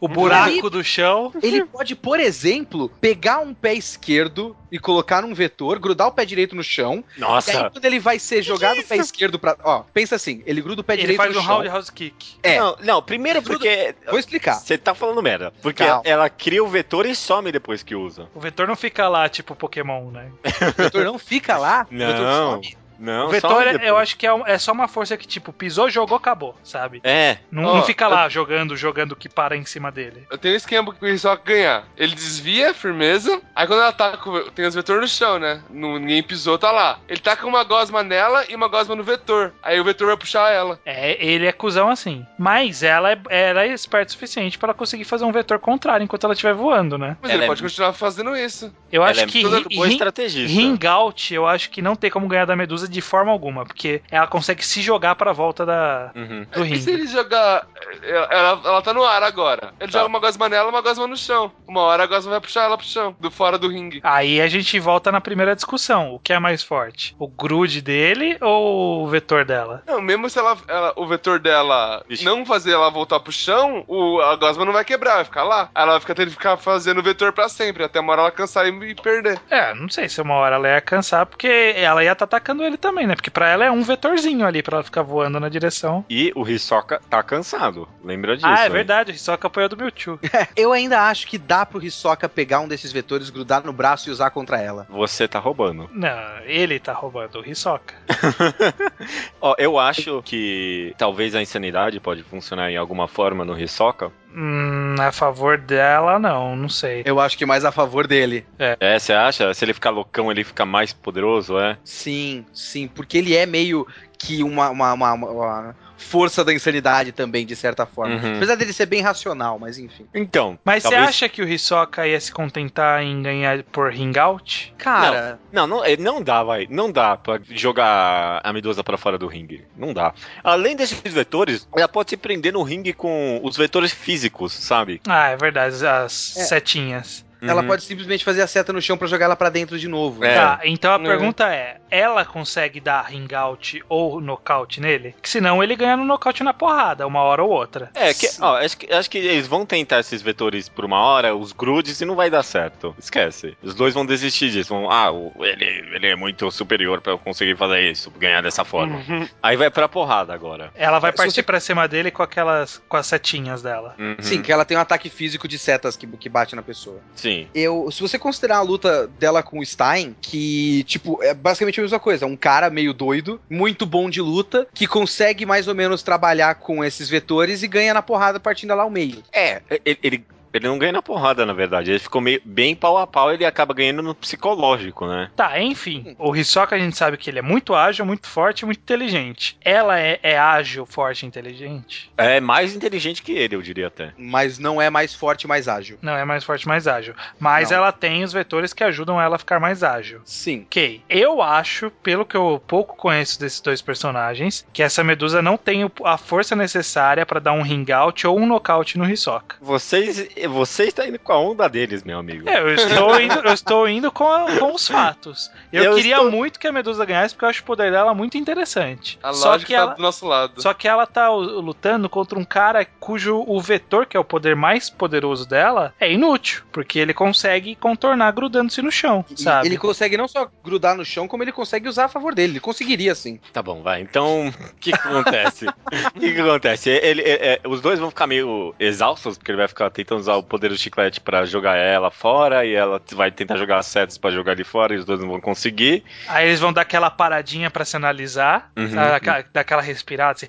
[SPEAKER 1] (laughs) o buraco do chão.
[SPEAKER 3] Ele pode, por exemplo, pegar um pé esquerdo e colocar num vetor, grudar o pé direito no chão. E aí,
[SPEAKER 2] Nossa.
[SPEAKER 3] quando ele vai ser jogado o pé esquerdo pra. Ó, pensa assim: ele gruda o pé
[SPEAKER 1] Ele
[SPEAKER 3] direito
[SPEAKER 1] faz
[SPEAKER 3] no
[SPEAKER 1] um
[SPEAKER 3] chão.
[SPEAKER 1] roundhouse kick.
[SPEAKER 3] é.
[SPEAKER 2] Não, não, primeiro porque.
[SPEAKER 3] Vou explicar.
[SPEAKER 2] Você tá falando merda. Porque
[SPEAKER 3] Calma.
[SPEAKER 2] ela cria o vetor e some depois que usa.
[SPEAKER 1] O vetor não fica lá, tipo Pokémon, né?
[SPEAKER 3] O vetor não fica lá. o vetor
[SPEAKER 2] Não.
[SPEAKER 3] some.
[SPEAKER 1] o
[SPEAKER 2] Não, some
[SPEAKER 1] vetor, é-
[SPEAKER 2] depois.
[SPEAKER 1] eu acho que é, um- é só uma força que, tipo, pisou, jogou, acabou, sabe?
[SPEAKER 2] É.
[SPEAKER 1] Não,
[SPEAKER 4] Ó,
[SPEAKER 1] não fica lá jogando, jogando que para em cima dele.
[SPEAKER 4] Eu tenho um esquema que o Hisoka ganhar. Ele desvia, firmeza. Aí quando ela ataca, o- tem os vetores no chão, né? Nu- Ninguém pisou, tá lá. Ele taca uma gosma nela e uma gosma no vetor. Aí o vetor vai puxar ela.
[SPEAKER 1] É, ele é cuzão assim. Mas ela é, ela é esperta o suficiente pra ela conseguir fazer um vetor contrário enquanto ela estiver voando, né?
[SPEAKER 4] Mas
[SPEAKER 2] Ela
[SPEAKER 4] ele
[SPEAKER 2] é-
[SPEAKER 4] pode continuar fazendo isso.
[SPEAKER 1] Eu acho
[SPEAKER 2] ela
[SPEAKER 1] que
[SPEAKER 2] é muito
[SPEAKER 1] ri-
[SPEAKER 2] boa
[SPEAKER 1] ri-
[SPEAKER 2] estrategista.
[SPEAKER 1] ring out, eu acho que não tem como ganhar da Medusa de forma alguma, porque ela consegue se jogar pra volta da,
[SPEAKER 2] Uhum.
[SPEAKER 1] do
[SPEAKER 4] E se
[SPEAKER 1] ringue.
[SPEAKER 4] ele jogar. Ela, ela- ela tá no ar agora. Ele
[SPEAKER 2] Tá.
[SPEAKER 4] joga uma gosma nela uma gosma no chão. Uma hora a gosma vai puxar ela pro chão, do fora do ringue.
[SPEAKER 1] Aí a gente volta na primeira discussão. O que é mais forte? O grude dele ou o vetor dela?
[SPEAKER 4] Não, mesmo se ela, ela- o vetor dela
[SPEAKER 2] Ixi.
[SPEAKER 4] não fazer ela voltar pro chão, o, a gosma não vai quebrar, vai ficar lá. Ela vai ficar tendo que ficar fazendo o vetor pra sempre, até uma hora ela cansar e, e perder.
[SPEAKER 1] É, não sei se uma hora ela ia cansar, porque ela ia estar atacando ele também, né? Porque pra ela é um vetorzinho ali, pra ela ficar voando na direção.
[SPEAKER 2] E o Hisoka tá cansado. Lembra disso.
[SPEAKER 1] ah, é
[SPEAKER 2] hein?
[SPEAKER 1] verdade, o Hisoka apoiou do Mewtwo.
[SPEAKER 3] Eu ainda acho que dá pro Hisoka pegar um desses vetores, grudar no braço e usar contra ela.
[SPEAKER 2] Você tá roubando.
[SPEAKER 1] Não, ele tá roubando o Hisoka.
[SPEAKER 2] Ó, eu acho que talvez a insanidade pode funcionar em alguma forma no Hisoka.
[SPEAKER 1] Hum, Hum, a favor dela, não, não sei.
[SPEAKER 3] Eu acho que é mais a favor dele.
[SPEAKER 2] É, você acha? Se ele ficar loucão, ele fica mais poderoso, é?
[SPEAKER 3] Sim, sim, porque ele é meio que uma, uma- uma- uma força da insanidade também, de certa forma.
[SPEAKER 2] Uhum.
[SPEAKER 3] Apesar dele ser bem racional, mas enfim.
[SPEAKER 2] Então.
[SPEAKER 1] Mas você
[SPEAKER 2] talvez-
[SPEAKER 1] acha que o Hisoka ia se contentar em ganhar por ringout?
[SPEAKER 3] Cara,
[SPEAKER 2] Não, não, é, não dá, vai. Não dá pra jogar a Medusa pra fora do ringue. Não dá. Além desses vetores, ela pode se prender no ringue com os vetores físicos, sabe?
[SPEAKER 1] Ah, é verdade, as
[SPEAKER 3] É.
[SPEAKER 1] setinhas.
[SPEAKER 3] ela
[SPEAKER 2] Uhum.
[SPEAKER 3] pode simplesmente fazer a seta no chão pra jogar ela pra dentro de novo.
[SPEAKER 2] É.
[SPEAKER 1] Tá, então a
[SPEAKER 4] É.
[SPEAKER 1] pergunta é: ela consegue dar ringout ou nocaute nele? Que senão ele ganha no nocaute na porrada, uma hora ou outra.
[SPEAKER 2] É, que,
[SPEAKER 3] Sim.
[SPEAKER 2] ó, acho, que, acho que eles vão tentar esses vetores por uma hora, os grudes, e não vai dar certo. Esquece. Os dois vão desistir disso. Vão, ah, o- ele, ele é muito superior pra eu conseguir fazer isso, ganhar dessa
[SPEAKER 1] Uhum.
[SPEAKER 2] forma. Aí vai pra porrada agora.
[SPEAKER 1] Ela vai
[SPEAKER 3] Uhum. Se
[SPEAKER 1] partir
[SPEAKER 3] você-
[SPEAKER 1] pra cima dele com aquelas. com as setinhas dela.
[SPEAKER 2] Uhum.
[SPEAKER 3] Sim, que ela tem um ataque físico de setas que, que bate na pessoa.
[SPEAKER 2] Sim.
[SPEAKER 3] Eu, se você considerar a luta dela com o Stein, que, tipo, é basicamente a mesma coisa. Um cara meio doido, muito bom de luta, que consegue mais ou menos trabalhar com esses vetores e ganha na porrada partindo lá ao meio.
[SPEAKER 2] É, ele, ele, ele não ganha na porrada, na verdade. Ele ficou meio, bem pau a pau, ele acaba ganhando no psicológico, né?
[SPEAKER 1] Tá,
[SPEAKER 3] Hum.
[SPEAKER 1] enfim. O Hisoka a gente sabe que ele é muito ágil, muito forte, muito inteligente. Ela é, é ágil, forte e inteligente?
[SPEAKER 2] É mais inteligente que ele, eu diria até.
[SPEAKER 3] Mas não é mais forte e mais ágil.
[SPEAKER 1] Não, é mais forte, mais ágil. Mas
[SPEAKER 3] Não.
[SPEAKER 1] ela tem os vetores que ajudam ela a ficar mais ágil.
[SPEAKER 3] Sim.
[SPEAKER 1] Ok, eu acho, pelo que eu pouco conheço desses dois personagens, que essa Medusa não tem o- a força necessária pra dar um ring out ou um knockout no Hisoka.
[SPEAKER 2] Vocês, você está indo com a onda deles, meu amigo.
[SPEAKER 4] (laughs)
[SPEAKER 1] É, eu estou indo, eu estou indo com, a- com os fatos. Eu,
[SPEAKER 2] Eu
[SPEAKER 1] queria
[SPEAKER 2] estou-
[SPEAKER 1] muito que a Medusa ganhasse, porque eu acho o poder dela muito interessante.
[SPEAKER 4] A
[SPEAKER 1] Só
[SPEAKER 4] lógica
[SPEAKER 1] que
[SPEAKER 4] tá
[SPEAKER 1] é ela.
[SPEAKER 4] do nosso lado.
[SPEAKER 1] Só que ela tá o- lutando contra um cara cujo o vetor, que é o poder mais poderoso dela, é inútil, porque ele consegue contornar grudando-se no chão,
[SPEAKER 3] E
[SPEAKER 1] sabe?
[SPEAKER 3] Ele consegue não só grudar no chão, como ele consegue usar a favor dele. Ele conseguiria, sim.
[SPEAKER 2] Tá bom, vai. Então, o que, que acontece? O que, que acontece? Ele, é, é, os dois vão ficar meio exaustos, porque ele vai ficar tentando usar o poder do chiclete pra jogar ela fora, e ela vai tentar jogar as setas pra jogar ele fora, e os dois não vão conseguir.
[SPEAKER 1] Aí eles vão dar aquela paradinha pra se analisar,
[SPEAKER 2] Uhum.
[SPEAKER 1] sabe? Daquela- daquela respirada assim,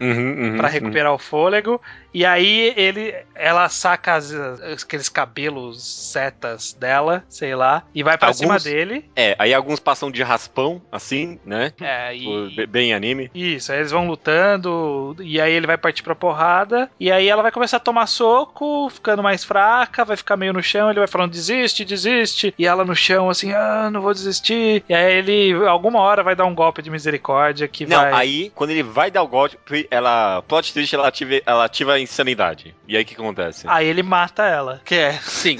[SPEAKER 2] Uhum, uhum,
[SPEAKER 1] pra
[SPEAKER 2] uhum.
[SPEAKER 1] recuperar o fôlego. E aí ele, ela saca as- as- aqueles cabelos setas dela, sei lá, e vai pra
[SPEAKER 2] Alguns-
[SPEAKER 1] cima dele.
[SPEAKER 2] É, aí alguns passam de raspão, assim, né?
[SPEAKER 1] É, e-
[SPEAKER 2] Tipo, be- Bem anime.
[SPEAKER 1] Isso, aí eles vão lutando, e aí ele vai partir pra porrada, e aí ela vai começar a tomar soco, ficando mais fraca, vai ficar meio no chão, ele vai falando desiste, desiste, e ela no chão assim, ah, não vou desistir, e aí ele alguma hora vai dar um golpe de misericórdia que
[SPEAKER 2] Não,
[SPEAKER 1] vai...
[SPEAKER 2] aí, quando ele vai dar o golpe, ela. Plot twist, ela ativa, ela ativa a insanidade. E aí o que acontece?
[SPEAKER 1] Aí ele mata ela, que é,
[SPEAKER 3] Sim.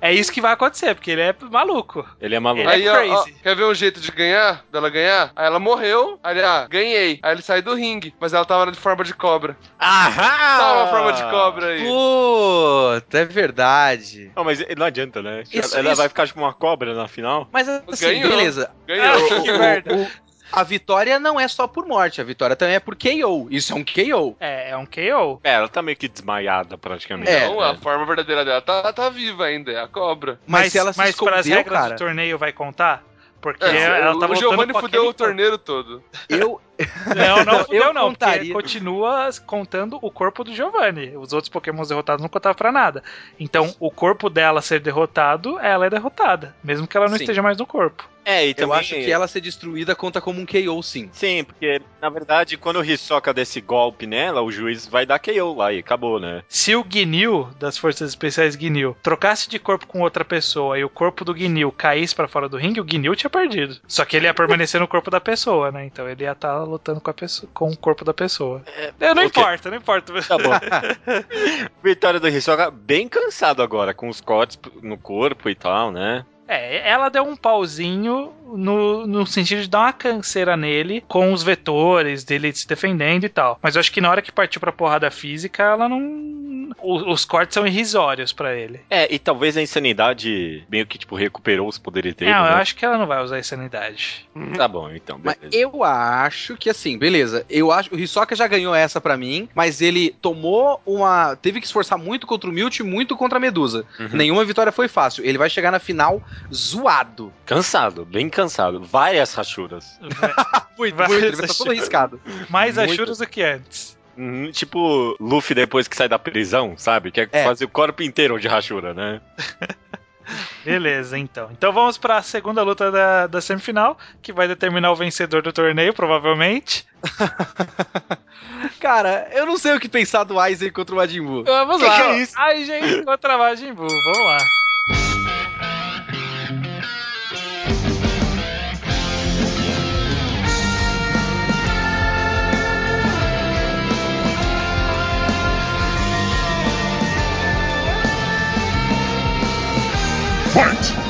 [SPEAKER 1] é isso que vai acontecer, porque ele é maluco.
[SPEAKER 2] Ele é maluco.
[SPEAKER 1] ele é
[SPEAKER 4] Aí, ó, ó,
[SPEAKER 1] crazy.
[SPEAKER 4] quer ver um jeito de ganhar? Dela ganhar? Aí ela morreu, aí ele, ah, ganhei. Aí ele sai do ringue, mas ela tava de forma de cobra.
[SPEAKER 2] Ahá!
[SPEAKER 4] Tava uma forma de
[SPEAKER 1] Ah.
[SPEAKER 4] cobra aí.
[SPEAKER 3] Puta, é verdade.
[SPEAKER 2] Não, mas não adianta, né?
[SPEAKER 3] Isso,
[SPEAKER 2] ela
[SPEAKER 3] isso.
[SPEAKER 2] vai ficar tipo uma cobra na final?
[SPEAKER 3] Mas assim,
[SPEAKER 4] Ganhou.
[SPEAKER 3] beleza.
[SPEAKER 1] (laughs)
[SPEAKER 4] Ganhou.
[SPEAKER 1] Que merda.
[SPEAKER 3] O- a vitória não é só por morte, a vitória também é por KO. Isso é um KO.
[SPEAKER 1] É, é um KO.
[SPEAKER 2] É, ela tá meio que desmaiada praticamente.
[SPEAKER 3] É,
[SPEAKER 4] Não, a forma verdadeira dela tá, tá viva ainda, é a cobra.
[SPEAKER 3] Mas, se ela se
[SPEAKER 1] mas pras
[SPEAKER 3] escondeu,
[SPEAKER 1] regras
[SPEAKER 3] cara,
[SPEAKER 1] do torneio vai contar? Porque
[SPEAKER 4] É,
[SPEAKER 1] ela
[SPEAKER 4] o,
[SPEAKER 1] tá
[SPEAKER 4] o Giovanni
[SPEAKER 1] com
[SPEAKER 4] fudeu
[SPEAKER 1] aquele-
[SPEAKER 4] o torneiro todo.
[SPEAKER 3] eu,
[SPEAKER 1] (laughs) Não,
[SPEAKER 4] (laughs)
[SPEAKER 1] não fudeu
[SPEAKER 3] Eu
[SPEAKER 1] não, porque
[SPEAKER 3] contaria.
[SPEAKER 1] continua contando o corpo do Giovanni. Os outros pokémons derrotados não contavam pra nada. Então, o corpo dela ser derrotado, ela é derrotada. Mesmo que ela não
[SPEAKER 3] Sim.
[SPEAKER 1] esteja mais no corpo.
[SPEAKER 2] É, e
[SPEAKER 3] eu
[SPEAKER 2] também-
[SPEAKER 3] acho que ela ser destruída conta como um KO, sim.
[SPEAKER 2] Sim, porque na verdade, quando o Hisoka desse golpe nela, o juiz vai dar KO lá e acabou, né?
[SPEAKER 1] Se o Gnil, das Forças Especiais Gnil, trocasse de corpo com outra pessoa e o corpo do Gnil caísse pra fora do ringue, o Gnil tinha perdido. Só que ele ia permanecer no corpo da pessoa, né? Então ele ia estar lutando com, a pessoa, com o corpo da pessoa. É, não
[SPEAKER 2] ok.
[SPEAKER 1] importa, não importa.
[SPEAKER 2] Tá bom. Vitória do Hisoka bem cansado agora, com os cortes no corpo e tal, né?
[SPEAKER 1] (laughs) É, ela deu um pauzinho no, no sentido de dar uma canseira nele com os vetores dele se defendendo e tal. Mas eu acho que na hora que partiu pra porrada física, ela não. o- Os cortes são irrisórios pra ele.
[SPEAKER 2] É, e talvez a insanidade meio que, tipo, recuperou os poderes dele.
[SPEAKER 1] não,
[SPEAKER 2] né?
[SPEAKER 1] eu acho que ela não vai usar a sanidade.
[SPEAKER 2] Tá bom, então,
[SPEAKER 3] Mas
[SPEAKER 2] beleza.
[SPEAKER 3] eu acho que assim, beleza. Eu acho, o Hisoka já ganhou essa pra mim, mas ele tomou uma, teve que esforçar muito contra o Mewtwo e muito contra a Medusa.
[SPEAKER 2] Uhum.
[SPEAKER 3] Nenhuma vitória foi fácil. Ele vai chegar na final
[SPEAKER 1] (laughs)
[SPEAKER 3] zoado.
[SPEAKER 2] Cansado, bem cansado. Várias rachuras.
[SPEAKER 3] Muito,
[SPEAKER 1] Vai
[SPEAKER 3] muito, ele vai
[SPEAKER 1] ser
[SPEAKER 3] estar todo arriscado.
[SPEAKER 1] tá Mais
[SPEAKER 2] Muito.
[SPEAKER 1] ajuros do que antes.
[SPEAKER 2] Uhum, Tipo Luffy depois que sai da prisão, sabe? Que é,
[SPEAKER 3] É.
[SPEAKER 2] quase o corpo inteiro de rachura, né?
[SPEAKER 1] Beleza, então. Então vamos pra segunda luta da, da semifinal, que vai determinar o vencedor do torneio, provavelmente.
[SPEAKER 3] Cara, eu não sei o que pensar do Aizen contra o Majin Buu.
[SPEAKER 1] Vamos
[SPEAKER 2] Que
[SPEAKER 1] lá.
[SPEAKER 2] que é isso?
[SPEAKER 1] Ai, gente, contra Majin Buu. Vamos lá.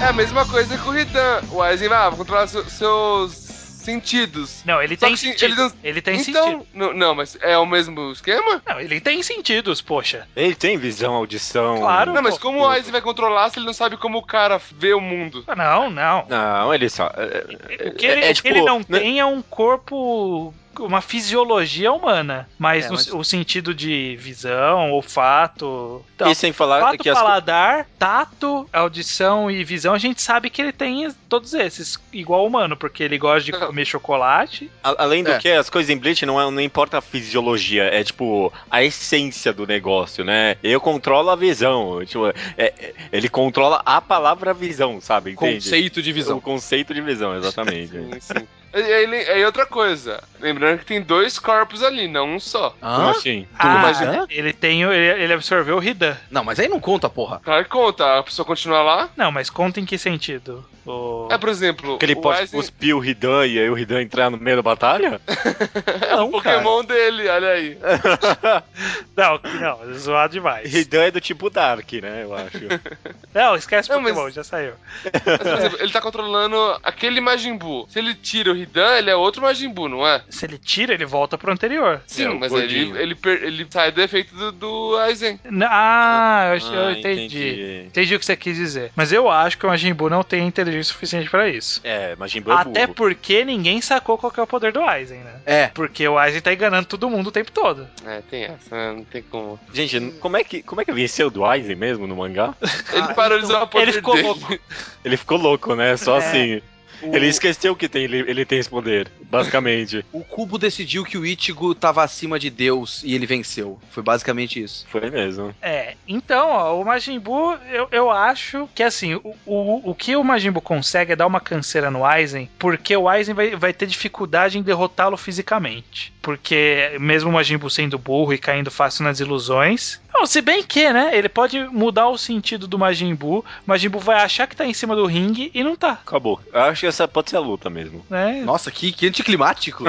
[SPEAKER 4] É a mesma coisa com o Hidan. O Aizen vai ah, vou controlar seu- seus sentidos.
[SPEAKER 1] Não, ele
[SPEAKER 4] Só
[SPEAKER 1] tem
[SPEAKER 4] que se-
[SPEAKER 1] sentido. Ele,
[SPEAKER 4] ele não-
[SPEAKER 1] tem sentido.
[SPEAKER 4] então, não, não, mas é o mesmo esquema?
[SPEAKER 1] Não, ele tem sentidos, poxa.
[SPEAKER 2] Ele tem visão, audição.
[SPEAKER 1] Claro.
[SPEAKER 4] Não, mas
[SPEAKER 1] pô,
[SPEAKER 4] como
[SPEAKER 1] pô.
[SPEAKER 4] o Aizen vai controlar se ele não sabe como o cara vê o mundo?
[SPEAKER 1] Ah, Não, não.
[SPEAKER 2] Não, ele só. é,
[SPEAKER 1] O que
[SPEAKER 2] É-
[SPEAKER 1] ele,
[SPEAKER 2] é
[SPEAKER 1] o que
[SPEAKER 2] tipo,
[SPEAKER 1] ele não
[SPEAKER 2] né?
[SPEAKER 1] tem é um corpo, uma fisiologia humana, mas,
[SPEAKER 3] É,
[SPEAKER 1] no-
[SPEAKER 3] mas-
[SPEAKER 1] o sentido de visão, olfato,
[SPEAKER 2] e sem falar
[SPEAKER 1] olfato,
[SPEAKER 2] que as.
[SPEAKER 1] paladar, tato, audição e visão, a gente sabe que ele tem todos esses igual humano, porque ele gosta de
[SPEAKER 4] Não.
[SPEAKER 1] comer chocolate.
[SPEAKER 2] a- Além do
[SPEAKER 4] É.
[SPEAKER 2] que, as coisas em Bleach não, é- não importa a fisiologia, é tipo a essência do negócio, né? Eu controlo a visão. Tipo, é- é- ele controla a palavra visão, sabe? Entende?
[SPEAKER 3] Conceito de
[SPEAKER 2] O
[SPEAKER 3] visão.
[SPEAKER 2] conceito de visão,
[SPEAKER 4] (laughs)
[SPEAKER 2] exatamente.
[SPEAKER 4] Sim, sim. E aí, ele- aí outra coisa. Lembrando que tem dois corpos ali, não um só.
[SPEAKER 2] Como
[SPEAKER 3] Hã?
[SPEAKER 2] assim?
[SPEAKER 1] Ah,
[SPEAKER 3] imagina?
[SPEAKER 1] ele tem, o- ele, ele absorveu o Hidan.
[SPEAKER 3] Não, mas aí não conta,
[SPEAKER 4] (laughs)
[SPEAKER 3] porra.
[SPEAKER 4] Claro que conta, a pessoa continua lá.
[SPEAKER 1] Não, mas conta em que sentido? O-
[SPEAKER 4] É, por exemplo,
[SPEAKER 2] Que ele
[SPEAKER 4] o
[SPEAKER 2] pode
[SPEAKER 4] Aizen-
[SPEAKER 2] cuspir o Hidan e aí o Hidan entrar no meio da batalha?
[SPEAKER 1] não,
[SPEAKER 4] Pokémon dele, olha aí.
[SPEAKER 1] Não, não, zoado demais.
[SPEAKER 2] Hidan é do tipo Dark, né? Eu acho.
[SPEAKER 1] Não, esquece
[SPEAKER 4] Não, mas-
[SPEAKER 1] Pokémon, já saiu.
[SPEAKER 4] Mas, por exemplo, ele tá controlando aquele Majin Buu. Se ele tira o Hidan, ele é outro Majin Buu, não é?
[SPEAKER 1] Se ele tira, ele volta pro anterior.
[SPEAKER 4] Sim,
[SPEAKER 2] o
[SPEAKER 4] mas
[SPEAKER 2] gordinho.
[SPEAKER 4] ele, ele, per- ele sai do efeito do, do Aizen.
[SPEAKER 1] N- Ah, eu, eu
[SPEAKER 2] Ah,
[SPEAKER 1] entendi. entendi. o que você quis dizer. Mas eu acho que o Majin Buu não tem inteligência suficiente pra isso.
[SPEAKER 2] É, Majin Buu é
[SPEAKER 1] Até
[SPEAKER 2] burro.
[SPEAKER 1] porque ninguém sacou qual que é o poder do Aizen, né?
[SPEAKER 3] É.
[SPEAKER 1] Porque o Aizen tá enganando todo mundo o tempo todo.
[SPEAKER 4] É, tem essa, né? não tem como.
[SPEAKER 2] Gente, como é que, como é que venceu do Aizen mesmo no mangá?
[SPEAKER 4] Ele paralisou a poder
[SPEAKER 1] Ah, então Ele ficou
[SPEAKER 4] dele.
[SPEAKER 1] louco.
[SPEAKER 2] Ele ficou louco, né? Só
[SPEAKER 1] É.
[SPEAKER 2] assim.
[SPEAKER 3] O,
[SPEAKER 2] Ele esqueceu que tem, ele, ele tem esse poder, (laughs) basicamente.
[SPEAKER 3] o Cubo decidiu que o Ichigo tava acima de Deus e ele venceu. Foi basicamente isso.
[SPEAKER 2] Foi mesmo.
[SPEAKER 1] É, então, ó, o Majin Buu, eu, eu acho que assim, o, o, o que o Majin Buu consegue é dar uma canseira no Aizen, porque o Aizen vai, vai ter dificuldade em derrotá-lo fisicamente. Porque mesmo o Majin Buu sendo burro e caindo fácil nas ilusões. Não, se bem que, né? Ele pode mudar o sentido do Majin Buu. O Majin Buu vai achar que tá em cima do ringue e não tá,
[SPEAKER 2] Acabou. Eu acho que essa pode ser a luta mesmo.
[SPEAKER 1] né?
[SPEAKER 3] Nossa, que, que anticlimático.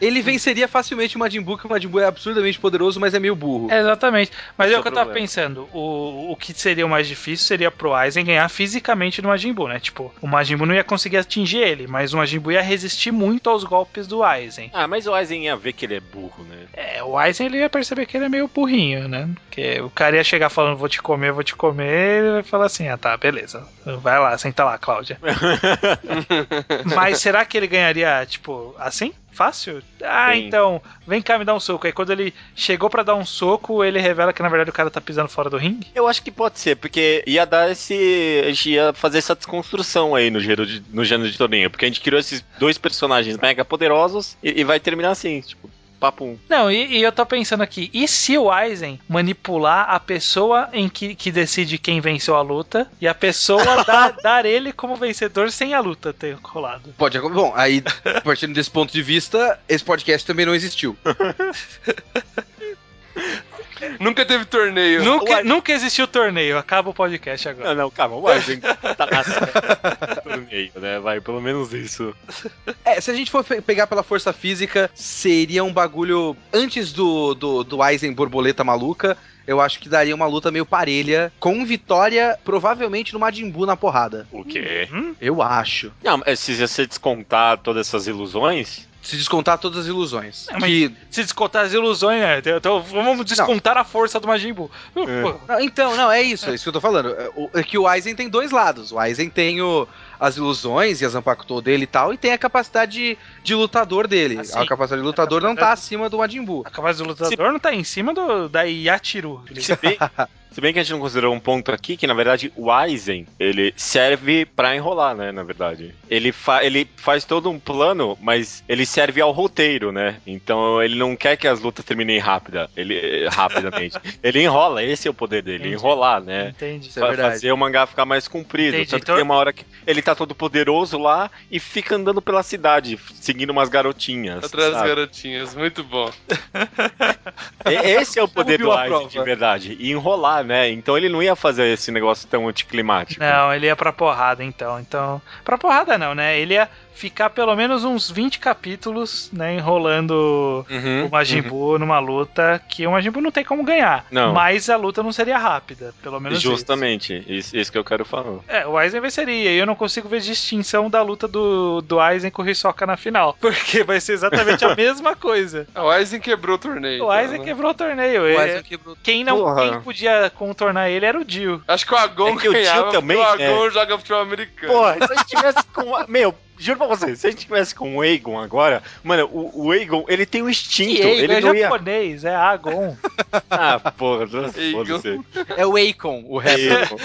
[SPEAKER 3] ele venceria facilmente o Majin Buu, que o Majin Buu é absurdamente poderoso, mas é meio burro.
[SPEAKER 1] É, Exatamente. Mas
[SPEAKER 4] Esse
[SPEAKER 1] é
[SPEAKER 4] é
[SPEAKER 1] o que
[SPEAKER 4] o
[SPEAKER 1] eu tava
[SPEAKER 4] problema.
[SPEAKER 1] pensando. O, o que seria o mais difícil seria pro Aizen ganhar fisicamente do Majin Buu, né? Tipo, o Majin Buu não ia conseguir atingir ele, mas o Majin Buu ia resistir muito aos golpes do Aizen.
[SPEAKER 2] Ah, mas o Aizen ia ver que ele é burro, né?
[SPEAKER 1] É, o Aizen ele ia perceber que ele é meio burrinho, né? Porque o cara ia chegar falando, vou te comer, vou te comer, ele vai falar assim, ah tá, beleza. Vai lá, senta lá, Cláudia. mas será que ele ganharia, tipo, assim? Fácil? Ah,
[SPEAKER 2] Sim.
[SPEAKER 1] então, vem cá me dar um soco. Aí quando ele chegou pra dar um soco, ele revela que na verdade o cara tá pisando fora do ringue.
[SPEAKER 2] Eu acho que pode ser, porque ia dar esse. A gente ia fazer essa desconstrução aí no gênero de, no gênero de torneio. Porque a gente criou esses dois personagens mega poderosos e, e vai terminar assim, tipo, papum.
[SPEAKER 1] Não, e, e eu tô pensando aqui, e se o Aizen manipular a pessoa em que, que decide quem venceu a luta e a (laughs) pessoa dá- dar ele como vencedor sem a luta ter colado?
[SPEAKER 3] Pode, acon- bom, aí, partindo desse ponto de vista, esse podcast também não existiu.
[SPEAKER 4] (laughs) Nunca teve torneio.
[SPEAKER 1] Nunca, nunca existiu torneio, acaba o podcast agora.
[SPEAKER 2] Não, não, calma, o (laughs) Aizen tá na série do torneio, né? Vai, pelo menos isso.
[SPEAKER 3] É, se a gente for pe- pegar pela força física, seria um bagulho. Antes do, do, do Aizen borboleta maluca, eu acho que daria uma luta meio parelha, com vitória provavelmente no Majin Buu na porrada.
[SPEAKER 2] O quê?
[SPEAKER 1] Hum?
[SPEAKER 3] Eu acho.
[SPEAKER 2] Não, mas se você descontar todas essas ilusões.
[SPEAKER 3] Se descontar todas as ilusões.
[SPEAKER 1] É, mas-
[SPEAKER 3] Que-
[SPEAKER 1] Se descontar as ilusões, né? Então vamos descontar a força do Majin Buu. Uh, Pô,
[SPEAKER 3] Não, então, não, é isso, é isso que eu tô falando. É, o- é que o Aizen tem dois lados. O Aizen tem o, as ilusões e as Ampactou dele e tal, e tem a capacidade de, de lutador dele.
[SPEAKER 1] Ah, sim.
[SPEAKER 3] a capacidade de lutador não tá acima do Majin Buu.
[SPEAKER 1] A cavalo do lutador não tá em cima do, da Yatiru.
[SPEAKER 2] Se bem, Se bem que a gente não considerou um ponto aqui, que na verdade o Aizen, ele serve pra enrolar, né, na verdade. Ele, fa ele faz todo um plano, mas ele serve ao roteiro, né? Então ele não quer que as lutas terminem rápida, ele, eh, rapidamente. ele enrola, esse é o poder dele,
[SPEAKER 1] Entendi.
[SPEAKER 2] enrolar, né?
[SPEAKER 1] Entendi.
[SPEAKER 3] Isso é
[SPEAKER 2] Pra
[SPEAKER 3] verdade.
[SPEAKER 2] fazer o mangá ficar mais comprido.
[SPEAKER 1] Entendi,
[SPEAKER 2] Tanto
[SPEAKER 1] então-
[SPEAKER 2] que tem uma hora que ele tá todo poderoso lá e fica andando pela cidade, seguindo umas garotinhas.
[SPEAKER 4] Atrás das
[SPEAKER 2] sabe?
[SPEAKER 4] garotinhas, muito bom.
[SPEAKER 2] E- Esse é o poder
[SPEAKER 3] viu
[SPEAKER 2] do
[SPEAKER 3] a
[SPEAKER 2] Aizen,
[SPEAKER 3] prova.
[SPEAKER 2] de verdade. E enrolar, né? Então ele não ia fazer esse negócio tão anticlimático.
[SPEAKER 1] Não, ele ia pra porrada então. Então, pra porrada não, né? Ele ia ficar pelo menos uns 20 capítulos, né, enrolando
[SPEAKER 2] Uhum,
[SPEAKER 1] o Majin Buu numa luta que o Majin Buu não tem como ganhar.
[SPEAKER 2] Não.
[SPEAKER 1] Mas a luta não seria rápida, pelo
[SPEAKER 2] uhum.
[SPEAKER 1] menos isso.
[SPEAKER 2] Justamente, isso, isso que eu quero falar.
[SPEAKER 1] É, o Aizen venceria. E eu não consigo ver distinção da luta do, do Aizen com o Hisoka na final. (laughs) Porque vai ser exatamente a mesma
[SPEAKER 4] (laughs)
[SPEAKER 1] coisa.
[SPEAKER 4] Ah, O Aizen quebrou o torneio.
[SPEAKER 1] O
[SPEAKER 4] então,
[SPEAKER 1] Aizen
[SPEAKER 4] né?
[SPEAKER 1] quebrou o torneio.
[SPEAKER 3] O
[SPEAKER 1] Ele-
[SPEAKER 3] Aizen quebrou.
[SPEAKER 1] Quem não
[SPEAKER 2] Porra.
[SPEAKER 1] quem podia contornar ele era o Dio.
[SPEAKER 4] Acho que o Agon
[SPEAKER 2] É que o tio
[SPEAKER 4] ganhava,
[SPEAKER 2] também,
[SPEAKER 4] porque o Agon joga futebol americano.
[SPEAKER 2] Porra, se a gente tivesse com. a- Meu, juro pra você, se a gente tivesse com o Aegon agora, mano, o, o Aegon, ele tem um instinto.
[SPEAKER 1] Que Eigo
[SPEAKER 2] ele
[SPEAKER 1] é
[SPEAKER 2] não ia.
[SPEAKER 1] japonês, é
[SPEAKER 2] (laughs)
[SPEAKER 1] Agon.
[SPEAKER 2] Ah, porra,
[SPEAKER 4] Aegon.
[SPEAKER 2] (laughs) foda-se.
[SPEAKER 3] É o Akon, o rapper.
[SPEAKER 2] Aegon.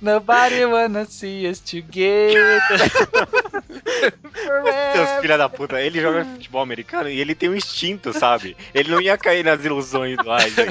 [SPEAKER 1] Nobody wanna see us
[SPEAKER 2] (laughs)
[SPEAKER 1] together.
[SPEAKER 2] Seus
[SPEAKER 1] forever.
[SPEAKER 2] filha da puta, ele joga futebol americano e ele tem um instinto, sabe? Ele não ia cair nas ilusões do Aizen.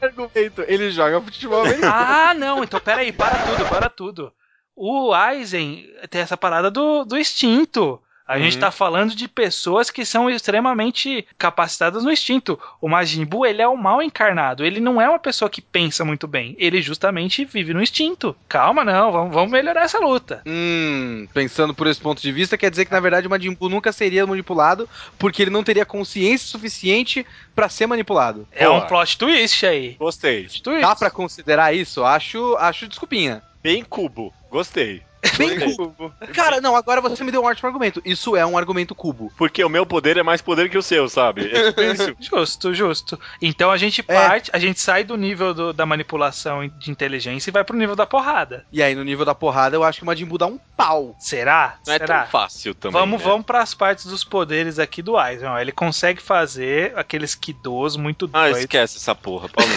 [SPEAKER 3] argumento. Ele joga futebol americano.
[SPEAKER 1] ah, não, então peraí, para tudo, para tudo. O Aizen tem essa parada do, do instinto. A
[SPEAKER 2] Uhum.
[SPEAKER 1] gente tá falando de pessoas que são extremamente capacitadas no instinto. O Majin Buu, ele é o mal encarnado. Ele não é uma pessoa que pensa muito bem. Ele justamente vive no instinto. Calma, não, vamos, vamos melhorar essa luta.
[SPEAKER 3] Hum, pensando por esse ponto de vista, quer dizer que na verdade o Majin Buu nunca seria manipulado porque ele não teria consciência suficiente pra ser manipulado.
[SPEAKER 1] É
[SPEAKER 2] Pô.
[SPEAKER 1] um plot twist aí.
[SPEAKER 2] Gostei.
[SPEAKER 1] Plot twist.
[SPEAKER 3] Dá pra considerar isso? Acho, acho desculpinha.
[SPEAKER 2] Bem cubo. Gostei.
[SPEAKER 3] Bem
[SPEAKER 2] Gostei.
[SPEAKER 3] cubo. Cara, não, agora você me deu um ótimo argumento. Isso é um argumento cubo.
[SPEAKER 2] Porque o meu poder é mais poder que o seu, sabe? É tipo isso.
[SPEAKER 1] Justo, justo. Então a
[SPEAKER 2] É.
[SPEAKER 1] gente parte, a gente sai do nível do- da manipulação de inteligência e vai pro nível da porrada.
[SPEAKER 3] E aí, no nível da porrada, eu acho que o Majin Buu dá um pau.
[SPEAKER 1] Será?
[SPEAKER 2] (laughs) Não é
[SPEAKER 1] Será?
[SPEAKER 2] tão fácil também.
[SPEAKER 1] vamos
[SPEAKER 2] né?
[SPEAKER 1] vamos para as partes dos poderes aqui do Aizen. ó. Ele consegue fazer aqueles kidos muito
[SPEAKER 2] Ah,
[SPEAKER 1] doidos.
[SPEAKER 2] esquece essa porra, Paulo.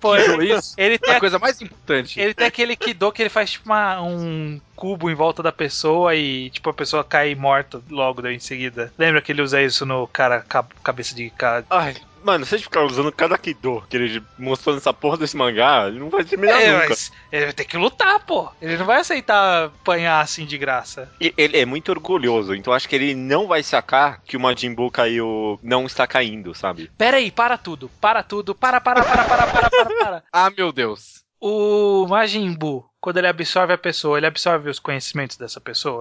[SPEAKER 1] Pô, ele,
[SPEAKER 3] Isso (laughs)
[SPEAKER 1] ele tem
[SPEAKER 3] é a
[SPEAKER 1] a-
[SPEAKER 3] coisa mais importante.
[SPEAKER 1] ele tem aquele kido que ele faz tipo uma- um cubo em volta da pessoa e tipo a pessoa cai morta logo daí em seguida. Lembra que ele usa isso no cara ca- cabeça de cara?
[SPEAKER 2] (laughs) Ai, mano, se a gente ficar usando cada Kido que ele mostrou nessa porra desse mangá, ele não vai terminar
[SPEAKER 1] É,
[SPEAKER 2] nunca.
[SPEAKER 1] mas ele vai ter que lutar, pô. Ele não vai aceitar apanhar assim de graça.
[SPEAKER 2] E- Ele é muito orgulhoso, então acho que ele não vai sacar que o Majin Buu caiu. não está caindo, sabe?
[SPEAKER 1] Pera aí, para tudo, para tudo, para, para, para, para, para, para, para.
[SPEAKER 3] Ah, meu Deus.
[SPEAKER 1] O Majin Buu, quando ele absorve a pessoa, ele absorve os conhecimentos dessa pessoa?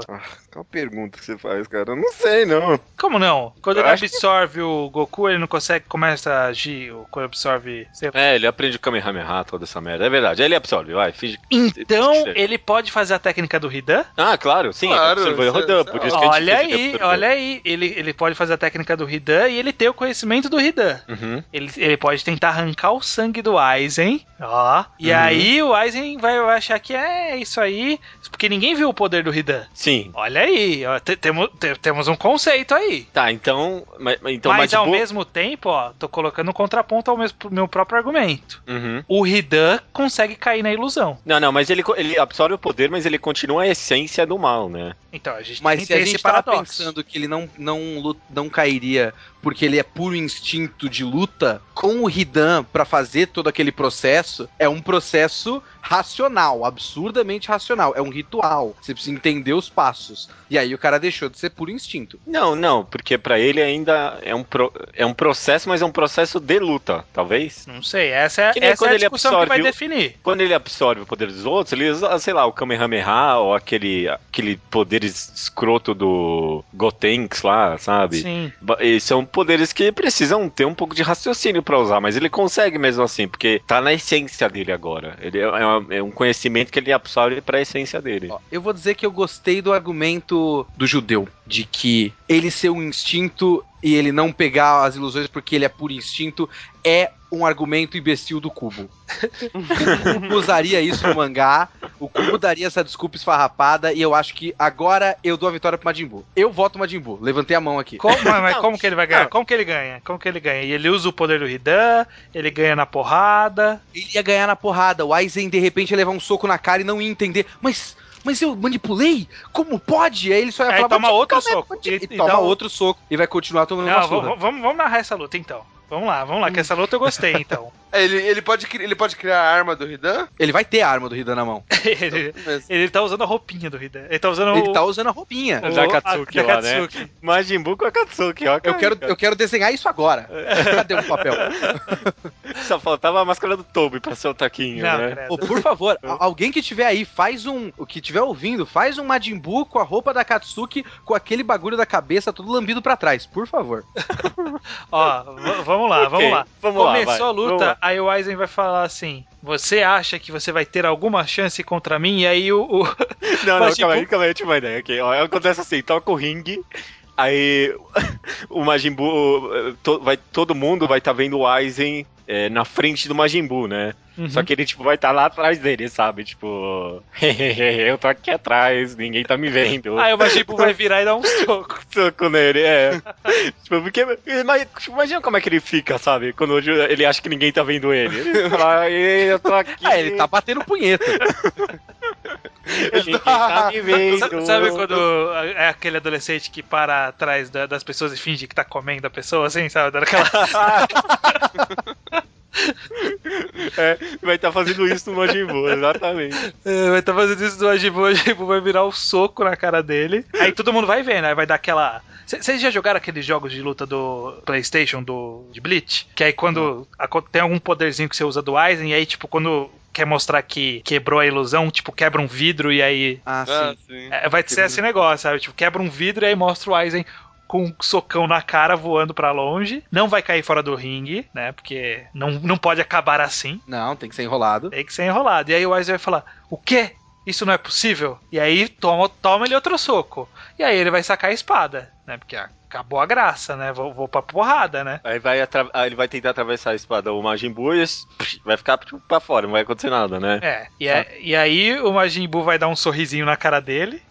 [SPEAKER 2] Qual pergunta que você faz, cara? Eu não sei, não.
[SPEAKER 1] Como não? Quando ele
[SPEAKER 2] Eu acho
[SPEAKER 1] absorve o Goku, ele não consegue, começa a agir, ou quando absorve... sei lá.
[SPEAKER 2] É, ele aprende o Kamehameha, toda essa merda. É verdade, ele absorve, vai, finge.
[SPEAKER 1] Então,
[SPEAKER 2] Sei.
[SPEAKER 1] ele pode fazer a técnica do Hidan?
[SPEAKER 2] Ah, claro, sim,
[SPEAKER 4] Claro,
[SPEAKER 2] ele absorveu o
[SPEAKER 4] isso é-
[SPEAKER 2] Rodan,
[SPEAKER 4] isso é
[SPEAKER 2] por isso que a gente
[SPEAKER 1] Olha
[SPEAKER 2] fez, ele
[SPEAKER 1] aí,
[SPEAKER 2] absorveu.
[SPEAKER 1] olha aí. Ele, ele pode fazer a técnica do Hidan e ele tem o conhecimento do Hidan.
[SPEAKER 2] Uhum.
[SPEAKER 1] Ele, ele pode tentar arrancar o sangue do Aizen, ó. E
[SPEAKER 2] Uhum.
[SPEAKER 1] aí o Aizen vai, vai achar que é isso aí, porque ninguém viu o poder do Hidan.
[SPEAKER 2] Sim.
[SPEAKER 1] Olha aí, ó, te- temo- te- temos um conceito aí.
[SPEAKER 2] Tá, então. ma- ma- então
[SPEAKER 1] Mas
[SPEAKER 2] Majin
[SPEAKER 1] ao
[SPEAKER 2] Buu-
[SPEAKER 1] mesmo tempo, ó, tô colocando um contraponto ao mesmo, pro meu próprio argumento.
[SPEAKER 2] Uhum.
[SPEAKER 1] O Hidan consegue cair na ilusão.
[SPEAKER 2] Não, não, mas ele, co- ele absorve o poder, mas ele continua a essência do mal, né?
[SPEAKER 1] Então a gente
[SPEAKER 3] Mas
[SPEAKER 1] tem,
[SPEAKER 3] se a
[SPEAKER 1] tem
[SPEAKER 3] gente
[SPEAKER 1] esse
[SPEAKER 3] tava
[SPEAKER 1] paradoxo.
[SPEAKER 3] pensando que ele não, não, lu- não cairia porque ele é puro instinto de luta, com o Hidan pra fazer todo aquele processo, é um processo racional, absurdamente racional. É um ritual. Você precisa entender os passos. E aí o cara deixou de ser puro instinto.
[SPEAKER 2] Não, não, porque pra ele ainda é um, pro- é um processo, mas é um processo de luta, talvez.
[SPEAKER 1] Não sei, essa é,
[SPEAKER 2] Que nem
[SPEAKER 1] essa é
[SPEAKER 2] quando
[SPEAKER 1] a
[SPEAKER 2] ele
[SPEAKER 1] discussão que vai
[SPEAKER 2] absorve o-
[SPEAKER 1] definir.
[SPEAKER 2] Quando ele absorve o poder dos outros, ele usa, sei lá, o Kamehameha ou aquele, aquele poder es- escroto do Gotenks lá, sabe?
[SPEAKER 1] Sim.
[SPEAKER 2] Ba- e são poderes que precisam ter um pouco de raciocínio pra usar, mas ele consegue mesmo assim, porque tá na essência dele agora. Ele é, é uma- é um conhecimento que ele absorve pra essência dele.
[SPEAKER 3] Ó, eu vou dizer que eu gostei do argumento do judeu, de que ele ser um instinto e ele não pegar as ilusões porque ele é puro instinto é um argumento imbecil do cubo. O cubo usaria isso no mangá O Kubo daria essa desculpa esfarrapada e eu acho que agora eu dou a vitória pro Majin Buu. Eu voto Majin Buu. Levantei a mão aqui.
[SPEAKER 1] Como, mas mas
[SPEAKER 2] Não,
[SPEAKER 1] como que ele vai ganhar?
[SPEAKER 2] não.
[SPEAKER 1] Como que ele ganha? Como que ele ganha? E ele usa o poder do Hidan, ele ganha na porrada.
[SPEAKER 3] Ele ia ganhar na porrada. O Aizen, de repente, ia levar um soco na cara e não ia entender. Mas... Mas eu manipulei? Como pode? Aí ele só ia
[SPEAKER 1] Aí
[SPEAKER 3] falar...
[SPEAKER 1] toma
[SPEAKER 3] "Mas eu
[SPEAKER 1] outro
[SPEAKER 3] também
[SPEAKER 1] soco."
[SPEAKER 3] manti-" E,
[SPEAKER 1] E- e
[SPEAKER 3] toma
[SPEAKER 1] dá um-
[SPEAKER 3] outro soco. E vai continuar tomando uma
[SPEAKER 1] Não,
[SPEAKER 3] surra.
[SPEAKER 1] vamos, vamos, vamos narrar essa luta então. Vamos lá, vamos lá, que essa luta eu gostei então.
[SPEAKER 4] É, ele, ele, pode, cri- ele pode criar a arma
[SPEAKER 1] (laughs)
[SPEAKER 4] do Hidan? é
[SPEAKER 3] Ele vai ter a arma do Hidan na mão.
[SPEAKER 1] ele,
[SPEAKER 4] Mas-
[SPEAKER 1] ele tá usando a roupinha do Hidan. Ele tá usando
[SPEAKER 3] Ele
[SPEAKER 1] o.
[SPEAKER 3] tá usando a roupinha.
[SPEAKER 1] o-
[SPEAKER 2] Da Katsuki
[SPEAKER 1] a- da
[SPEAKER 2] lá, né?
[SPEAKER 1] Katsuki.
[SPEAKER 2] Majin Buu com a é Katsuki, ó.
[SPEAKER 3] Eu
[SPEAKER 2] cara.
[SPEAKER 3] quero, eu quero desenhar
[SPEAKER 1] (laughs)
[SPEAKER 3] isso agora. Cadê o papel?
[SPEAKER 2] Só faltava a máscara do Toby pra ser o taquinho,
[SPEAKER 1] Não,
[SPEAKER 2] né?
[SPEAKER 1] credo.
[SPEAKER 3] Ô, por favor, a- alguém que tiver aí, faz um. O que tiver ouvindo, faz um Majin Buu com a roupa da Katsuki, com aquele bagulho da cabeça todo lambido pra trás, por favor.
[SPEAKER 1] Ó, v- vamos lá, Ah, vamos
[SPEAKER 2] Ok,
[SPEAKER 1] lá.
[SPEAKER 2] vamos lá,
[SPEAKER 1] Começou
[SPEAKER 2] vai,
[SPEAKER 1] a
[SPEAKER 2] vamos
[SPEAKER 1] luta,
[SPEAKER 2] lá.
[SPEAKER 1] aí o Aizen vai falar assim: Você acha que você vai ter alguma chance contra mim? E aí o. o-
[SPEAKER 2] Não, não,
[SPEAKER 1] Majin
[SPEAKER 2] calma aí,
[SPEAKER 1] Buu-
[SPEAKER 2] calma aí, eu tive uma ideia. ok. Ó, acontece assim, toca o ringue, aí (laughs) o Majin Buu, eh, to- vai, todo mundo vai estar vendo o Aizen eh, na frente do Majin Buu, né? Só que ele, tipo, vai estar lá atrás dele, sabe? Tipo, eu tô aqui atrás, ninguém tá me vendo.
[SPEAKER 1] Aí o Majibu vai virar e dar um soco.
[SPEAKER 2] Soco nele, é. (laughs) tipo, porque, mas, tipo, imagina como é que ele fica, sabe? Quando ele acha que ninguém tá vendo ele. (laughs) Ele
[SPEAKER 4] assim.
[SPEAKER 2] fala, "Ei, eu tô aqui.
[SPEAKER 3] Ah, ele tá batendo punheta.
[SPEAKER 2] Ninguém tá me vendo.
[SPEAKER 1] Sabe, sabe quando a- é aquele adolescente que para atrás da- das pessoas e finge que tá comendo a pessoa, assim, sabe? Dando aquela-
[SPEAKER 2] É, vai estar fazendo isso no Majin Buu, exatamente.
[SPEAKER 1] É, vai estar fazendo isso do Majibu, o Majibu vai virar um soco na cara dele. Aí todo mundo vai ver, né? Vai dar aquela. C- Vocês já jogaram aqueles jogos de luta do PlayStation, do de Bleach? Que aí quando aco- tem algum poderzinho que você usa do Aizen, e aí, tipo, quando quer mostrar que quebrou a ilusão, tipo, quebra um vidro e aí
[SPEAKER 3] Ah,
[SPEAKER 4] Ah,
[SPEAKER 3] sim.
[SPEAKER 4] sim.
[SPEAKER 1] É, vai ser esse negócio, sabe? Tipo, quebra um vidro e aí mostra o Aizen com um socão na cara voando pra longe. Não vai cair fora do ringue, né? Porque não, não pode acabar assim.
[SPEAKER 3] Não, tem que ser enrolado.
[SPEAKER 1] Tem que ser enrolado. E aí o Aizen vai falar: O quê? Isso não é possível? E aí toma, toma ele outro soco. E aí ele vai sacar a espada, né? Porque acabou a graça, né? Vou, vou pra porrada, né?
[SPEAKER 2] Aí vai atra- aí ele vai tentar atravessar a espada o Majin Buu e esse- vai ficar tipo, pra fora, não vai acontecer nada, né?
[SPEAKER 1] É. E, é- e aí o Majin Buu vai dar um sorrisinho na cara dele.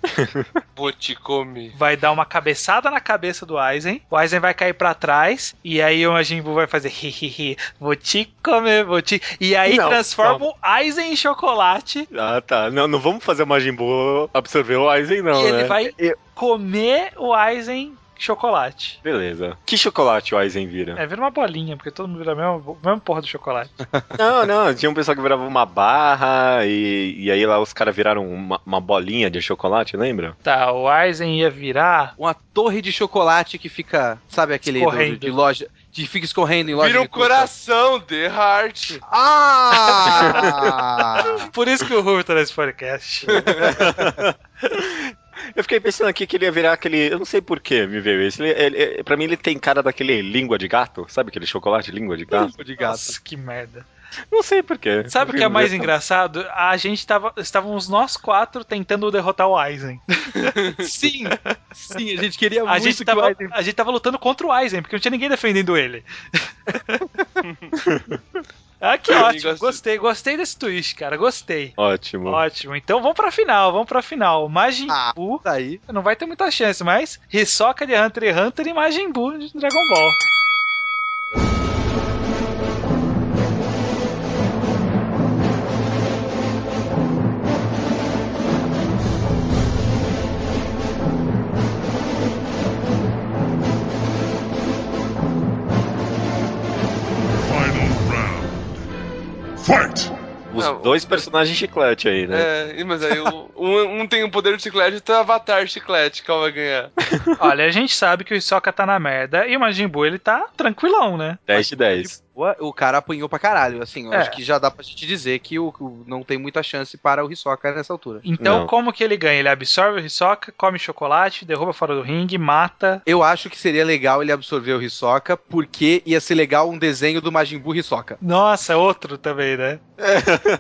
[SPEAKER 4] Vou te comer.
[SPEAKER 1] vai dar uma cabeçada na cabeça do Aizen. O Aizen vai cair pra trás. E aí o Majin Buu vai fazer hihihi, vou te comer, vou te. E aí
[SPEAKER 2] Não,
[SPEAKER 1] transforma o Aizen em chocolate.
[SPEAKER 2] Ah, tá. Não, não vamos fazer o Majin Buu absorver o Aizen, não,
[SPEAKER 1] e ele
[SPEAKER 2] né?
[SPEAKER 1] vai
[SPEAKER 2] Eu-
[SPEAKER 1] comer o Aizen chocolate.
[SPEAKER 2] Beleza. Que chocolate o Aizen vira?
[SPEAKER 1] É, vira uma bolinha, porque todo mundo vira a mesma, a mesma porra do chocolate.
[SPEAKER 2] Não, não. Tinha um pessoal que virava uma barra e, e aí lá os caras viraram uma, uma bolinha de chocolate, lembra?
[SPEAKER 1] Tá, o Aizen ia virar. (laughs)
[SPEAKER 3] Uma torre de chocolate que fica, sabe aquele do-
[SPEAKER 1] Escorrendo.
[SPEAKER 3] de loja, que fica escorrendo em loja.
[SPEAKER 4] Vira um
[SPEAKER 3] de culto? (laughs)
[SPEAKER 4] coração, The Heart.
[SPEAKER 3] Ah!
[SPEAKER 1] Por isso que o Rubio tá nesse
[SPEAKER 3] (laughs)
[SPEAKER 1] podcast.
[SPEAKER 2] Eu fiquei pensando aqui que ele ia virar aquele. Eu não sei por que me veio esse. Ele, ele- ele- pra mim ele tem cara daquele língua de gato, sabe aquele chocolate língua de gato?
[SPEAKER 3] de gato.
[SPEAKER 1] Nossa, que merda.
[SPEAKER 2] Não sei por quê.
[SPEAKER 1] Sabe o que é mais engraçado? A gente tava. Estávamos nós quatro tentando derrotar o
[SPEAKER 3] (laughs)
[SPEAKER 1] Aizen.
[SPEAKER 3] Sim! Sim, a gente queria
[SPEAKER 1] A
[SPEAKER 3] É muito
[SPEAKER 1] gente,
[SPEAKER 3] que
[SPEAKER 1] tava,
[SPEAKER 3] o Aizen-
[SPEAKER 1] a gente tava lutando contra o Aizen, porque não tinha ninguém defendendo
[SPEAKER 3] (laughs)
[SPEAKER 1] ele. ah, que
[SPEAKER 4] Eu
[SPEAKER 1] ótimo.
[SPEAKER 4] gosto-
[SPEAKER 1] Gostei, gostei desse twist, cara. Gostei.
[SPEAKER 2] Ótimo.
[SPEAKER 1] Ótimo. Então vamos pra final, vamos pra final. Majin
[SPEAKER 3] Ah.
[SPEAKER 1] Buu.
[SPEAKER 3] Tá aí.
[SPEAKER 1] Não vai ter muita chance, mas Hisoka de Hunter x Hunter e Majin Buu de Dragon Ball.
[SPEAKER 2] (laughs)
[SPEAKER 5] Final round. Fight!
[SPEAKER 2] Os
[SPEAKER 4] Não,
[SPEAKER 2] dois personagens chiclete aí, né?
[SPEAKER 4] É, e- mas aí o- um, um tem o poder do chiclete, outro é o avatar chiclete. Qual vai ganhar?
[SPEAKER 1] Olha, a gente sabe que o Hisoka tá na merda e o Majin Buu ele tá tranquilão, né?
[SPEAKER 2] 10 de 10.
[SPEAKER 3] Boa, O cara apanhou pra caralho, assim, eu
[SPEAKER 1] É.
[SPEAKER 3] acho que já dá pra gente dizer que o, o- não tem muita chance para o Hisoka nessa altura.
[SPEAKER 1] Então,
[SPEAKER 2] Não.
[SPEAKER 1] como que ele ganha? Ele absorve o Hisoka, come chocolate, derruba fora do ringue, mata.
[SPEAKER 3] Eu acho que seria legal ele absorver o Hisoka, porque ia ser legal um desenho do Majin Buu Hisoka.
[SPEAKER 1] Nossa, é outro também,
[SPEAKER 2] (laughs)
[SPEAKER 1] né?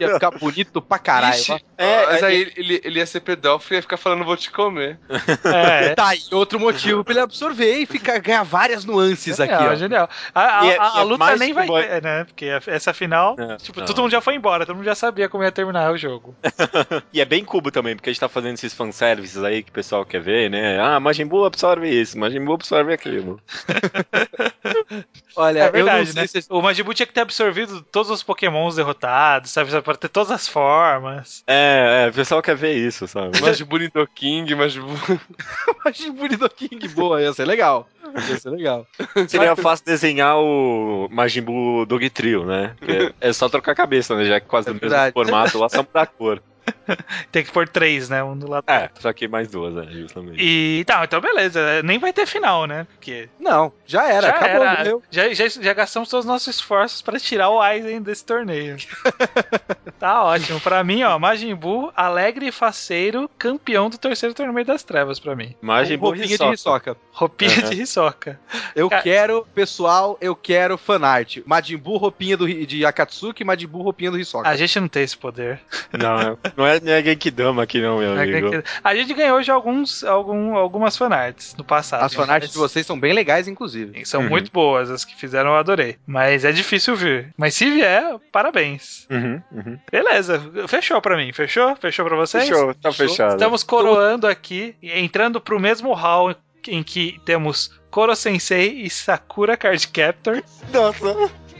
[SPEAKER 3] Ia
[SPEAKER 1] (laughs)
[SPEAKER 3] ficar bonito pra caralho.
[SPEAKER 4] Ixi,
[SPEAKER 2] É,
[SPEAKER 4] mas
[SPEAKER 2] é,
[SPEAKER 4] aí ele, ele ia ser pedófilo e ia ficar falando vou te comer.
[SPEAKER 1] É.
[SPEAKER 3] Tá aí outro motivo pra ele absorver e ficar, ganhar várias nuances aqui,
[SPEAKER 1] genial,
[SPEAKER 3] ó.
[SPEAKER 1] genial. A, a-
[SPEAKER 2] E é-
[SPEAKER 1] a- a
[SPEAKER 2] e é
[SPEAKER 1] luta
[SPEAKER 2] mais
[SPEAKER 1] nem vai vai
[SPEAKER 2] boy.
[SPEAKER 1] ter, né? Porque a- essa final,
[SPEAKER 2] É,
[SPEAKER 1] tipo,
[SPEAKER 2] não.
[SPEAKER 1] todo mundo já foi embora, todo mundo já sabia como ia terminar o jogo.
[SPEAKER 2] E é bem cubo também, porque a gente tá fazendo esses fanservices aí que o pessoal quer ver, né? Ah, Majin Buu absorve isso, Majin Buu absorve aquilo.
[SPEAKER 3] Olha,
[SPEAKER 1] É,
[SPEAKER 3] eu não
[SPEAKER 1] verdade,
[SPEAKER 3] sei
[SPEAKER 1] né?
[SPEAKER 3] (laughs) se-
[SPEAKER 1] O Majibu tinha que ter absorvido todos os pokémons derrotados, sabe? Só Pra ter todas as formas.
[SPEAKER 2] É, é, o pessoal quer ver isso, sabe?
[SPEAKER 4] Mas de Burrito King, mas de bu-
[SPEAKER 3] Majin Buu Nido King, boa, ia ser legal. Ia ser legal.
[SPEAKER 2] Seria fácil desenhar o Majin Buu Dog Trio, né? Porque é só trocar a cabeça, né? Já que quase
[SPEAKER 3] É
[SPEAKER 2] do mesmo
[SPEAKER 3] verdade.
[SPEAKER 2] formato lá, só mudar a cor.
[SPEAKER 1] Tem que pôr três, né? Um do lado.
[SPEAKER 2] É, só que mais duas, né? Justamente.
[SPEAKER 1] E tá, então beleza. né? Nem vai ter final, né? Porque
[SPEAKER 3] Não, já era,
[SPEAKER 1] já,
[SPEAKER 3] acabou,
[SPEAKER 1] era-
[SPEAKER 3] morreu.
[SPEAKER 1] já, já, já gastamos todos os nossos esforços pra tirar o Aizen desse
[SPEAKER 3] (laughs)
[SPEAKER 1] torneio. tá ótimo. Pra mim, ó, Majin Buu, alegre e faceiro, campeão do terceiro torneio das trevas pra mim.
[SPEAKER 2] Majin
[SPEAKER 3] Com
[SPEAKER 2] Buu
[SPEAKER 3] Um roupinha de
[SPEAKER 2] Hisoka.
[SPEAKER 3] Hisoka.
[SPEAKER 1] Roupinha
[SPEAKER 2] Aham.
[SPEAKER 1] de Hisoka.
[SPEAKER 3] Eu
[SPEAKER 1] Cara-
[SPEAKER 3] quero, pessoal, eu quero fanart. Majin Buu, roupinha do, Hi- de Akatsuki, Majin Buu, roupinha do Hisoka.
[SPEAKER 1] A gente não tem esse poder.
[SPEAKER 2] Não, não é, não é Genkidama aqui não, meu
[SPEAKER 1] É
[SPEAKER 2] amigo.
[SPEAKER 1] que- A gente ganhou já alguns, algum, algumas fanarts no passado.
[SPEAKER 3] As fanarts
[SPEAKER 1] Mas-
[SPEAKER 3] de vocês são bem legais, inclusive.
[SPEAKER 1] São
[SPEAKER 2] Uhum.
[SPEAKER 1] muito boas, as que fizeram eu adorei. Mas é difícil vir. Mas se vier, parabéns.
[SPEAKER 2] Uhum, uhum.
[SPEAKER 1] Beleza, fechou pra mim, fechou? Fechou pra vocês?
[SPEAKER 2] Fechou, tá fechado.
[SPEAKER 1] Estamos coroando aqui, e entrando pro mesmo hall em que temos Koro Sensei e Sakura Card Captor,
[SPEAKER 2] Nossa,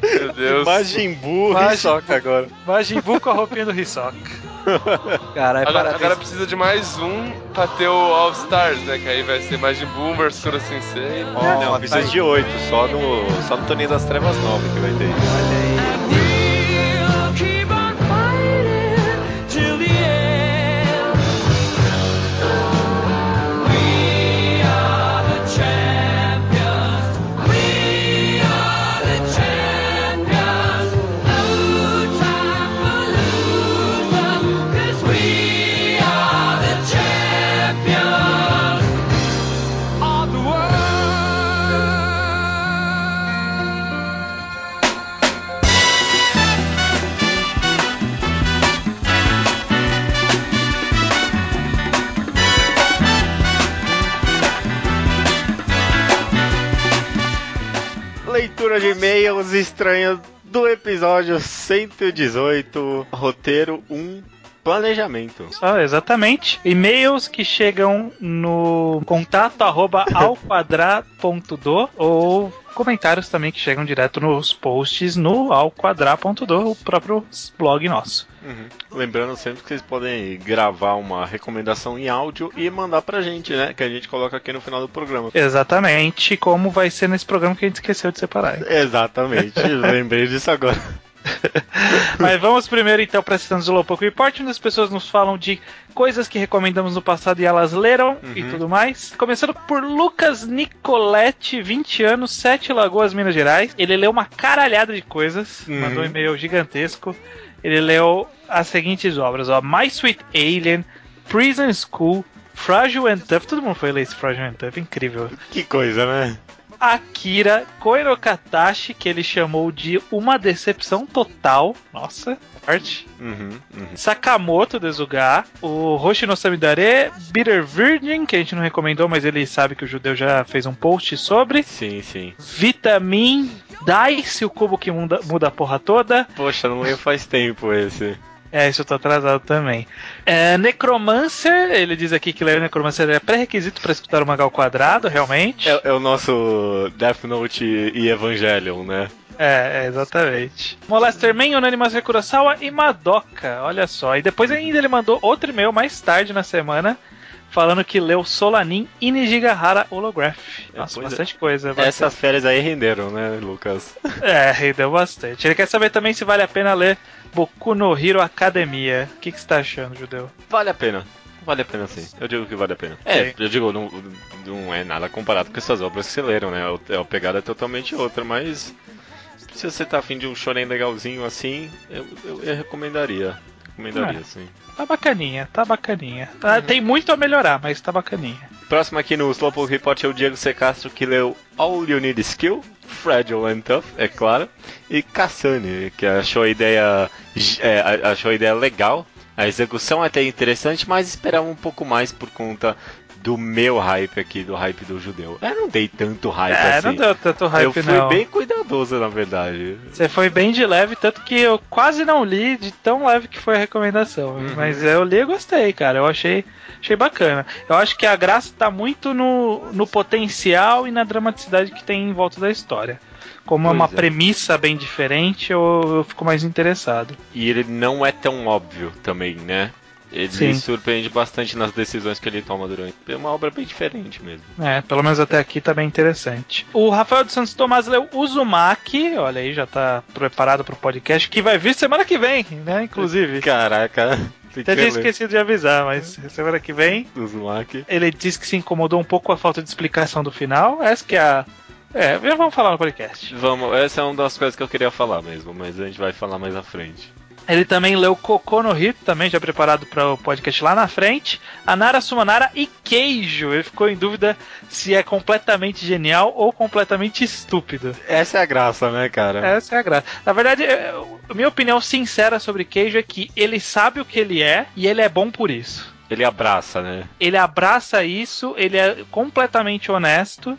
[SPEAKER 4] Meu Deus.
[SPEAKER 2] Majin Buu
[SPEAKER 1] Majin
[SPEAKER 2] Hisoka agora.
[SPEAKER 1] Majin Buu com a roupinha do Hisoka.
[SPEAKER 3] Caralho,
[SPEAKER 4] Agora,
[SPEAKER 3] parabéns.
[SPEAKER 4] agora precisa de mais um pra ter o All Stars, né? Que aí vai ser Majin Buu versus Kuro Sensei.
[SPEAKER 3] Ó,
[SPEAKER 2] Não,
[SPEAKER 3] tá
[SPEAKER 2] precisa
[SPEAKER 3] aí.
[SPEAKER 2] de oito, só no, só no Torneio das Trevas 9 que vai ter isso. Leitura de e-mails estranhos do episódio 118, roteiro 1, planejamento.
[SPEAKER 1] Só, exatamente. E-mails que chegam no contato arroba alquadra.do ou comentários também que chegam direto nos posts no alquadra.do, o próprio blog nosso.
[SPEAKER 2] Uhum. Lembrando sempre que vocês podem gravar uma recomendação em áudio e mandar pra gente, né? Que a gente coloca aqui no final do programa.
[SPEAKER 1] Exatamente como vai ser nesse programa que a gente esqueceu de separar. hein?
[SPEAKER 2] (laughs) Exatamente, lembrei disso agora.
[SPEAKER 1] Mas vamos primeiro então para esse do Lowpoke Report, onde as pessoas nos falam de coisas que recomendamos no passado e elas leram e
[SPEAKER 2] Uhum.
[SPEAKER 1] tudo mais. Começando por Lucas Nicoletti, 20 anos, Sete Lagoas, Minas Gerais. Ele leu uma caralhada de coisas,
[SPEAKER 2] Uhum.
[SPEAKER 1] mandou um e-mail gigantesco. Ele leu as seguintes obras, ó: My Sweet Alien, Prison School, Fragile and Tough. Todo mundo foi ler esse Fragile and Tough, incrível.
[SPEAKER 2] Que coisa, né?
[SPEAKER 1] Akira Koirokatashi, que ele chamou de uma decepção total. Nossa, forte.
[SPEAKER 2] Uhum, uhum.
[SPEAKER 1] Sakamoto Dezugar, o Hoshi no Samidare, Bitter Virgin, que a gente não recomendou, mas ele sabe que o judeu já fez um post sobre.
[SPEAKER 2] Sim, sim.
[SPEAKER 1] Vitamin Dice, o cubo que muda, muda a porra toda.
[SPEAKER 2] Poxa, não leio faz tempo esse.
[SPEAKER 1] É, isso eu tô atrasado também. É, Necromancer, ele diz aqui que ler Necromancer é pré-requisito para escutar o Magal Quadrado, realmente.
[SPEAKER 2] É, é o nosso Death Note e Evangelion, né?
[SPEAKER 1] É, é, exatamente. Molester Man, Unanimous Kurosawa e Madoka, olha só. E depois ainda ele mandou outro e-mail mais tarde na semana, falando que leu Solanin e Nijigahara Holograph.
[SPEAKER 2] É,
[SPEAKER 1] Nossa,
[SPEAKER 2] pois é.
[SPEAKER 1] bastante coisa. bastante-
[SPEAKER 2] Essas férias aí renderam, né, Lucas?
[SPEAKER 1] É, rendeu bastante. Ele quer saber também se vale a pena ler Boku no Hero Academia. O que, que você tá achando, Judeu?
[SPEAKER 2] Vale a pena. Vale a pena sim. Eu digo que vale a pena. É, eu digo, não, não é nada comparado com essas obras que você leram, né? A- A pegada é totalmente outra, mas se você tá afim de um shonen legalzinho assim, eu, eu- eu recomendaria. Recomendaria, sim.
[SPEAKER 1] Tá bacaninha, tá bacaninha.
[SPEAKER 2] Uhum.
[SPEAKER 1] Ah, Tem muito a melhorar, mas tá bacaninha.
[SPEAKER 2] Próximo aqui no Slowpoke Report é o Diego C. Castro, que leu All You Need Is Skill, Fragile and Tough, é claro, e Cassane, que achou a ideia, é, a- achou a ideia legal, a execução até interessante, mas esperava um pouco mais por conta do meu hype aqui, do hype do judeu. Eu não dei tanto hype
[SPEAKER 1] É,
[SPEAKER 2] assim.
[SPEAKER 1] não deu tanto hype,
[SPEAKER 2] eu fui
[SPEAKER 1] não.
[SPEAKER 2] bem cuidadoso, na verdade.
[SPEAKER 1] Você foi bem de leve, tanto que eu quase não li de tão leve que foi a recomendação.
[SPEAKER 2] Uhum.
[SPEAKER 1] Mas eu li e gostei, cara. Eu achei, achei bacana. Eu acho que a graça tá muito no, no potencial e na dramaticidade que tem em volta da história. Como é uma
[SPEAKER 2] Pois é.
[SPEAKER 1] premissa bem diferente, eu, eu fico mais interessado.
[SPEAKER 2] E ele não é tão óbvio também, né? Ele
[SPEAKER 1] Sim.
[SPEAKER 2] surpreende bastante nas decisões que ele toma durante. É uma obra bem diferente mesmo.
[SPEAKER 1] É, pelo menos até aqui tá bem interessante. O Rafael dos Santos Tomás leu Uzumaki, olha aí, já tá preparado pro podcast, que vai vir semana que vem, né? Inclusive.
[SPEAKER 2] Caraca. (laughs)
[SPEAKER 1] Até tinha esquecido de avisar, mas semana que vem
[SPEAKER 2] Uzumaki.
[SPEAKER 1] ele disse que se incomodou um pouco com a falta de explicação do final. Essa que é a. É, já vamos falar no podcast.
[SPEAKER 2] Vamos, essa é uma das coisas que eu queria falar mesmo, mas a gente vai falar mais à frente.
[SPEAKER 1] Ele também leu Cocô no Hip, também já é preparado para o podcast lá na frente. Anara Sumanara e Queijo. Ele ficou em dúvida se é completamente genial ou completamente estúpido.
[SPEAKER 2] Essa é a graça, né, cara?
[SPEAKER 1] Essa é a graça. Na verdade, eu- a minha opinião sincera sobre Queijo é que ele sabe o que ele é e ele é bom por isso.
[SPEAKER 2] Ele abraça, né?
[SPEAKER 1] ele abraça isso, ele é completamente honesto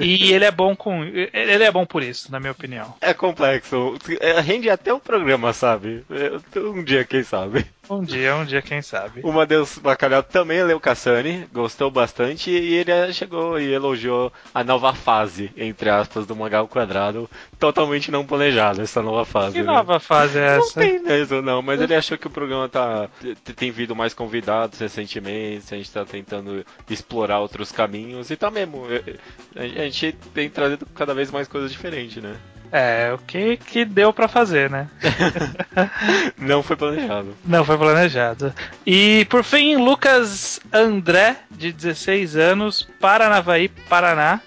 [SPEAKER 1] e ele é bom com ele é bom por isso, na minha opinião.
[SPEAKER 2] É complexo. É, Rende até o programa, sabe? É, Um dia, quem sabe.
[SPEAKER 1] Um dia, um dia quem sabe.
[SPEAKER 2] O Matheus Bacalhau também leu Cassani, gostou bastante e ele eh, chegou e elogiou a nova fase, entre aspas, do mangá ao quadrado, totalmente não planejada essa nova fase.
[SPEAKER 1] Que
[SPEAKER 2] né?
[SPEAKER 1] nova fase é
[SPEAKER 2] Não
[SPEAKER 1] essa?
[SPEAKER 2] tem mesmo, não, mas ele achou que o programa tá. t- tem vindo mais convidados recentemente, a gente tá tentando explorar outros caminhos e tá mesmo. eh, eh, A gente tem trazido cada vez mais coisas diferentes, né?
[SPEAKER 1] É, o que que deu pra fazer, né?
[SPEAKER 2] Não foi planejado.
[SPEAKER 1] Não foi planejado. E por fim, Lucas André, de 16 anos, Paranavaí, Paraná,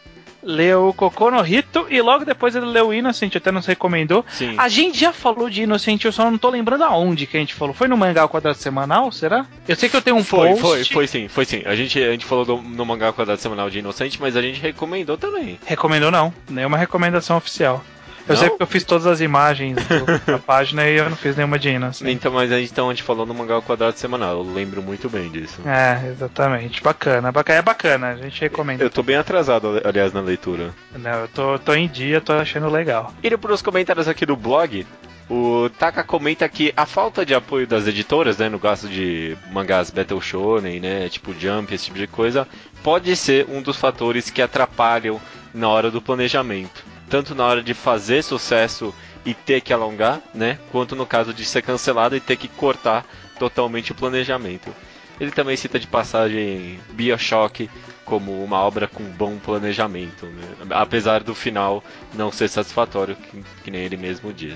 [SPEAKER 1] leu Cocô no Rito e logo depois ele leu Innocent, até nos recomendou.
[SPEAKER 2] Sim.
[SPEAKER 1] A gente já falou de Inocente, eu só não tô lembrando aonde que a gente falou. Foi no Mangá ao Quadrado Semanal, será? Eu sei que eu tenho um
[SPEAKER 2] Foi,
[SPEAKER 1] post.
[SPEAKER 2] foi, foi sim, foi sim. A gente, a gente falou do, no mangá quadrado semanal de Inocente, mas a gente recomendou também.
[SPEAKER 1] Recomendou não, nenhuma recomendação oficial. Eu
[SPEAKER 2] Não?
[SPEAKER 1] sei porque eu fiz todas as imagens do- da (laughs) página e eu não fiz nenhuma de Inocente.
[SPEAKER 2] Então, mas a gente, então, a gente falou no mangá quadrado semanal, eu lembro muito bem disso.
[SPEAKER 1] É, exatamente. Bacana, bacana. É bacana, a gente recomenda.
[SPEAKER 2] Eu tô bem atrasado, aliás, na leitura.
[SPEAKER 1] Não, eu tô, tô em dia, tô achando legal.
[SPEAKER 2] Indo para os comentários aqui do blog, o Taka comenta que a falta de apoio das editoras, né, no gasto de mangás Battle Shonen, né, tipo Jump, esse tipo de coisa, pode ser um dos fatores que atrapalham na hora do planejamento. Tanto na hora de fazer sucesso e ter que alongar, né, quanto no caso de ser cancelado e ter que cortar totalmente o planejamento. Ele também cita de passagem Bioshock como uma obra com bom planejamento, né, apesar do final não ser satisfatório, que, que nem ele mesmo diz,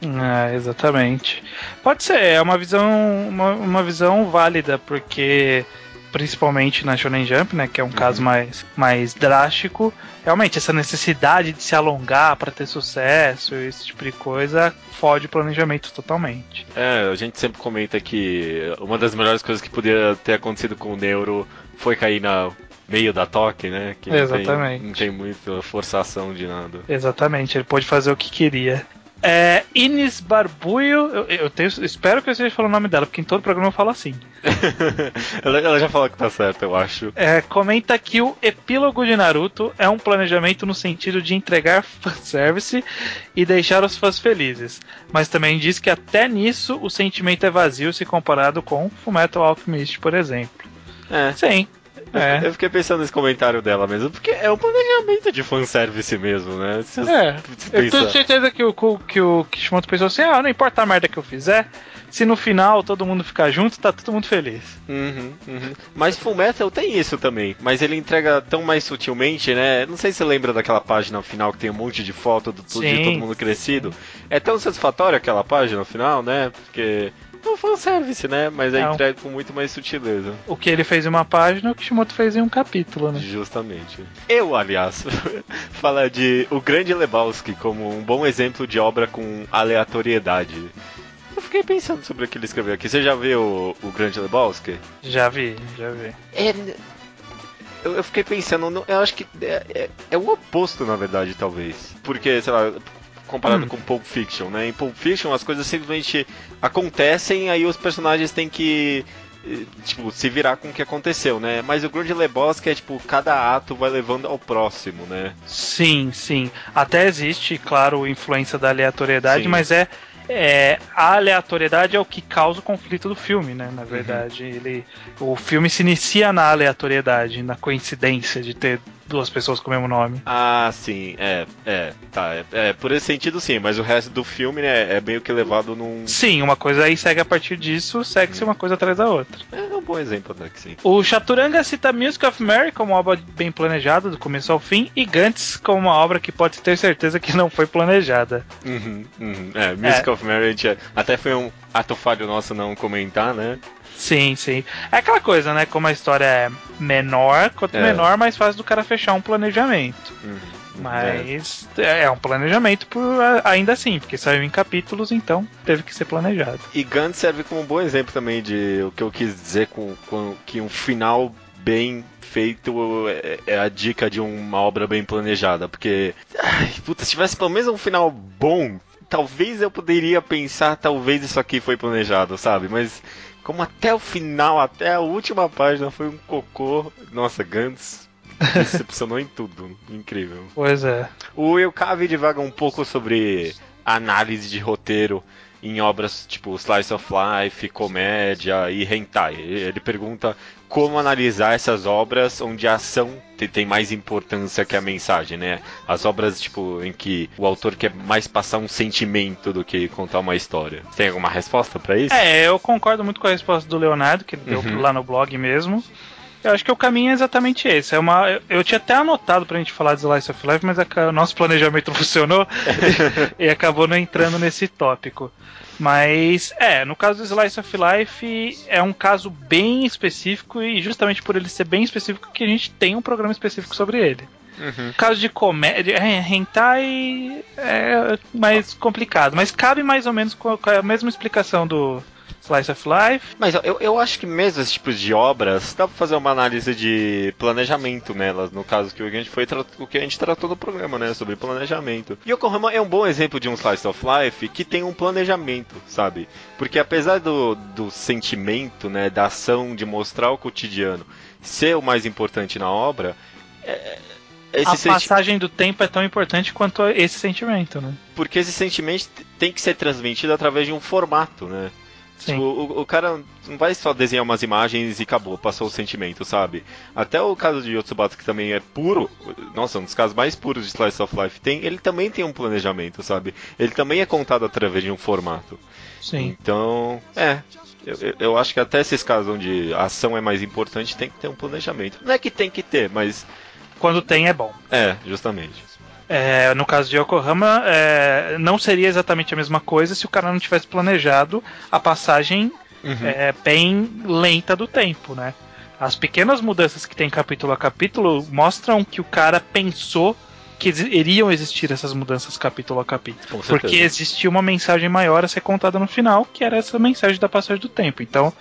[SPEAKER 2] né?
[SPEAKER 1] É, exatamente. Pode ser, é uma visão, uma, uma visão válida, porque principalmente na Shonen Jump, né, que é um caso mais, mais drástico, realmente essa necessidade de se alongar para ter sucesso, esse tipo de coisa, fode o planejamento totalmente.
[SPEAKER 2] É, a gente sempre comenta que uma das melhores coisas que podia ter acontecido com o Neuro foi cair na meio da toque, né? Que não tem-
[SPEAKER 1] Exatamente.
[SPEAKER 2] Não tem, muita forçação de nada.
[SPEAKER 1] Exatamente, ele pôde fazer o que queria. É, Ines Barbuio, eu, eu tenho, espero que eu esteja falando o nome dela, porque em todo programa eu falo assim.
[SPEAKER 2] ela, ela já falou que tá certo, eu acho.
[SPEAKER 1] É, comenta que o epílogo de Naruto é um planejamento no sentido de entregar fanservice e deixar os fãs felizes. Mas também diz que até nisso o sentimento é vazio se comparado com Fullmetal Alchemist, por exemplo.
[SPEAKER 2] É.
[SPEAKER 1] Sim. É.
[SPEAKER 2] Eu fiquei pensando nesse comentário dela mesmo, porque é um planejamento de fanservice mesmo, né? Se você
[SPEAKER 1] É. Eu tenho
[SPEAKER 2] pensar-
[SPEAKER 1] certeza que o, que o Kishimoto pensou assim: ah, não importa a merda que eu fizer, se no final todo mundo ficar junto, tá todo mundo feliz.
[SPEAKER 2] Uhum, uhum. Mas Fullmetal tem isso também, mas ele entrega tão mais sutilmente, né? Não sei se você lembra daquela página final que tem um monte de foto do, de
[SPEAKER 1] Sim.
[SPEAKER 2] todo mundo crescido. É tão satisfatória aquela página final, né? Porque não foi um service, né? Mas é
[SPEAKER 1] Não.
[SPEAKER 2] entregue com muito mais sutileza.
[SPEAKER 1] O que ele fez em uma página, o Kishimoto fez em um capítulo, né?
[SPEAKER 2] Justamente. Eu, aliás, (laughs) falar de O Grande Lebowski como um bom exemplo de obra com aleatoriedade. Eu fiquei pensando sobre o que ele escreveu aqui. Você já viu O Grande Lebowski?
[SPEAKER 1] Já vi, já vi.
[SPEAKER 2] É, n- eu, eu fiquei pensando, não- eu acho que é, é- é o oposto, na verdade, talvez. Porque, sei lá, comparado
[SPEAKER 1] Hum.
[SPEAKER 2] com Pulp Fiction, né? Em Pulp Fiction as coisas simplesmente acontecem, aí os personagens têm que eh, tipo, se virar com o que aconteceu, né? Mas o grande Lebowski é, tipo, cada ato vai levando ao próximo, né?
[SPEAKER 1] Sim, sim. Até existe, claro, influência da aleatoriedade,
[SPEAKER 2] Sim.
[SPEAKER 1] mas é, é, a aleatoriedade é o que causa o conflito do filme, né? Na verdade, ele o filme se inicia na aleatoriedade, na coincidência de ter duas pessoas com o mesmo nome.
[SPEAKER 2] Ah, sim, é, é, tá. É, é, por esse sentido, sim, mas o resto do filme, né, é meio que levado num.
[SPEAKER 1] Sim, uma coisa aí segue a partir disso, segue-se uma coisa atrás da outra.
[SPEAKER 2] É um bom exemplo, né, que sim.
[SPEAKER 1] O Chaturanga cita Music of Mary como uma obra bem planejada, do começo ao fim, e Gantz como uma obra que pode ter certeza que não foi planejada.
[SPEAKER 2] Uhum, uhum. É, Music of Marriage é- até foi um ato falho nosso não comentar, né?
[SPEAKER 1] Sim, sim. É aquela coisa, né? Como a história é menor, quanto
[SPEAKER 2] É.
[SPEAKER 1] menor, mais fácil do cara fechar um planejamento.
[SPEAKER 2] Uhum. É.
[SPEAKER 1] Mas é, é um planejamento por, ainda assim, porque saiu em capítulos, então teve que ser planejado.
[SPEAKER 2] E Gantz serve como um bom exemplo também de o que eu quis dizer com, com- que um final bem feito é, é a dica de uma obra bem planejada, porque ai, puta, se tivesse pelo menos um final bom, talvez eu poderia pensar, talvez isso aqui foi planejado, sabe? Mas como até o final, até a última página foi um cocô, nossa, Gantz decepcionou em tudo, incrível.
[SPEAKER 1] Pois é.
[SPEAKER 2] O Yukavi divaga um pouco sobre análise de roteiro em obras tipo Slice of Life, comédia e hentai. Ele pergunta como analisar essas obras onde a ação te- tem mais importância que a mensagem, né? As obras tipo em que o autor quer mais passar um sentimento do que contar uma história. Tem alguma resposta pra isso?
[SPEAKER 1] É, eu concordo muito com a resposta do Leonardo, que ele deu
[SPEAKER 2] Uhum.
[SPEAKER 1] lá no blog mesmo. Eu acho que o caminho é exatamente esse. É uma, eu, eu tinha até anotado pra gente falar de Slice of Life, mas aca- o nosso planejamento (laughs) não funcionou e acabou não entrando nesse tópico. Mas, é, no caso do Slice of Life, é um caso bem específico e justamente por ele ser bem específico que a gente tem um programa específico sobre ele. No caso de comédia, é, hentai é mais complicado, mas cabe mais ou menos com com a mesma explicação do Slice of Life.
[SPEAKER 2] Mas eu, eu acho que mesmo esses tipos de obras, dá pra fazer uma análise de planejamento nelas, no caso que a gente foi tra- o que a gente tratou no programa, né? Sobre planejamento. E Yokohama é um bom exemplo de um slice of life que tem um planejamento, sabe? Porque apesar do, do sentimento, né, da ação de mostrar o cotidiano ser o mais importante na obra, é- esse
[SPEAKER 1] a
[SPEAKER 2] senti-
[SPEAKER 1] passagem do tempo é tão importante quanto esse sentimento, né?
[SPEAKER 2] porque esse sentimento t- tem que ser transmitido através de um formato, né?
[SPEAKER 1] Sim.
[SPEAKER 2] Tipo, o, o cara não vai só desenhar umas imagens e acabou, passou o sentimento, sabe? Até o caso de Yotsubatsu, que também é puro, nossa, um dos casos mais puros de Slice of Life tem, ele também tem um planejamento, sabe? Ele também é contado através de um formato.
[SPEAKER 1] Sim.
[SPEAKER 2] Então, é. Eu, eu- eu acho que até esses casos onde a ação é mais importante, tem que ter um planejamento. Não é que tem que ter, mas.
[SPEAKER 1] Quando tem é bom.
[SPEAKER 2] É, justamente.
[SPEAKER 1] É, no caso de Yokohama, é, não seria exatamente a mesma coisa se o cara não tivesse planejado a passagem
[SPEAKER 2] Uhum.
[SPEAKER 1] é, bem lenta do tempo, né? As pequenas mudanças que tem capítulo a capítulo mostram que o cara pensou que exi- iriam existir essas mudanças capítulo a capítulo.
[SPEAKER 2] Com certeza.
[SPEAKER 1] Porque existia uma mensagem maior a ser contada no final, que era essa mensagem da passagem do tempo. Então,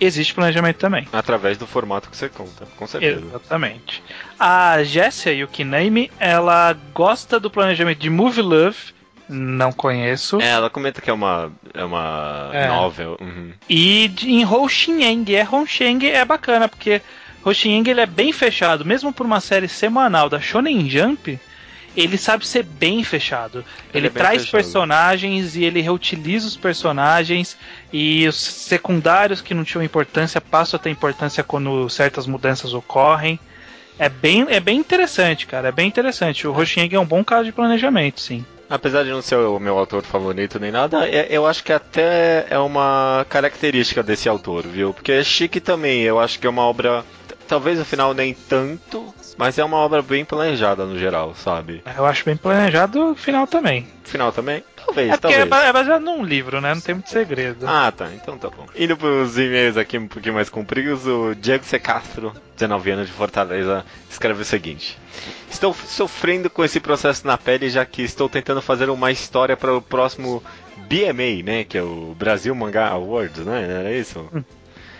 [SPEAKER 1] existe planejamento também.
[SPEAKER 2] Através do formato que você conta, com certeza.
[SPEAKER 1] Exatamente. A Jessia Yukinami, ela gosta do planejamento de Movie Love, não conheço,
[SPEAKER 2] É, ela comenta que é uma, é uma
[SPEAKER 1] Uhum. É.
[SPEAKER 2] novel. uhum.
[SPEAKER 1] e de- em Houxinyang. É Houxinyang é bacana, porque Houxinyang ele é bem fechado, mesmo por uma série semanal da Shonen Jump, ele sabe ser bem fechado. Ele,
[SPEAKER 2] Ele é bem
[SPEAKER 1] traz
[SPEAKER 2] fechado.
[SPEAKER 1] personagens e ele reutiliza os personagens e os secundários que não tinham importância passam a ter importância quando certas mudanças ocorrem. É bem, é bem interessante, cara. É bem interessante. O Roxinhang é um bom caso de planejamento, sim.
[SPEAKER 2] Apesar de não ser o meu autor favorito nem nada, é- eu acho que até é uma característica desse autor, viu? Porque é Chique também, eu acho que é uma obra. t- Talvez no final nem tanto, mas é uma obra bem planejada no geral, sabe?
[SPEAKER 1] Eu acho bem planejado o final também.
[SPEAKER 2] No final também? Talvez,
[SPEAKER 1] É porque é
[SPEAKER 2] talvez.
[SPEAKER 1] ba- é baseado num livro, né? Não tem muito segredo.
[SPEAKER 2] Ah, tá, então tá bom. Indo pros e-mails aqui um pouquinho mais compridos, o Diego C. Castro, 19 anos de Fortaleza, escreve o seguinte: Estou f- sofrendo com esse processo na pele, já que estou tentando fazer uma história para o próximo BMA, né? Que é o Brasil Manga Awards, né? Era isso?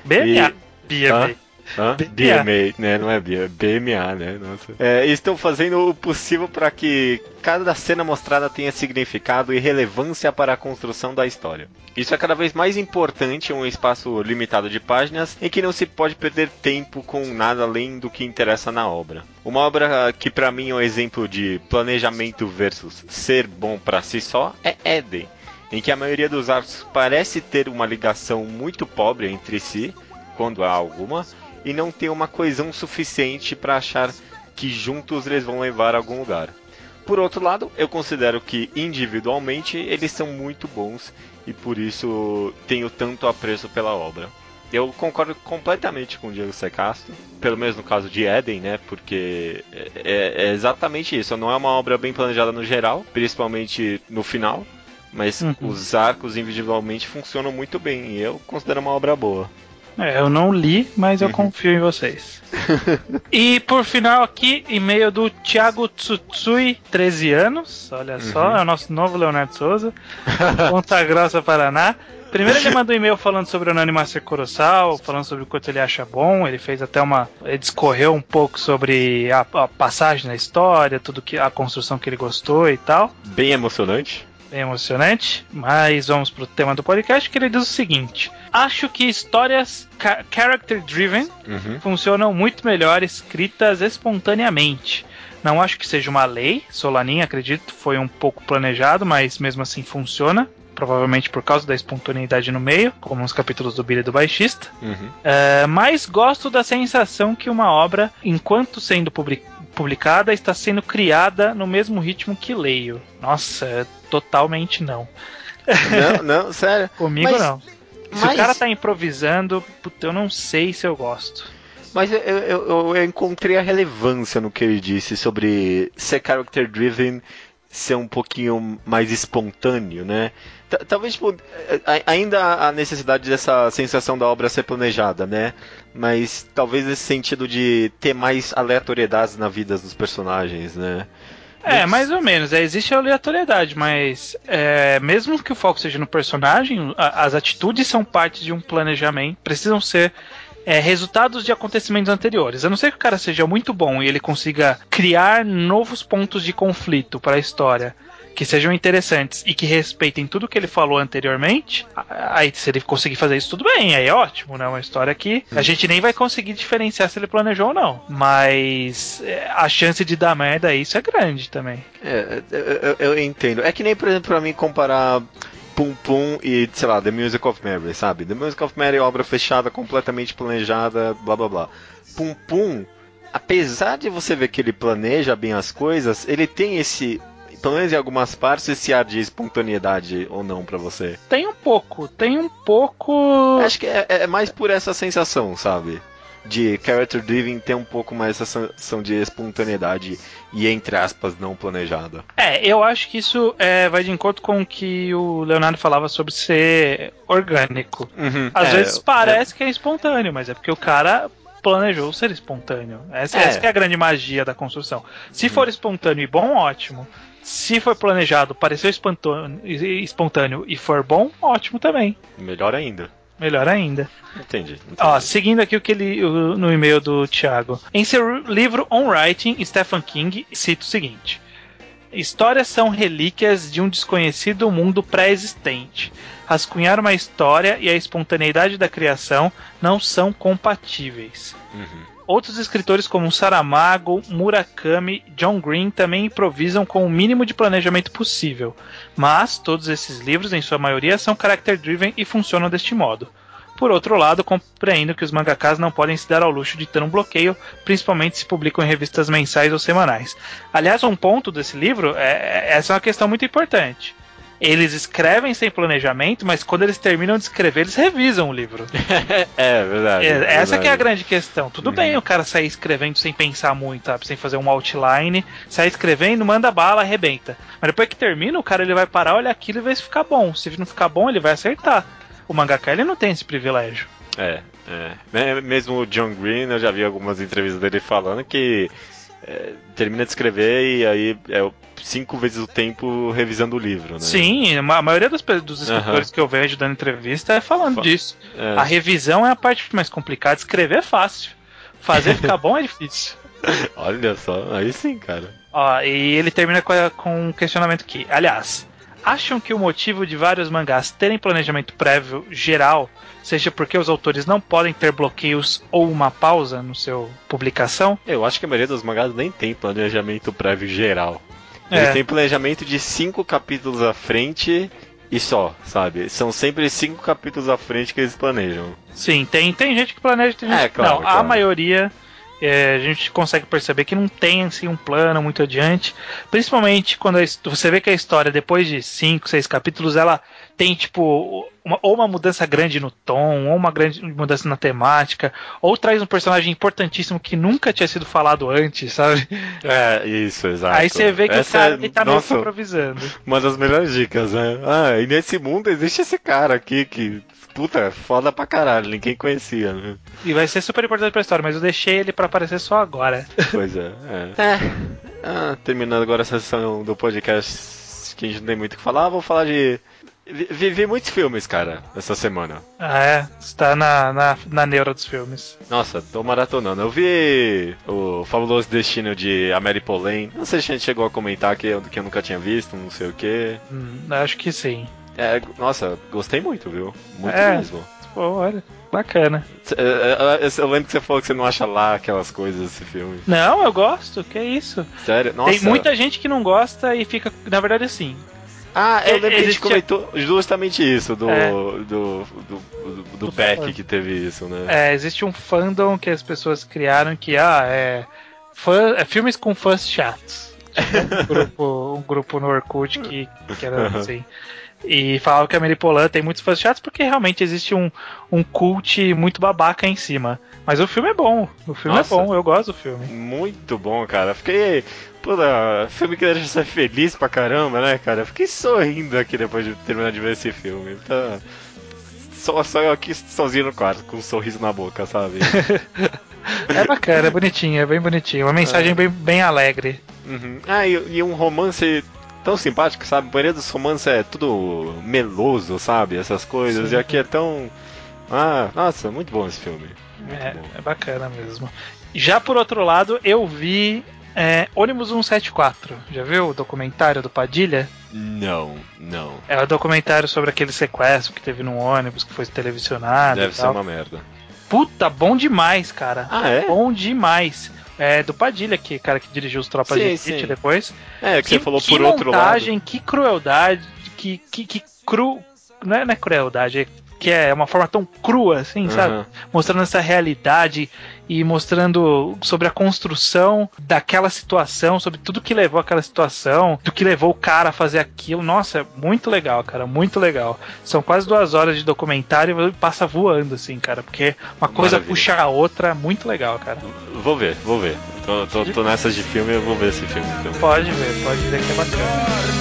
[SPEAKER 1] BMA.
[SPEAKER 2] Hã?
[SPEAKER 1] BMA.
[SPEAKER 2] Hã?
[SPEAKER 1] BMA.
[SPEAKER 2] BMA, né? Não é BMA, BMA, né? Nossa. É, estão fazendo o possível para que cada cena mostrada tenha significado e relevância para a construção da história. Isso é cada vez mais importante em um espaço limitado de páginas em que não se pode perder tempo com nada além do que interessa na obra. Uma obra que para mim é um exemplo de planejamento versus ser bom para si só é Eden, em que a maioria dos arcos parece ter uma ligação muito pobre entre si, quando há alguma, e não tem uma coesão suficiente para achar que juntos eles vão levar a algum lugar. Por outro lado, eu considero que individualmente eles são muito bons e por isso tenho tanto apreço pela obra. Eu concordo completamente com o Diego Secastro, pelo menos no caso de Eden, né? Porque é, é exatamente isso. Não é uma obra bem planejada no geral, principalmente no final, mas
[SPEAKER 1] Uhum.
[SPEAKER 2] os arcos individualmente funcionam muito bem e eu considero uma obra boa.
[SPEAKER 1] É, eu não li, mas eu confio em vocês. (laughs) e por final aqui, e-mail do Thiago Tsutsui, 13 anos. Olha só, é o nosso novo Leonardo Souza, (laughs) Ponta Grossa, Paraná. Primeiro ele mandou um e-mail falando sobre o Anonimaster Coroçal, falando sobre o quanto ele acha bom, ele fez até uma. ele discorreu um pouco sobre a, a passagem na história, tudo que. a construção que ele gostou e tal.
[SPEAKER 2] Bem emocionante.
[SPEAKER 1] Bem É emocionante, mas vamos pro tema do podcast que ele diz o seguinte: Acho que histórias ca- character driven
[SPEAKER 2] Uhum.
[SPEAKER 1] funcionam muito melhor escritas espontaneamente. Não acho que seja uma lei, Solanin acredito, foi um pouco planejado, mas mesmo assim funciona. Provavelmente por causa da espontaneidade no meio, como nos capítulos do Billy do Baixista.
[SPEAKER 2] Uhum.
[SPEAKER 1] É, mas gosto da sensação que uma obra, enquanto sendo publi- publicada, está sendo criada no mesmo ritmo que leio. Nossa, totalmente não.
[SPEAKER 2] Não, não, sério.
[SPEAKER 1] Comigo
[SPEAKER 2] Mas-
[SPEAKER 1] não. Se o
[SPEAKER 2] mas-
[SPEAKER 1] cara tá improvisando, puta, eu não sei se eu gosto.
[SPEAKER 2] Mas eu, eu- eu- eu encontrei a relevância no que ele disse sobre ser character driven ser um pouquinho mais espontâneo, né? Ta- Talvez tipo, a- ainda a necessidade dessa sensação da obra ser planejada, né? Mas talvez esse sentido de ter mais aleatoriedades na vida dos personagens, né?
[SPEAKER 1] É,
[SPEAKER 2] Mas-
[SPEAKER 1] mais ou menos. É, existe a aleatoriedade, mas é, mesmo que o foco seja no personagem, a- as atitudes são parte de um planejamento, precisam ser é, resultados de acontecimentos anteriores. A não ser que o cara seja muito bom e ele consiga criar novos pontos de conflito para a história. Que sejam interessantes e que respeitem tudo que ele falou anteriormente. a- Aí, se ele conseguir fazer isso, tudo bem, aí é ótimo, né? Uma história que a gente nem vai conseguir diferenciar se ele planejou ou não. Mas é, a chance de dar merda a isso é grande também.
[SPEAKER 2] É, eu, eu- eu entendo. É que nem, por exemplo, pra mim comparar Pum Pum e, sei lá, The Music of Mary, sabe? The Music of Mary é obra fechada, completamente planejada, blá blá blá. Pum Pum, apesar de você ver que ele planeja bem as coisas, ele tem esse, pelo menos em algumas partes, esse ar de espontaneidade ou não pra você.
[SPEAKER 1] Tem um pouco, tem um pouco.
[SPEAKER 2] Acho que é, é mais por essa sensação, sabe? De character driven ter um pouco mais essa sensação de espontaneidade e, entre aspas, não planejada.
[SPEAKER 1] É, eu acho que isso é, vai de encontro com o que o Leonardo falava sobre ser orgânico.
[SPEAKER 2] Uhum.
[SPEAKER 1] Às
[SPEAKER 2] É,
[SPEAKER 1] vezes parece que é espontâneo, mas é porque o cara planejou ser espontâneo. Essa,
[SPEAKER 2] É. Uhum.
[SPEAKER 1] essa que é a grande magia da construção. Se for espontâneo e bom, ótimo. Se for planejado, pareceu espantô- espontâneo e for bom, ótimo também.
[SPEAKER 2] Melhor ainda.
[SPEAKER 1] Melhor ainda.
[SPEAKER 2] Entendi. entendi.
[SPEAKER 1] Ó, seguindo aqui o que ele o- no e-mail do Thiago. Em seu livro On Writing, Stephen King cita o seguinte: Histórias são relíquias de um desconhecido mundo pré-existente. Rascunhar uma história e a espontaneidade da criação não são compatíveis.
[SPEAKER 2] Uhum.
[SPEAKER 1] Outros escritores como Saramago, Murakami, John Green também improvisam com o mínimo de planejamento possível, mas todos esses livros, em sua maioria, são character driven e funcionam deste modo. Por outro lado, compreendo que os mangakas não podem se dar ao luxo de ter um bloqueio, principalmente se publicam em revistas mensais ou semanais. Aliás, um ponto desse livro, é, é- essa é uma questão muito importante. Eles escrevem sem planejamento, mas quando eles terminam de escrever, eles revisam o livro.
[SPEAKER 2] É, verdade.
[SPEAKER 1] É, essa que é a
[SPEAKER 2] verdade.
[SPEAKER 1] grande questão. Tudo
[SPEAKER 2] Uhum.
[SPEAKER 1] bem o cara sair escrevendo sem pensar muito, sabe? Sem fazer um outline, sair escrevendo, manda bala, arrebenta. Mas depois que termina, o cara ele vai parar, olha aquilo e vê se fica bom. Se não ficar bom, ele vai acertar. O mangaka ele não tem esse privilégio.
[SPEAKER 2] É, é. Né, Mesmo o John Green, eu já vi algumas entrevistas dele falando que é, termina de escrever e aí é cinco vezes o tempo revisando o livro, né?
[SPEAKER 1] Sim, a ma- a maioria dos, pe- dos escritores que eu vejo dando entrevista é falando
[SPEAKER 2] Fa-
[SPEAKER 1] disso.
[SPEAKER 2] É.
[SPEAKER 1] A revisão é a parte mais complicada, escrever é fácil. Fazer
[SPEAKER 2] (laughs)
[SPEAKER 1] ficar bom é difícil.
[SPEAKER 2] Olha só, aí sim, cara.
[SPEAKER 1] Ó, e ele termina com, a- com um questionamento que, aliás, acham que o motivo de vários mangás terem planejamento prévio geral seja porque os autores não podem ter bloqueios ou uma pausa no seu publicação?
[SPEAKER 2] Eu acho que a maioria dos mangás nem tem planejamento prévio geral. Ele
[SPEAKER 1] É.
[SPEAKER 2] tem planejamento de cinco capítulos à frente e só, sabe? São sempre cinco capítulos à frente que eles planejam.
[SPEAKER 1] Sim, tem, tem gente que planeja, tem gente
[SPEAKER 2] É,
[SPEAKER 1] que
[SPEAKER 2] claro,
[SPEAKER 1] não. A
[SPEAKER 2] claro.
[SPEAKER 1] maioria é, a gente consegue perceber que não tem assim, um plano muito adiante. Principalmente quando a his- você vê que a história, depois de cinco, seis capítulos, ela tem tipo uma, ou uma mudança grande no tom, ou uma grande mudança na temática, ou traz um personagem importantíssimo que nunca tinha sido falado antes, sabe?
[SPEAKER 2] É, isso, exato.
[SPEAKER 1] Aí você vê que
[SPEAKER 2] Essa
[SPEAKER 1] o cara
[SPEAKER 2] é-
[SPEAKER 1] ele tá meio que
[SPEAKER 2] nossa,
[SPEAKER 1] improvisando.
[SPEAKER 2] Uma das melhores dicas, né? Ah, e nesse mundo existe esse cara aqui que, puta, é foda pra caralho, ninguém conhecia, (laughs) né?
[SPEAKER 1] E vai ser super importante pra história, mas eu deixei ele pra aparecer só agora.
[SPEAKER 2] Pois é, é. Ah, terminando agora a sessão do podcast que a gente não tem muito o que falar, vou falar de. Vi, vi- vi muitos filmes, cara, essa semana.
[SPEAKER 1] Ah, é. Está na, na, na neura dos filmes.
[SPEAKER 2] Nossa, tô maratonando. Eu vi o Fabuloso Destino de Amélie Poulain. Não sei se a gente chegou a comentar que eu, que eu nunca tinha visto, não sei o quê.
[SPEAKER 1] Hum, acho que sim.
[SPEAKER 2] É, nossa, gostei muito, viu? Muito
[SPEAKER 1] É.
[SPEAKER 2] mesmo.
[SPEAKER 1] Pô, olha, bacana.
[SPEAKER 2] É, é, é, Eu lembro que você falou que você não acha lá aquelas coisas desse filme.
[SPEAKER 1] Não, eu gosto, que isso.
[SPEAKER 2] Sério? Nossa.
[SPEAKER 1] Tem muita gente que não gosta e fica, na verdade, assim.
[SPEAKER 2] Ah, eu lembro que a gente
[SPEAKER 1] Existe-
[SPEAKER 2] comentou justamente isso, do,
[SPEAKER 1] É.
[SPEAKER 2] do, do, do, do
[SPEAKER 1] Do
[SPEAKER 2] Beck
[SPEAKER 1] fã.
[SPEAKER 2] que teve isso, né?
[SPEAKER 1] É, existe um fandom que as pessoas criaram que, ah, é. fã- é filmes com fãs chatos. Tinha
[SPEAKER 2] (laughs)
[SPEAKER 1] Um grupo, um grupo no Orkut que, que era
[SPEAKER 2] Aham.
[SPEAKER 1] assim. E falava que a Mary Polan tem muitos fãs chatos porque realmente existe um, um cult muito babaca em cima. Mas o filme é bom. O filme
[SPEAKER 2] Nossa.
[SPEAKER 1] é bom, eu gosto do filme.
[SPEAKER 2] Muito bom, cara. Fiquei. Puta, filme que deixa você feliz pra caramba, né, cara? Fiquei sorrindo aqui depois de terminar de ver esse filme. Tá. Só, só eu aqui sozinho no quarto, com um sorriso na boca, sabe?
[SPEAKER 1] É bacana, é bonitinho, é bem bonitinho. Uma mensagem bem, bem alegre.
[SPEAKER 2] Uhum. Ah, e, e um romance tão simpático, sabe? A maioria dos romances é tudo meloso, sabe? Essas coisas.
[SPEAKER 1] Sim.
[SPEAKER 2] E aqui é tão. Ah, nossa, muito bom esse filme. Muito
[SPEAKER 1] É,
[SPEAKER 2] bom.
[SPEAKER 1] é bacana mesmo. Já por outro lado, eu vi é, Ônibus 174. Já viu o documentário do Padilha?
[SPEAKER 2] Não, não.
[SPEAKER 1] É o documentário sobre aquele sequestro que teve num ônibus que foi televisionado
[SPEAKER 2] Deve
[SPEAKER 1] e
[SPEAKER 2] ser
[SPEAKER 1] tal.
[SPEAKER 2] uma merda.
[SPEAKER 1] Puta, bom demais, cara.
[SPEAKER 2] Ah, é?
[SPEAKER 1] Bom demais. É do Padilha, que cara que dirigiu os Tropas
[SPEAKER 2] Sim,
[SPEAKER 1] de Elite
[SPEAKER 2] sim.
[SPEAKER 1] depois.
[SPEAKER 2] É, que, você falou por outro
[SPEAKER 1] montagem, que crueldade, que, que, que cru. Não é, não é crueldade, é que é uma forma tão crua, assim,
[SPEAKER 2] lado.
[SPEAKER 1] sabe?
[SPEAKER 2] Aham.
[SPEAKER 1] mostrando essa realidade e mostrando sobre a construção daquela situação, sobre tudo que levou àquela situação, do que levou o cara a fazer aquilo. Nossa, é muito legal, cara, muito legal. São quase duas horas de documentário e passa voando, assim, cara, porque uma coisa
[SPEAKER 2] Maravilha.
[SPEAKER 1] puxa a outra, muito legal, cara.
[SPEAKER 2] Vou ver, vou ver. Tô, tô, tô nessas de filme, eu vou ver esse filme então.
[SPEAKER 1] Pode ver, pode ver que é bacana.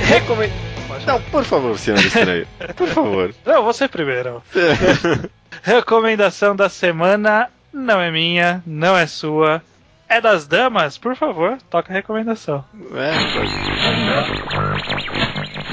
[SPEAKER 2] Recomendo. Não, por favor, senhor estranho. Por
[SPEAKER 1] (laughs)
[SPEAKER 2] favor. É.
[SPEAKER 1] Não, você primeiro. Recomendação da semana não é minha, não é sua. É das damas, por favor, toca a recomendação.
[SPEAKER 2] É,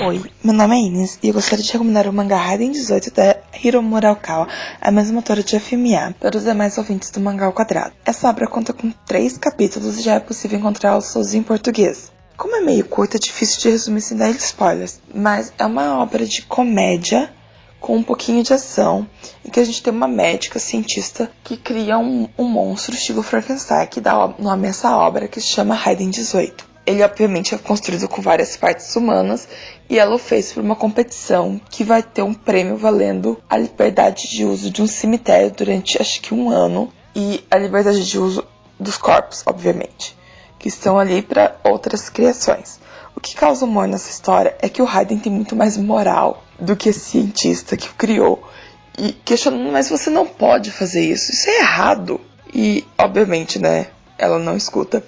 [SPEAKER 6] Oi, meu nome é Ines e eu gostaria de recomendar o mangá Raiden 18 da Hiromura Okawa, a mesma autora de FMA, para os demais ouvintes do mangá ao quadrado. Essa obra conta com três capítulos e já é possível encontrá-la sozinho em português. Como é meio curta, é difícil de resumir sem dar spoilers, mas é uma obra de comédia com um pouquinho de ação, em que a gente tem uma médica cientista que cria um, um monstro estilo Frankenstein que dá o nome a essa obra que se chama Raiden 18. Ele obviamente é construído com várias partes humanas e ela o fez por uma competição que vai ter um prêmio valendo a liberdade de uso de um cemitério durante acho que um ano e a liberdade de uso dos corpos, obviamente, que estão ali para outras criações. O que causa humor nessa história é que o Raiden tem muito mais moral do que esse cientista que o criou e questionando, mas você não pode fazer isso, isso é errado. E, obviamente, né, ela não escuta.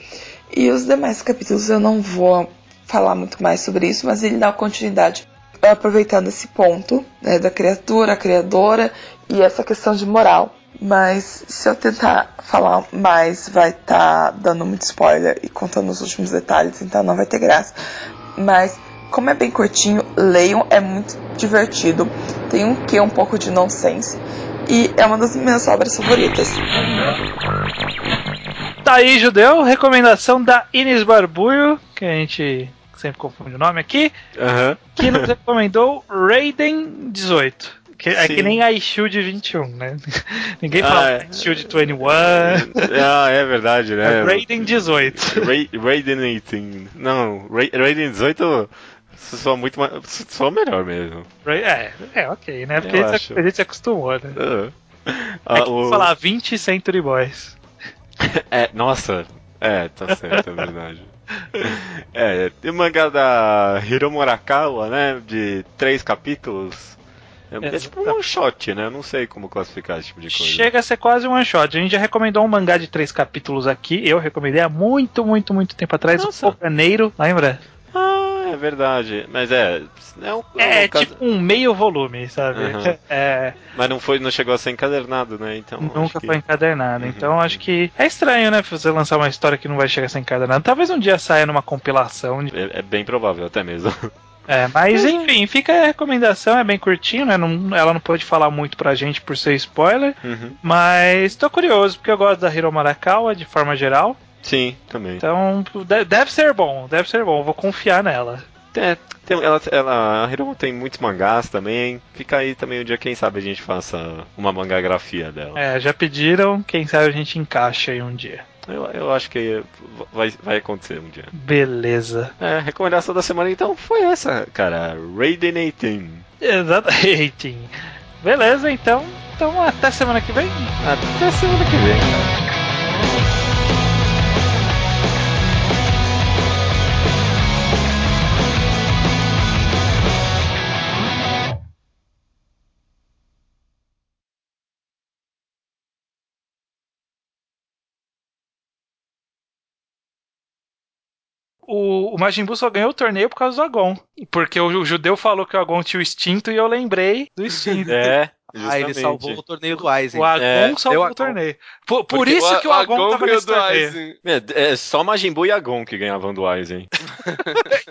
[SPEAKER 6] E os demais capítulos eu não vou falar muito mais sobre isso, mas ele dá continuidade aproveitando esse ponto né, da criatura, a criadora e essa questão de moral. Mas se eu tentar falar mais, vai estar tá dando muito spoiler e contando os últimos detalhes, então não vai ter graça. Mas como é bem curtinho, leiam, é muito divertido, tem um quê um pouco de nonsense e é uma das minhas obras favoritas.
[SPEAKER 1] Tá aí, judeu, recomendação da Inês Barbulho, que a gente sempre confunde o nome aqui,
[SPEAKER 2] Aham.
[SPEAKER 1] que
[SPEAKER 2] (laughs)
[SPEAKER 1] nos recomendou Raiden 18. Que é
[SPEAKER 2] Sim.
[SPEAKER 1] que nem iShield 21, né? (laughs) Ninguém
[SPEAKER 2] Ah,
[SPEAKER 1] fala
[SPEAKER 2] é.
[SPEAKER 1] iShield 21,
[SPEAKER 2] Ah, é
[SPEAKER 1] (laughs)
[SPEAKER 2] verdade,
[SPEAKER 1] é,
[SPEAKER 2] né?
[SPEAKER 1] Raiden 18.
[SPEAKER 2] Ra- Raiden 18. Não, Ra- Raiden 18 soa muito mais. soa melhor mesmo.
[SPEAKER 1] Ra- É, é ok, né? Porque
[SPEAKER 2] Eu
[SPEAKER 1] a gente se-
[SPEAKER 2] acho.
[SPEAKER 1] a gente se acostumou, né?
[SPEAKER 2] Ah.
[SPEAKER 1] É
[SPEAKER 2] Ah,
[SPEAKER 1] que
[SPEAKER 2] o-
[SPEAKER 1] falar 20 Century Boys.
[SPEAKER 2] (laughs) É, nossa. É, tá certo, é verdade. (laughs) É, tem um mangá da Hiro Morakawa, né? De três capítulos. É, é tipo um shot, né? Eu não sei como classificar esse tipo de coisa.
[SPEAKER 1] Chega a ser quase um one shot. A gente já recomendou um mangá de três capítulos aqui. Eu recomendei há muito, muito, muito tempo atrás.
[SPEAKER 2] Nossa.
[SPEAKER 1] O Foganeiro, lembra?
[SPEAKER 2] Ah, é verdade. Mas é. É, um,
[SPEAKER 1] É,
[SPEAKER 2] um caso-
[SPEAKER 1] tipo um meio volume, sabe?
[SPEAKER 2] Aham.
[SPEAKER 1] É,
[SPEAKER 2] Mas não, foi, não chegou a ser encadernado, né? Então. acho
[SPEAKER 1] nunca
[SPEAKER 2] que-
[SPEAKER 1] foi encadernado.
[SPEAKER 2] Uhum,
[SPEAKER 1] Então acho que é estranho, né? Você lançar uma história que não vai chegar a ser encadernada. Talvez um dia saia numa compilação. de-
[SPEAKER 2] É, é bem provável, até mesmo.
[SPEAKER 1] É, mas enfim, fica a recomendação. É bem curtinho, né? Não- ela não pode falar muito pra gente por ser spoiler.
[SPEAKER 2] Uhum.
[SPEAKER 1] Mas tô curioso, porque eu gosto da Hiro Marakawa de forma geral.
[SPEAKER 2] Sim, também.
[SPEAKER 1] Então, de- deve ser bom, deve ser bom, vou confiar nela.
[SPEAKER 2] É, tem- ela, ela, a Hiromo tem muitos mangás também. Fica aí também um dia, quem sabe a gente faça uma mangagrafia dela.
[SPEAKER 1] É, já pediram, quem sabe a gente encaixa aí um dia.
[SPEAKER 2] Eu, eu acho que vai, vai acontecer um dia.
[SPEAKER 1] Beleza.
[SPEAKER 2] É, a recomendação da semana então foi essa, cara. Raiden 18.
[SPEAKER 1] (laughs) Exatamente. Beleza, então. Então, até semana que vem.
[SPEAKER 2] Até semana que vem.
[SPEAKER 1] O, o Majin Buu só ganhou o torneio por causa do Agon. Porque o, o judeu falou que o Agon tinha o instinto e eu lembrei do instinto.
[SPEAKER 2] É, justamente.
[SPEAKER 3] Ah, ele salvou o torneio do Aizen.
[SPEAKER 1] O Agon
[SPEAKER 2] É,
[SPEAKER 1] salvou
[SPEAKER 3] deu
[SPEAKER 1] o
[SPEAKER 3] Agon.
[SPEAKER 1] torneio. Por, por
[SPEAKER 4] Porque
[SPEAKER 1] isso que o Agon, tava
[SPEAKER 4] ganhou
[SPEAKER 1] nesse
[SPEAKER 4] do
[SPEAKER 1] torneio.
[SPEAKER 4] Aizen.
[SPEAKER 2] É, é só Majin Buu e Agon que ganhavam do Aizen.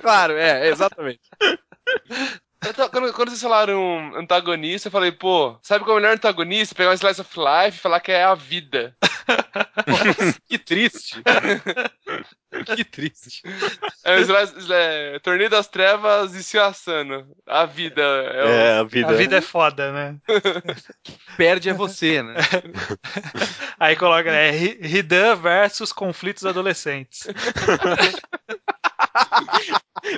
[SPEAKER 3] Claro, é, exatamente.
[SPEAKER 4] Eu tô- Quando, quando vocês falaram antagonista, eu falei, pô, sabe qual é o melhor antagonista? Pegar um slice of life e falar que é a vida.
[SPEAKER 3] Que triste. que triste.
[SPEAKER 4] É o slice, sli- é, Torneio das Trevas e se assando. A vida. É o-
[SPEAKER 2] É, a vida.
[SPEAKER 1] A vida é foda, né?
[SPEAKER 3] (laughs) Perde é você, (laughs) né?
[SPEAKER 1] Aí coloca, né? Hi- Hidan versus conflitos adolescentes.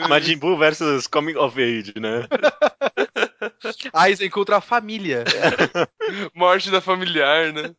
[SPEAKER 2] Majin Buu versus Coming of Age, né?
[SPEAKER 3] (laughs) Aizen contra a família.
[SPEAKER 4] Morte da familiar, né?